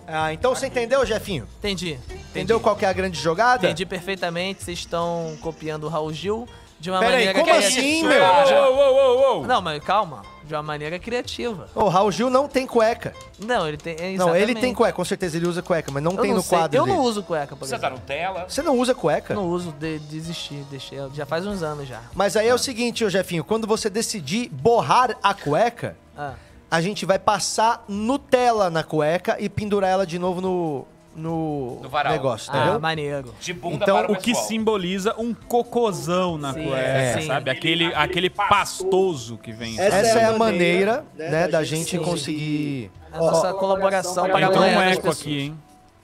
C: Ah, então você entendeu, Jefinho?
H: Entendi.
C: Entendeu qual que é a grande jogada?
H: Entendi perfeitamente. Vocês estão copiando o Raul Gil de uma
C: Pera aí,
H: maneira
C: como
H: que é-
C: assim,
G: isso,
C: meu?
G: cara?
D: Uou, uou, uou, uou.
H: Não, mas calma. de uma maneira criativa.
C: O Raul Gil não tem cueca.
H: Não, ele tem. é
C: Não, ele
H: exatamente.
C: tem cueca, com certeza ele usa cueca, mas não
H: Eu
C: tem
H: não
C: no
H: sei.
C: quadro
H: Eu
C: dele.
H: não uso cueca, por
G: Você tá
H: exemplo.
G: no tela.
C: Você não usa cueca?
H: Não uso, de, desisti, deixei. Já faz uns anos já.
C: Mas aí é o seguinte, ô Jefinho, quando você decidir borrar a cueca,
H: Ah.
C: a gente vai passar Nutella na cueca e pendurar ela de novo no, no,
G: No varal.
C: negócio,
H: ah,
C: entendeu?
H: maneiro.
G: De bunda
C: Então,
G: para o,
D: O que
G: pessoal.
D: simboliza um cocôzão na
H: Sim,
D: cueca,
H: sim.
D: sabe? Aquele, aquele pastoso que vem.
C: Essa, é a maneira, né, da gente conseguir...
H: A nossa colaboração
D: Tá
H: para
D: entrando
H: ganhar
D: um
H: as
D: eco
H: pessoas.
D: aqui, hein?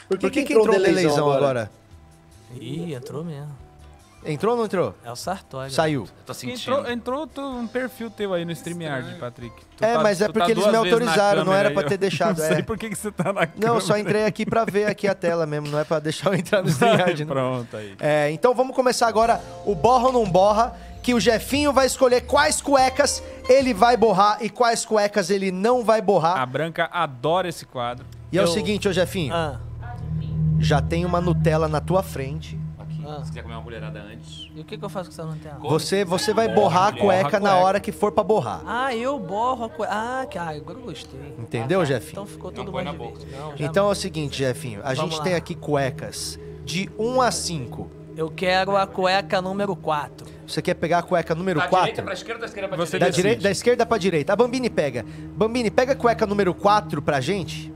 C: Por que, que entrou o Deleizão agora?
H: Ih, entrou mesmo.
C: Entrou ou não entrou?
H: É o Sartori.
C: Saiu.
G: Eu tô sentindo.
D: Entrou, entrou tu- um perfil teu aí no StreamYard, Patrick. Tu
C: É,
D: tá-
C: mas é
D: tu tá
C: porque eles
D: duas
C: me
D: vezes na
C: autorizaram, não
D: câmera
C: era
D: aí,
C: pra
D: eu
C: ter deixado,
D: Não
C: é.
D: sei por que que você tá na câmera.
C: Não, eu só entrei aqui pra ver aqui a tela mesmo, não é pra deixar eu entrar <laughs> no StreamYard, né? não.
D: <laughs> Pronto aí.
C: É, então vamos começar agora o borra ou não borra, que o Jefinho vai escolher quais cuecas ele vai borrar e quais cuecas ele não vai borrar.
D: A Branca adora esse quadro.
C: e é o
H: eu-
C: seguinte, ô Jefinho,
H: Ah,
C: já tem uma Nutella na tua frente.
G: Aqui,
H: Ah.
G: Se quiser comer uma mulherada antes.
H: e o que, que eu faço com essa lanterna?
G: Come.
C: Você você vai borrar É, a
D: borra a
C: cueca na
D: cueca.
C: hora que for pra borrar.
H: Ah, eu borro a cueca. Ah, que- ah, agora eu gostei.
C: Entendeu,
H: Então
C: Jefinho?
H: ficou
G: Não
H: tudo
G: põe
H: mais
G: na
H: de
G: boca.
H: vez. Não, já-
C: Então é o seguinte, Jefinho, a
H: Vamos
C: gente
H: lá.
C: tem aqui cuecas de 1 a 5.
H: Eu quero a cueca número 4.
C: Você quer pegar a cueca número
G: Da direita
C: 4?
G: pra esquerda, da esquerda pra
D: Você
G: direita.
C: Da,
D: decide.
C: direi- da esquerda pra direita. A Bambini pega. Bambini, pega a cueca número 4 pra gente.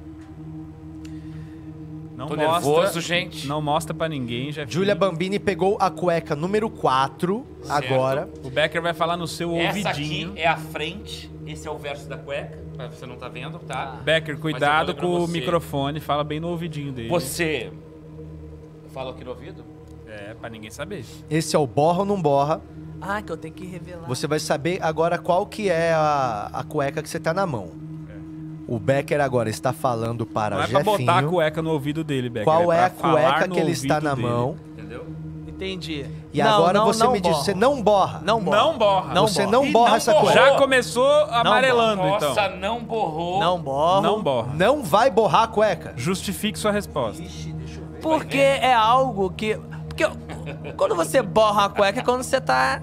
D: Não
G: Tô
D: mostra,
G: nervoso, gente.
D: Não mostra pra ninguém, já. um-
C: Júlia Bambini pegou a cueca número 4 agora.
D: O Becker vai falar no seu
G: Essa
D: ouvidinho.
G: aqui é a frente, esse é o verso da cueca, pra você não tá vendo, tá?
D: Becker, cuidado
G: Mas eu
D: com
G: falei pra
D: o
G: você.
D: microfone, fala bem no ouvidinho dele.
G: Você. Fala aqui no ouvido?
D: É, pra ninguém saber.
C: Esse é o borra ou não borra.
H: Ah, que eu tenho que revelar.
C: Você vai saber agora qual que é a, a cueca que você tá na mão. O Becker agora está falando para
D: É. Não é pra
C: Jefinho
D: botar a cueca no ouvido dele, Becker.
C: qual é, a
D: pra falar
C: cueca
D: no
C: que ele está
D: ouvido
C: na
D: dele.
C: mão.
G: Entendeu?
H: Entendi.
C: E
H: Não,
C: agora
H: não,
C: você
H: não
C: me diz,
H: borro.
C: você não borra.
H: Não borra.
D: Não borra.
H: Não
C: Ah, você
H: borra.
C: não
G: E
C: borra
G: não
C: essa
G: borra.
C: cueca.
D: Já começou amarelando, então.
G: Nossa, não borrou.
H: Não borro.
D: Não borra.
C: Não vai borrar a cueca.
D: Justifique sua resposta.
H: Porque é algo que. Porque quando você borra a cueca é quando você tá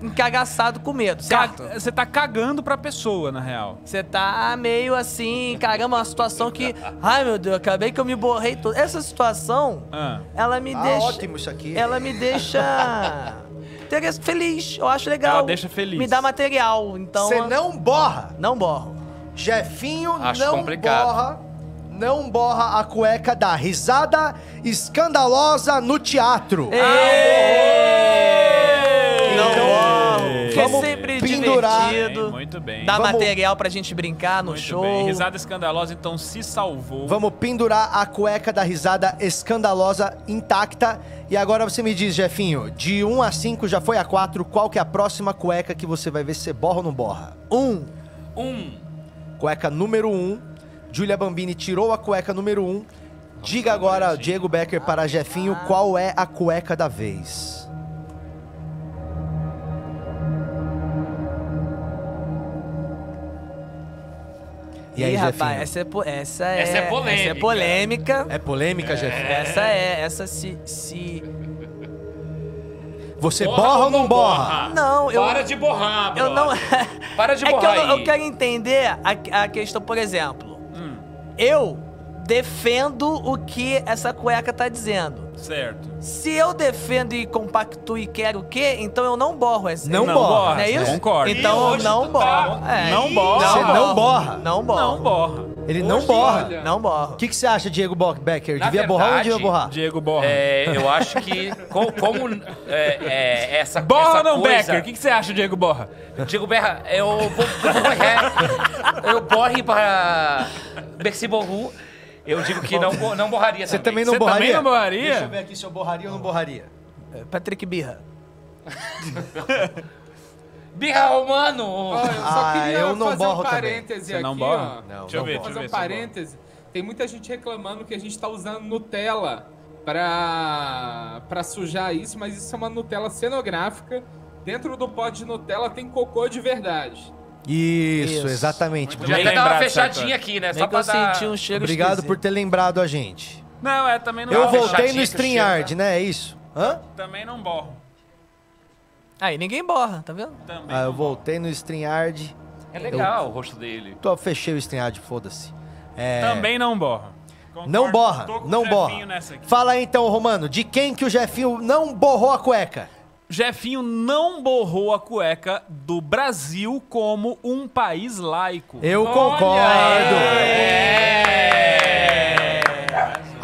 H: encagaçado com medo, certo?
D: Ca- Você tá cagando pra pessoa, na real.
H: Você tá meio assim, caramba, uma situação que. Ai meu Deus, acabei que eu me borrei todo. Essa situação,
D: Ah.
H: ela me
C: Ah,
H: deixa.
C: ótimo isso aqui.
H: Ela me deixa. interes- feliz, eu acho legal.
D: Ela deixa feliz.
H: Me dá material, então.
C: Você não borra.
H: Não borro.
C: Jefinho
G: Acho
C: não
G: complicado.
C: borra. Não borra a cueca da risada escandalosa no teatro.
H: Não
C: Então,
H: borro. Que
C: vamos
H: é sempre
C: pendurar-
H: divertido.
D: Bem, muito bem.
H: Dá
C: Vamos-
H: material pra gente brincar no
D: muito
H: show.
D: bem. Risada escandalosa, então se salvou.
C: Vamos pendurar a cueca da risada escandalosa intacta. E agora você me diz, Jefinho, de 1 a 5 já foi a 4, qual que é a próxima cueca que você vai ver se você borra ou não borra?
H: Um.
G: Um.
C: Cueca número 1. Julia Bambini tirou a cueca número 1. Diga agora, Diego Becker, para Jefinho,
H: Ah.
C: qual é a cueca da vez? E aí,
H: Ih,
C: Jefinho?
H: rapaz, essa é, po- essa é.
G: Essa é polêmica.
H: Essa é polêmica.
C: É polêmica, Jefinho?
H: Essa é, essa se. se...
C: É. Você borra ou não borra?
H: Não, eu-
G: Para de borrar, brother.
H: Eu não. <laughs>
G: Para de
H: é que eu,
G: borrar
H: não-
G: aí.
H: eu quero entender a, a questão, por exemplo. Eu defendo o que essa cueca tá dizendo.
D: Certo.
H: Se eu defendo e compacto e quero o quê, então eu não borro essa.
C: Não borra,
H: Não é isso?
D: Concordo.
G: Ih,
H: Então eu
G: hoje
H: não
G: tu tá-
H: borro. É.
D: Não borra.
C: Você não
H: borro.
C: borra.
H: Não
D: Não
H: borro.
D: borra.
C: Ele não
I: Hoje,
C: borra.
I: olha.
H: Não borro.
C: O que, que você acha, Diego Bo- Becker?
G: Na
C: Devia borrar ou não
G: verdade,
C: devia borrar?
D: Diego borra.
G: É, eu acho que co- como, é, é, essa
D: Borra
G: essa
D: ou não,
G: coisa...
D: Becker? O que, que você acha, Diego Borra?
G: Diego Berra, eu vou borrar. Eu borre para Merci Borru. Eu digo que não, bo- não borraria
C: Você também não
D: você
C: borraria?
D: também não
C: Deixa eu
D: borraria?
C: ver aqui se eu borraria ou não borraria.
H: É, Patrick
G: É
H: Birra.
G: Birra Romano!
I: Ó, eu só
C: Ah,
I: queria
C: eu não
I: fazer
C: borro
I: um
C: também.
I: parêntese
D: Você
I: aqui,
D: não borra?
I: ó.
C: Não,
D: Deixa eu
C: não borra.
D: ver, deixa eu ver.
I: fazer um
D: se eu borro.
I: parêntese. Tem muita gente reclamando que a gente tá usando Nutella pra, pra sujar isso, mas isso é uma Nutella cenográfica. Dentro do pote de Nutella tem cocô de verdade.
C: Isso,
H: Isso.
C: exatamente.
G: Já
D: Bem
G: até dá uma
D: lembrado,
G: fechadinha
D: Sartori.
G: aqui, né?
H: Bem
G: Só
H: que
G: pra
H: eu
G: dar...
H: senti um cheiro
C: Obrigado por
H: esquisito.
C: ter lembrado a gente.
D: Não, é, também não
C: Eu
G: uma
D: borro.
C: voltei
G: fechadinha
C: no
G: que
C: StreamYard, né? É isso? Hã?
D: Também não borro.
H: Aí ninguém borra, tá vendo?
D: Também
C: Ah,
D: não
C: eu voltei no StreamYard.
G: É legal o rosto dele.
C: Tô, fechei o estreado, foda-se. É,
D: Também não borra.
C: não
D: Concordo,
C: borra,
D: tô com o
C: não
D: Jefinho
C: borra.
D: Nessa aqui.
C: Fala aí então, Romano, de quem que o Jefinho não borrou a cueca?
D: Jefinho não borrou a cueca do Brasil como um país laico.
C: Eu concordo.
G: É.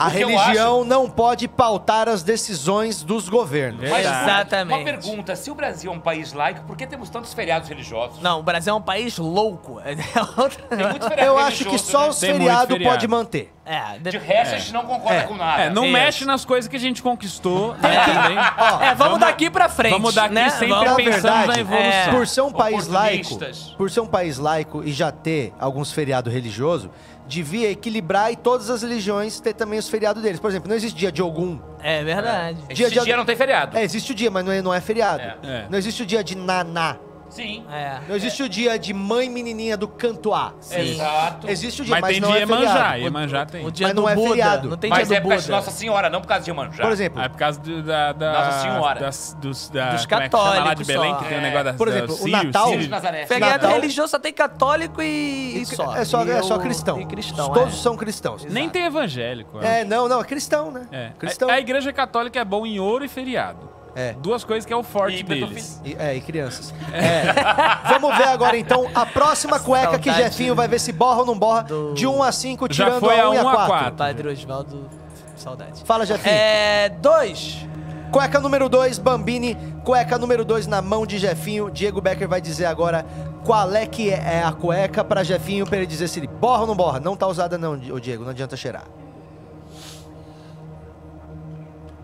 C: A
G: O que eu
C: religião não pode pautar as decisões dos governos.
G: Mas,
H: Verdade. Exatamente.
G: Uma pergunta, se o Brasil é um país laico, por que temos tantos feriados religiosos?
H: Não, o Brasil é um país louco. <laughs> É,
G: Tem
H: outra-
G: muitos feriados
C: Eu acho que
G: religiosos,
C: só
G: né?
C: os
D: Tem muito
C: feriados
D: feriado.
C: pode manter.
H: é, de-
G: De resto, a gente não concorda com nada.
C: Ah,
D: É, não
H: Isso.
D: mexe nas coisas que a gente conquistou. né,
C: <laughs>
D: também.
H: é, vamos daqui pra frente.
D: Vamos daqui
H: né?
D: sempre
H: Vamos-
C: Na
D: pensando na
C: verdade,
D: evolução.
C: por ser um país laico,
G: Oportunistas.
C: por ser um país laico e já ter alguns feriados religiosos, devia equilibrar e todas as religiões ter também os feriados deles. Por exemplo, não existe dia de algum.
H: É verdade.
G: Esse
C: Dia-
G: dia,
C: dia-
G: não tem feriado.
C: É, existe o dia, mas não é, não é feriado.
D: É. É.
C: Não existe o dia de naná.
G: Sim.
H: É.
C: Não existe o dia de mãe menininha do canto A.
D: É.
G: Exato.
C: Existe o dia,
D: Mas,
C: mas,
D: tem
C: não
D: de
C: é
D: Iemanjá.
C: feriado.
D: Iemanjá tem.
H: O dia
C: Mas
H: do
C: não é
H: Buda.
C: feriado.
H: Não tem
G: Mas
H: dia
G: é
H: do
G: por
H: Buda.
G: causa de Nossa Senhora, não por causa de Iemanjá.
C: Por exemplo,
D: É por causa do- da, da-
G: Nossa Senhora.
D: das- dos, da,
H: Dos
D: como é que chama lá de
H: católicos
D: Belém, que
H: só,
D: tem o
H: é.
D: negócio das,
C: Por
D: da-
C: exemplo,
D: o
C: o
D: Sírio,
C: Natal-
G: Filho de Nazaré.
H: Feriado
C: Natal-
H: É religioso só tem católico e, e só.
C: é só,
H: E
C: é
H: eu-
C: só cristão.
H: E cristão,
C: Todos
H: é.
C: são cristãos.
D: Nem tem evangélico. eu
C: É, não, não, é cristão, né?
D: É.
C: Cristão.
D: A, a igreja católica é bom em ouro e feriado.
C: É.
D: Duas coisas que é o forte
G: E
D: deles.
C: E, é, e crianças. É. Vamos ver agora então a próxima cueca que
H: Saudade.
C: Jefinho vai ver se borra ou não borra.
H: Do-
C: De 1 a 5,
D: Já
C: tirando
D: foi
C: a
D: a
C: 1 e a
D: 1 a
C: 4.
D: quatro.
H: Padre Osvaldo, saudade.
C: Fala, Jefinho.
H: É. Dois.
C: Cueca número 2, Bambini. Cueca número 2 na mão de Jefinho. Diego Becker vai dizer agora qual é que é a cueca pra Jefinho pra ele dizer se ele borra ou não borra. Não tá usada não, Di- ô Diego, não adianta cheirar.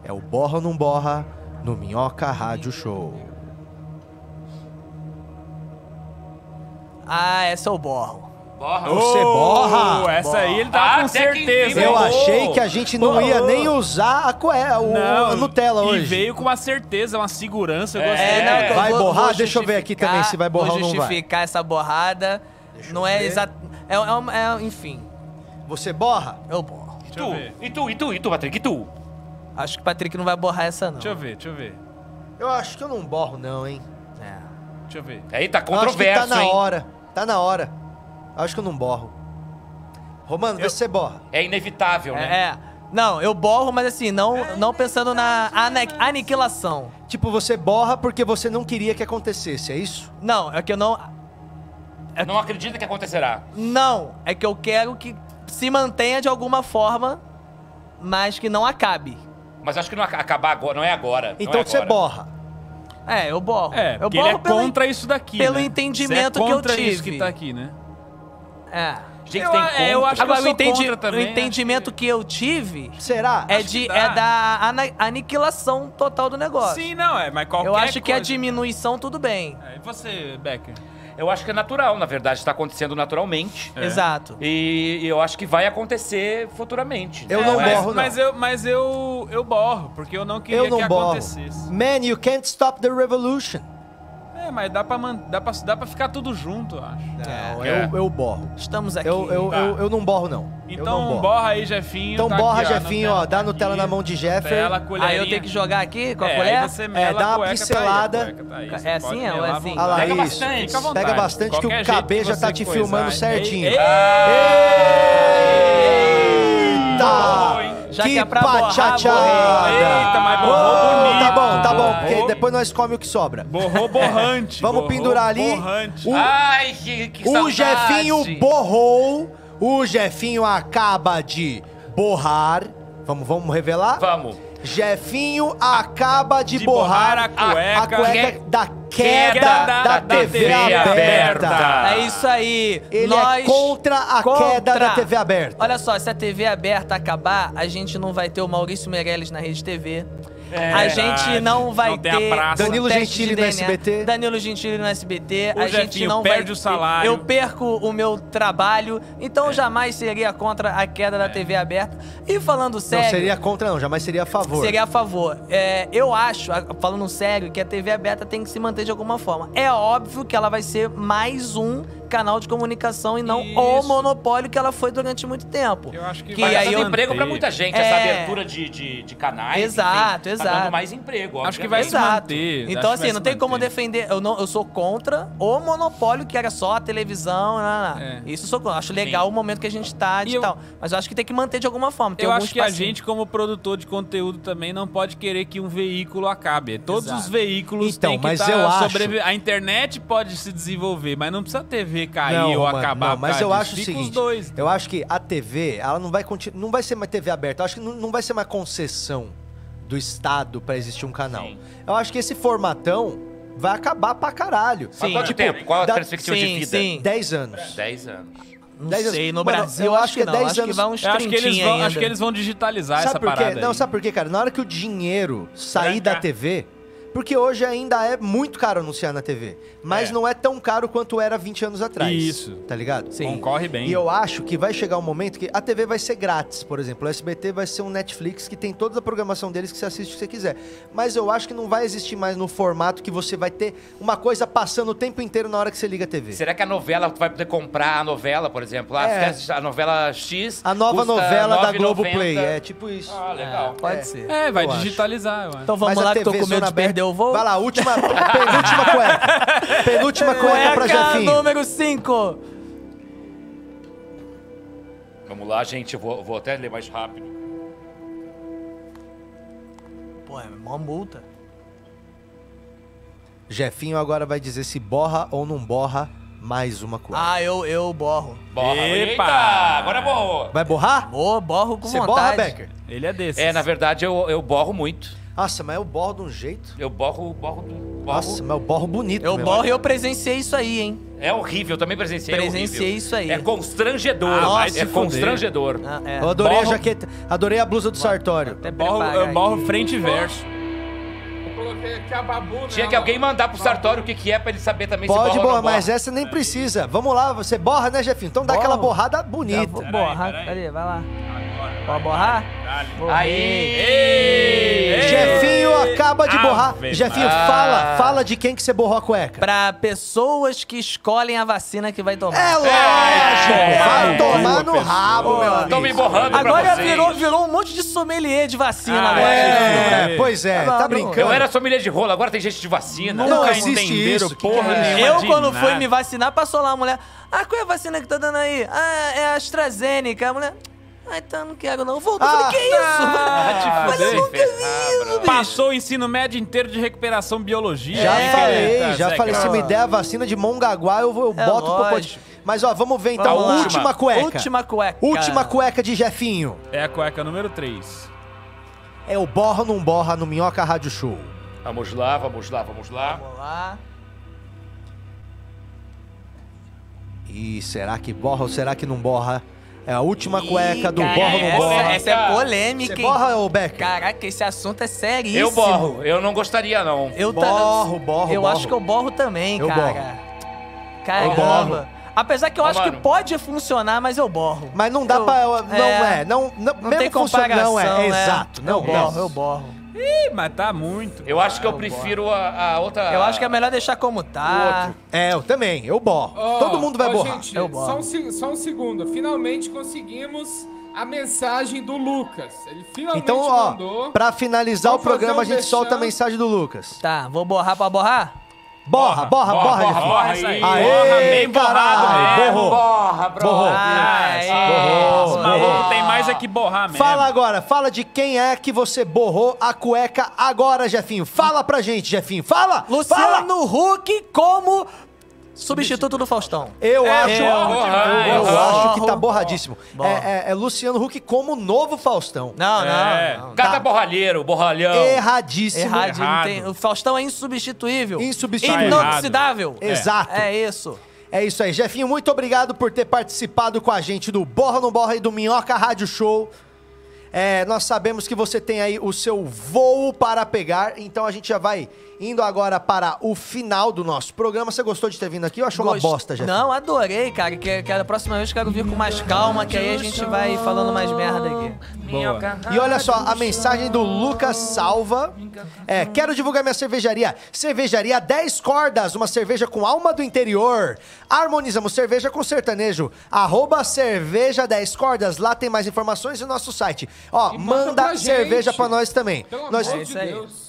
C: É o borra ou não borra no Minhoca Rádio Show.
H: Ah,
C: é
H: essa eu borro.
G: Borra.
C: Você borra?
D: Oh, Essa aí ele tá
G: Ah,
D: com
G: até que enfim,
D: certeza.
C: Eu
D: hein?
C: achei que a gente não ia nem usar a cueca, o, a Nutella
D: e
C: hoje.
D: veio com uma certeza, uma segurança. Eu
G: É,
D: gostei.
G: não,
H: que
C: Vai borrar? Deixa eu ver aqui
H: justificar-
C: também se vai borrar ou não
H: Vou
C: vai.
H: justificar essa borrada. não é exato. É, é, uma- é- enfim,
C: Você borra?
H: eu borro.
G: E
D: Deixa eu ver.
G: tu? E tu? E tu? E tu, Patrick? E tu?
H: Acho que o Patrick não vai borrar essa, não.
D: Deixa eu ver, deixa eu ver.
C: Eu acho que eu não borro não, hein.
H: É.
D: Deixa eu ver.
G: Aí tá
C: Eu Acho que
G: controverso,
C: tá na
G: hein?
C: hora. Tá na hora. Eu Acho que eu não borro. Romano, vê se você borra.
G: É inevitável, né?
H: É, é. Não, eu borro, mas assim, não, não pensando na ane- aniquilação.
C: Tipo, você borra porque você não queria que acontecesse, é isso?
H: Não, é que eu não.
D: É,
G: Não acredita que acontecerá.
H: Não, é que eu quero que se mantenha de alguma forma, mas que não acabe.
G: Mas acho que não ac- acabar agora, não é agora. não
C: Então
G: é
C: você
G: agora.
C: borra.
H: É, eu borro.
D: É,
H: eu
D: porque ele
H: borro
D: é contra isso daqui.
H: pelo
D: né?
H: entendimento
D: Você é
H: que eu
D: contra isso
H: tive.
D: que tá aqui, né?
H: É.
G: Gente,
D: Eu-
G: tem
D: é, eu
G: contra.
D: acho que
H: Agora,
D: eu
H: o,
D: sou
H: entendi-
D: contra também, né?
H: o entendimento que eu tive
C: Será?
H: é,
D: Acho que
H: de,
D: dá.
H: é da ana- aniquilação total do negócio.
D: Sim, não, é, mas qualquer
H: eu acho que a
D: coisa-
H: diminuição, tudo bem.
D: É, E você, Becker?
G: Eu acho que é natural, na verdade, está acontecendo naturalmente.
D: É.
H: Exato.
G: E eu acho que vai acontecer futuramente. é?
C: Eu não
D: É, mas,
C: borro, não.
D: Mas eu, mas eu, eu borro, porque eu não queria
C: Eu não
D: que
C: borro.
D: acontecesse.
C: Man, you can't stop the revolution.
D: É, mas dá pra, man- dá, pra, dá pra ficar tudo junto, eu acho.
C: Não,
G: É.
C: eu, eu borro.
H: Estamos aqui.
C: Eu, eu,
D: Tá.
C: eu, eu não borro, não. Eu não
D: Então
C: borro.
D: borra aí, Jefinho.
C: Então
D: tá
C: borra,
D: aqui, ó,
C: Jefinho, ó. Dá a Nutella na mão de Jeffer.
D: Tela,
H: Aí
D: colherinha.
H: eu tenho que jogar aqui com a
D: é,
H: colher?
D: Aí você mela,
C: dá uma
D: a cueca
C: pincelada.
D: Tá aí, a cueca tá aí, você
H: É assim,
D: pode
H: é? Ou
D: melar
H: é
D: à
H: assim?
D: vontade.
C: Olha lá,
G: Pega
C: isso.
G: bastante.
D: Fica à vontade.
C: Pega bastante que
D: Qualquer
C: o
D: jeito
C: KB já
D: você
C: tá te
D: coisar.
C: filmando certinho.
D: Ei, ei, Borrou,
C: Eita!
D: hein?
H: Já que
C: Tá. que
H: é pra borrar,
C: pachachada!
H: borrei.
D: Eita, mas borrou bonito.
C: Tá bom, tá bom, porque
D: Borrou-
C: depois nós come o que sobra.
D: Borrou borrante.
C: Vamos
D: borrou
C: pendurar ali.
D: Borrante.
C: O-
G: Ai, que, que
C: O
G: saudade.
C: Jefinho borrou. O Jefinho acaba de borrar. Vamos, vamos revelar?
G: Vamos.
C: Jefinho acaba de,
D: De borrar
C: borrar,
D: a cueca.
C: a cueca da queda, da, TV, aberta.
H: É isso aí.
C: Ele
H: Nós
C: é contra a queda
H: contra.
C: da TV aberta.
H: Olha só, se a TV aberta acabar, a gente não vai ter o Maurício Meirelles na Rede TV. a gente
D: É verdade.
H: não vai
D: Não tem a
H: ter
D: praça.
H: o
C: Danilo
H: teste
C: Gentili
H: de
C: no
H: DNA.
C: SBT.
H: Danilo Gentili no SBT.
D: O
H: a gente
D: Jefinho
H: não vai
D: perde o
H: ter-
D: salário. É.
H: Eu perco o meu trabalho. Então jamais seria contra a queda da TV aberta. E falando
C: Não
H: sério,
C: seria contra, não, jamais seria a favor.
H: Seria a favor. É, eu acho, a- falando sério, que a TV aberta tem que se manter de alguma forma. É óbvio que ela vai ser mais um canal de comunicação e não o
D: Isso.
H: monopólio que ela foi durante muito tempo.
D: Eu acho que
H: Que
D: vai
G: Tá
H: aí
G: dando
H: eu-
G: emprego pra muita gente,
H: É.
G: essa abertura de, de, de canais. enfim,
H: Exato,
G: Tá
H: exato.
G: dando mais emprego,
D: Acho que vai
G: obviamente.
D: se manter, acho que
H: Então,
D: vai
H: assim,
D: se
H: não tem como
D: manter.
H: defender. Eu, não, eu sou contra o monopólio que era só a televisão. lá, lá, lá.
D: É.
H: Isso eu sou contra. Acho legal o momento que a gente tá
D: E
H: de
D: eu-
H: tal. Mas eu acho que tem que manter de alguma forma. Tem
D: Eu
H: algum
D: acho que a
H: espacinho.
D: gente, como produtor de conteúdo, também não pode querer que um veículo acabe. É Todos
H: Exato.
D: os veículos
C: Então,
D: têm que
C: mas
D: estar
C: eu acho-
D: A internet pode se desenvolver, mas não precisa a TV cair
C: Não,
D: ou
C: mano,
D: acabar.
C: não,
D: por
C: mas
D: causa
C: eu
D: disso.
C: acho o
D: Fica
C: seguinte,
D: os dois.
C: eu acho que a TV, ela não vai continuar, não vai ser mais TV aberta, eu acho que não, não vai ser mais concessão do Estado pra existir um canal.
G: Sim.
C: Eu acho que esse formatão vai acabar pra caralho.
G: Mas quanto
C: Tipo,
G: tempo? Qual a
C: dá
G: perspectiva de
H: Sim,
G: vida?
H: sim.
C: 10 anos.
G: 10 anos.
H: Não
C: 10 anos.
H: sei, no
C: Mano,
H: Brasil eu acho que,
C: é
H: não.
C: 10
H: Acho que
C: anos.
H: vai uns
D: Eu acho que, eles
H: 30
D: vão,
H: ainda.
D: acho que eles vão digitalizar essa
C: Sabe por quê?
D: parada.
C: Não,
D: aí.
C: sabe por quê, cara? Na hora que o dinheiro sair
D: Trancar.
C: da TV, porque hoje ainda é muito caro anunciar na TV, mas
G: É.
C: não é tão caro quanto era 20 anos atrás.
D: Isso.
C: Tá ligado?
D: Concorre bem.
C: E eu acho que vai chegar um momento que a TV vai ser grátis, por exemplo. O SBT vai ser um Netflix que tem toda a programação deles que você assiste o que você quiser. Mas eu acho que não vai existir mais no formato que você vai ter uma coisa passando o tempo inteiro na hora que você liga a TV.
G: Será que a novela, tu vai poder comprar a novela, por exemplo? A,
C: É.
G: a novela X.
C: A nova novela da Globoplay.
G: Globoplay.
C: É tipo isso.
G: Ah, legal.
H: Pode
C: É.
H: ser.
D: É, vai
C: Eu acho.
D: digitalizar, eu acho.
H: Então vamos
C: Mas a
H: lá que tô
C: TV
H: com medo
C: zona
H: de perder
C: aberta-
H: o voo.
C: Vai lá, última, penúltima cueca.
H: <laughs>
C: Penúltima cueca pra
H: Cueca
C: Jefinho.
H: número 5.
G: Vamos lá, gente, eu vou, vou até ler mais rápido.
H: Pô, é mó multa.
C: Jefinho agora vai dizer se borra ou não borra mais uma cueca.
H: Ah, eu, eu borro.
G: Borra.
D: Epa!
G: Eita, agora borrou.
C: Vai borrar?
H: Borro, borro Ah. com
C: Você borra,
H: vontade.
C: Becker?
D: Ele é desse.
G: É, na verdade, eu, eu borro muito.
C: Nossa, mas eu borro de um jeito.
G: Eu borro, borro, borro.
C: Nossa, mas eu borro bonito.
H: eu
C: meu.
H: borro e eu presenciei isso aí, hein?
G: É horrível, eu também presenciei. é
H: Presenciei
G: horrível.
H: isso aí.
G: É constrangedor,
H: Ah,
G: mas
H: nossa,
G: é
H: se
G: constrangedor.
H: Ah, é.
C: Eu adorei
G: Borro-
C: a jaqueta, adorei a blusa do Sartório.
H: Até
D: borro,
H: preparar
D: eu
H: aí.
D: borro frente e verso.
I: Eu coloquei aqui a babu,
G: Tinha
I: né,
G: que alguém
I: mano?
G: mandar pro Sartório o que, que é pra ele saber também se
C: Pode
G: borra ou
C: borrar,
G: não borra.
C: mas essa nem precisa. Vamos lá, você borra, né, Jefinho? Então dá
H: Borro.
C: aquela borrada
H: Tá,
C: bonita.
H: vou borrar. Peraí, vai lá. Pode borrar?
C: é-
G: Aí!
C: Jefinho acaba de borrar.
D: Ave
C: Jefinho,
G: Maria.
C: fala, fala de quem que você borrou a cueca.
H: Pra pessoas que escolhem a vacina que vai tomar.
C: É lógico, vai tomar no rabo, meu
G: Estão me
C: amigo.
G: borrando pra
H: Agora
G: vocês.
H: virou, virou um monte de sommelier de vacina
D: Ah,
H: agora.
C: É, pois é,
H: Tá
C: tá
H: bom.
G: Eu
C: brincando.
G: era sommelier de rolo, agora tem gente de vacina.
C: Não
D: Nunca
C: existe
D: entenderam
C: isso,
D: porra
C: que que é?
D: nenhuma
H: Eu,
D: de
H: quando fui
D: nada.
H: me vacinar, passou lá a mulher. Ah, qual é a vacina que tá dando aí? Ah, é a AstraZeneca. A mulher. Ah, então não quero não. Voltou. Eu
C: Ah,
H: falei, que <laughs> isso?
D: Ah,
H: Mas
D: te
H: eu
D: fuder.
H: nunca vi isso, bicho.
D: Passou o ensino médio inteiro de recuperação biologia.
C: Já
D: Eita,
C: falei, já
D: Zeca.
C: falei. Se me der a vacina de Mongaguá, eu, vou- eu
H: É
C: boto pro pote.
H: lógico.
C: Mas ó, vamos ver então.
G: Vamos lá.
C: última cueca.
H: Tá Última cueca.
C: Última cueca de Jefinho.
D: É a cueca número 3.
C: É o borra ou não borra no Minhoca Rádio Show.
G: Vamos lá, vamos lá, vamos lá.
H: Vamos lá.
C: E será que borra ou será que não borra? É a última
H: Ih,
C: cueca do
H: cara,
C: borra ou não
H: essa,
C: borra.
H: Essa é polêmica,
C: Você
H: hein?
C: borra ou Becker?
H: Caraca, esse assunto é sério.
G: Eu borro, eu não gostaria não.
H: Eu ta-
C: Borro, borro,
H: Eu
C: borro.
H: acho que eu borro também,
C: Eu
H: cara. Caramba.
C: borro.
H: Apesar que eu
G: Ô,
H: acho que
G: mano.
H: pode funcionar, mas eu borro.
C: Mas não dá
H: Eu-
C: pra. Não é, não, não,
H: Não
C: mesmo
H: tem
C: que funcione,
H: comparação,
C: não é.
H: né?
C: Exato, não,
H: eu borro,
C: não.
H: eu borro.
D: Ih, mas tá muito.
G: Eu acho que eu prefiro a, a outra...
H: Ah, Eu acho que é melhor deixar como tá.
C: É, eu também, eu borro.
I: Ó,
C: Todo mundo vai
I: ó,
C: borrar.
I: gente,
H: Eu borro.
I: Só um, se- só um segundo. Finalmente conseguimos a mensagem do Lucas. Ele finalmente
C: Então, ó,
I: mandou.
C: pra finalizar o
I: Vamos fazer
C: programa,
I: um
C: a gente
I: merchan.
C: solta a mensagem do Lucas.
H: Tá, vou borrar pra borrar?
C: Borra, borra, Ah, borra,
G: borra,
C: Jefinho.
G: borra
D: isso
G: isso aí.
D: aí.
C: Aê,
D: Borra bem
C: caralho,
D: borrado mesmo.
C: borrou.
G: Ah, Borra, bro. Ah, é.
C: Borrou.
H: Ai,
C: Oh, borrou,
D: Os malucos
C: borrou.
D: tem mais é que borrar mesmo.
C: Fala agora, fala de quem é que você borrou a cueca agora, Jefinho. Fala pra gente, Jefinho. Fala! Fala!
H: Luciano Huck como substituto do Faustão.
C: Eu
I: É,
C: acho.
G: borra,
C: eu
H: borra.
C: acho que tá borradíssimo.
H: Borra.
C: É, é- é Luciano Huck como novo Faustão.
H: Não,
D: É.
H: não, não.
G: Cata Tá
C: Tá
G: borralheiro, borralhão.
C: Erradíssimo.
H: Errado, não
D: errado.
H: tem- o Faustão é insubstituível.
C: Insubstituível.
H: Inoxidável.
C: É. Exato.
H: É isso.
C: É isso aí, Jefinho. Muito obrigado por ter participado com a gente do Borra no Borra e do Minhoca Rádio Show. É, nós sabemos que você tem aí o seu voo para pegar, então a gente já vai indo agora para o final do nosso programa. Você gostou de ter vindo aqui ou achou uma
H: Gost-
C: bosta, Jeff?
H: Não, adorei, cara. Que, que a próxima vez eu quero vir com mais calma, que aí a gente vai falando mais merda aqui.
G: Minhoca.
C: E olha só, a mensagem do Lucas Salva. É, quero divulgar minha cervejaria. Cervejaria 10 cordas, uma cerveja com alma do interior. Harmonizamos cerveja com sertanejo. Arroba cerveja 10 cordas. Lá tem mais informações no nosso site. Ó,
I: E
C: manda,
I: manda pra
C: cerveja
I: gente.
C: pra nós também.
I: Pelo
C: Nós-
I: amor
H: É
I: de
H: isso aí.
I: Deus.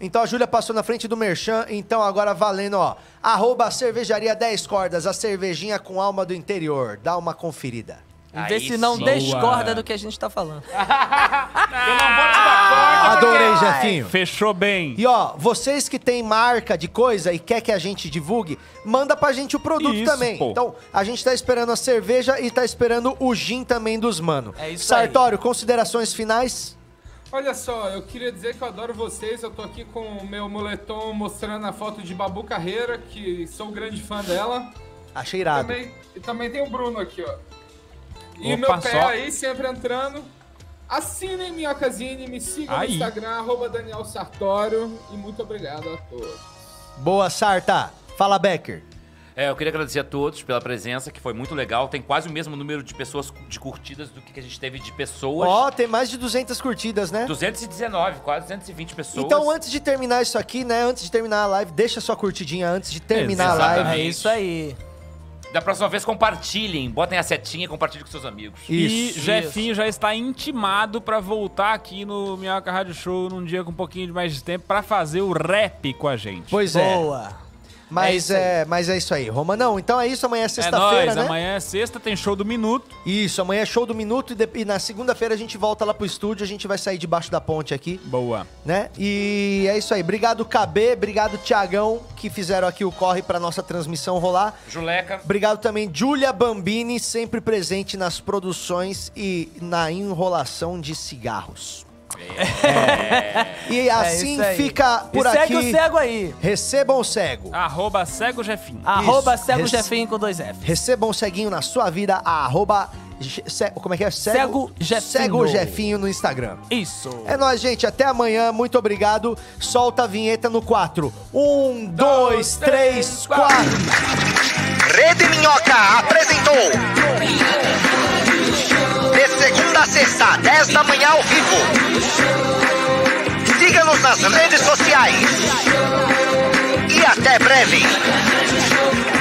C: Então a Júlia passou na frente do Merchan, então agora valendo, ó. Arroba cervejaria 10 cordas, a cervejinha com alma do interior. Dá uma conferida.
H: E
G: Aí
H: ver se não
G: sim.
H: discorda do que a gente tá falando.
C: Adorei, Jefinho.
D: Fechou bem.
C: E ó, vocês que tem marca de coisa e quer que a gente divulgue, manda pra gente o produto
D: Isso,
C: também.
D: pô.
C: Então, a gente tá esperando a cerveja e tá esperando o gin também dos mano.
H: É isso aí.
C: Sartório, considerações finais?
I: Olha só, eu queria dizer que eu adoro vocês. Eu tô aqui com o meu moletom mostrando a foto de Babu Carreira, que sou um grande fã dela.
C: Achei irado.
I: Também, e também tem o Bruno aqui, ó. E
D: Opa,
I: meu pé
D: só.
I: aí, sempre entrando. Assinem Minhocazine, me sigam
D: Aí.
I: no Instagram, arroba Daniel Sartório. E muito obrigado a todos.
C: Boa, Sarta. Fala, Becker.
G: É, eu queria agradecer a todos pela presença, que foi muito legal. Tem quase o mesmo número de pessoas de curtidas do que a gente teve de pessoas.
C: Ó, tem mais de 200 curtidas, né?
G: 219, quase 220 pessoas.
C: Então, antes de terminar isso aqui, né? Antes de terminar a live, deixa sua curtidinha antes de terminar a
G: Exatamente.
C: live.
H: É isso aí.
G: Da próxima vez, compartilhem. Botem a setinha e compartilhem com seus amigos.
C: Isso.
D: e Jefinho já está intimado pra voltar aqui no Minhoca Rádio Show num dia com um pouquinho de mais de tempo pra fazer o rap com a gente.
C: Pois é.
H: Boa.
C: Mas é, mas é isso aí, Romanão. Então é isso, amanhã é
D: é
C: sexta-feira,
D: nóis,
C: né?
D: amanhã é sexta, tem show do Minuto.
C: Isso, amanhã é show do Minuto e, de- e na segunda-feira a gente volta lá pro estúdio, a gente vai sair debaixo da ponte aqui,
D: Boa.
C: né? E é isso aí. Obrigado, KB, obrigado, Tiagão, que fizeram aqui o corre pra nossa transmissão rolar.
G: Juleca.
C: Obrigado também, Julia Bambini, sempre presente nas produções e na enrolação de cigarros. É.
H: <laughs>
C: E assim
H: isso aí.
C: fica por
H: e
C: aqui.
H: segue o cego aí.
C: Recebam o cego.
D: Arroba cego Jefinho.
H: Arroba cego
C: Res-
H: Jefinho com dois F.
C: Receba um ceguinho na sua vida, arroba. Je- ce- como é que é?
H: Cego Jefinho.
C: Cego Jefinho no Instagram.
H: Isso.
C: É nóis, gente. Até amanhã. Muito obrigado. Solta a vinheta no Um, 4. 1, 2, 3, 4.
B: Rede Minhoca apresentou. De segunda a sexta, 10 da manhã ao vivo. Siga-nos nas redes sociais. E até breve.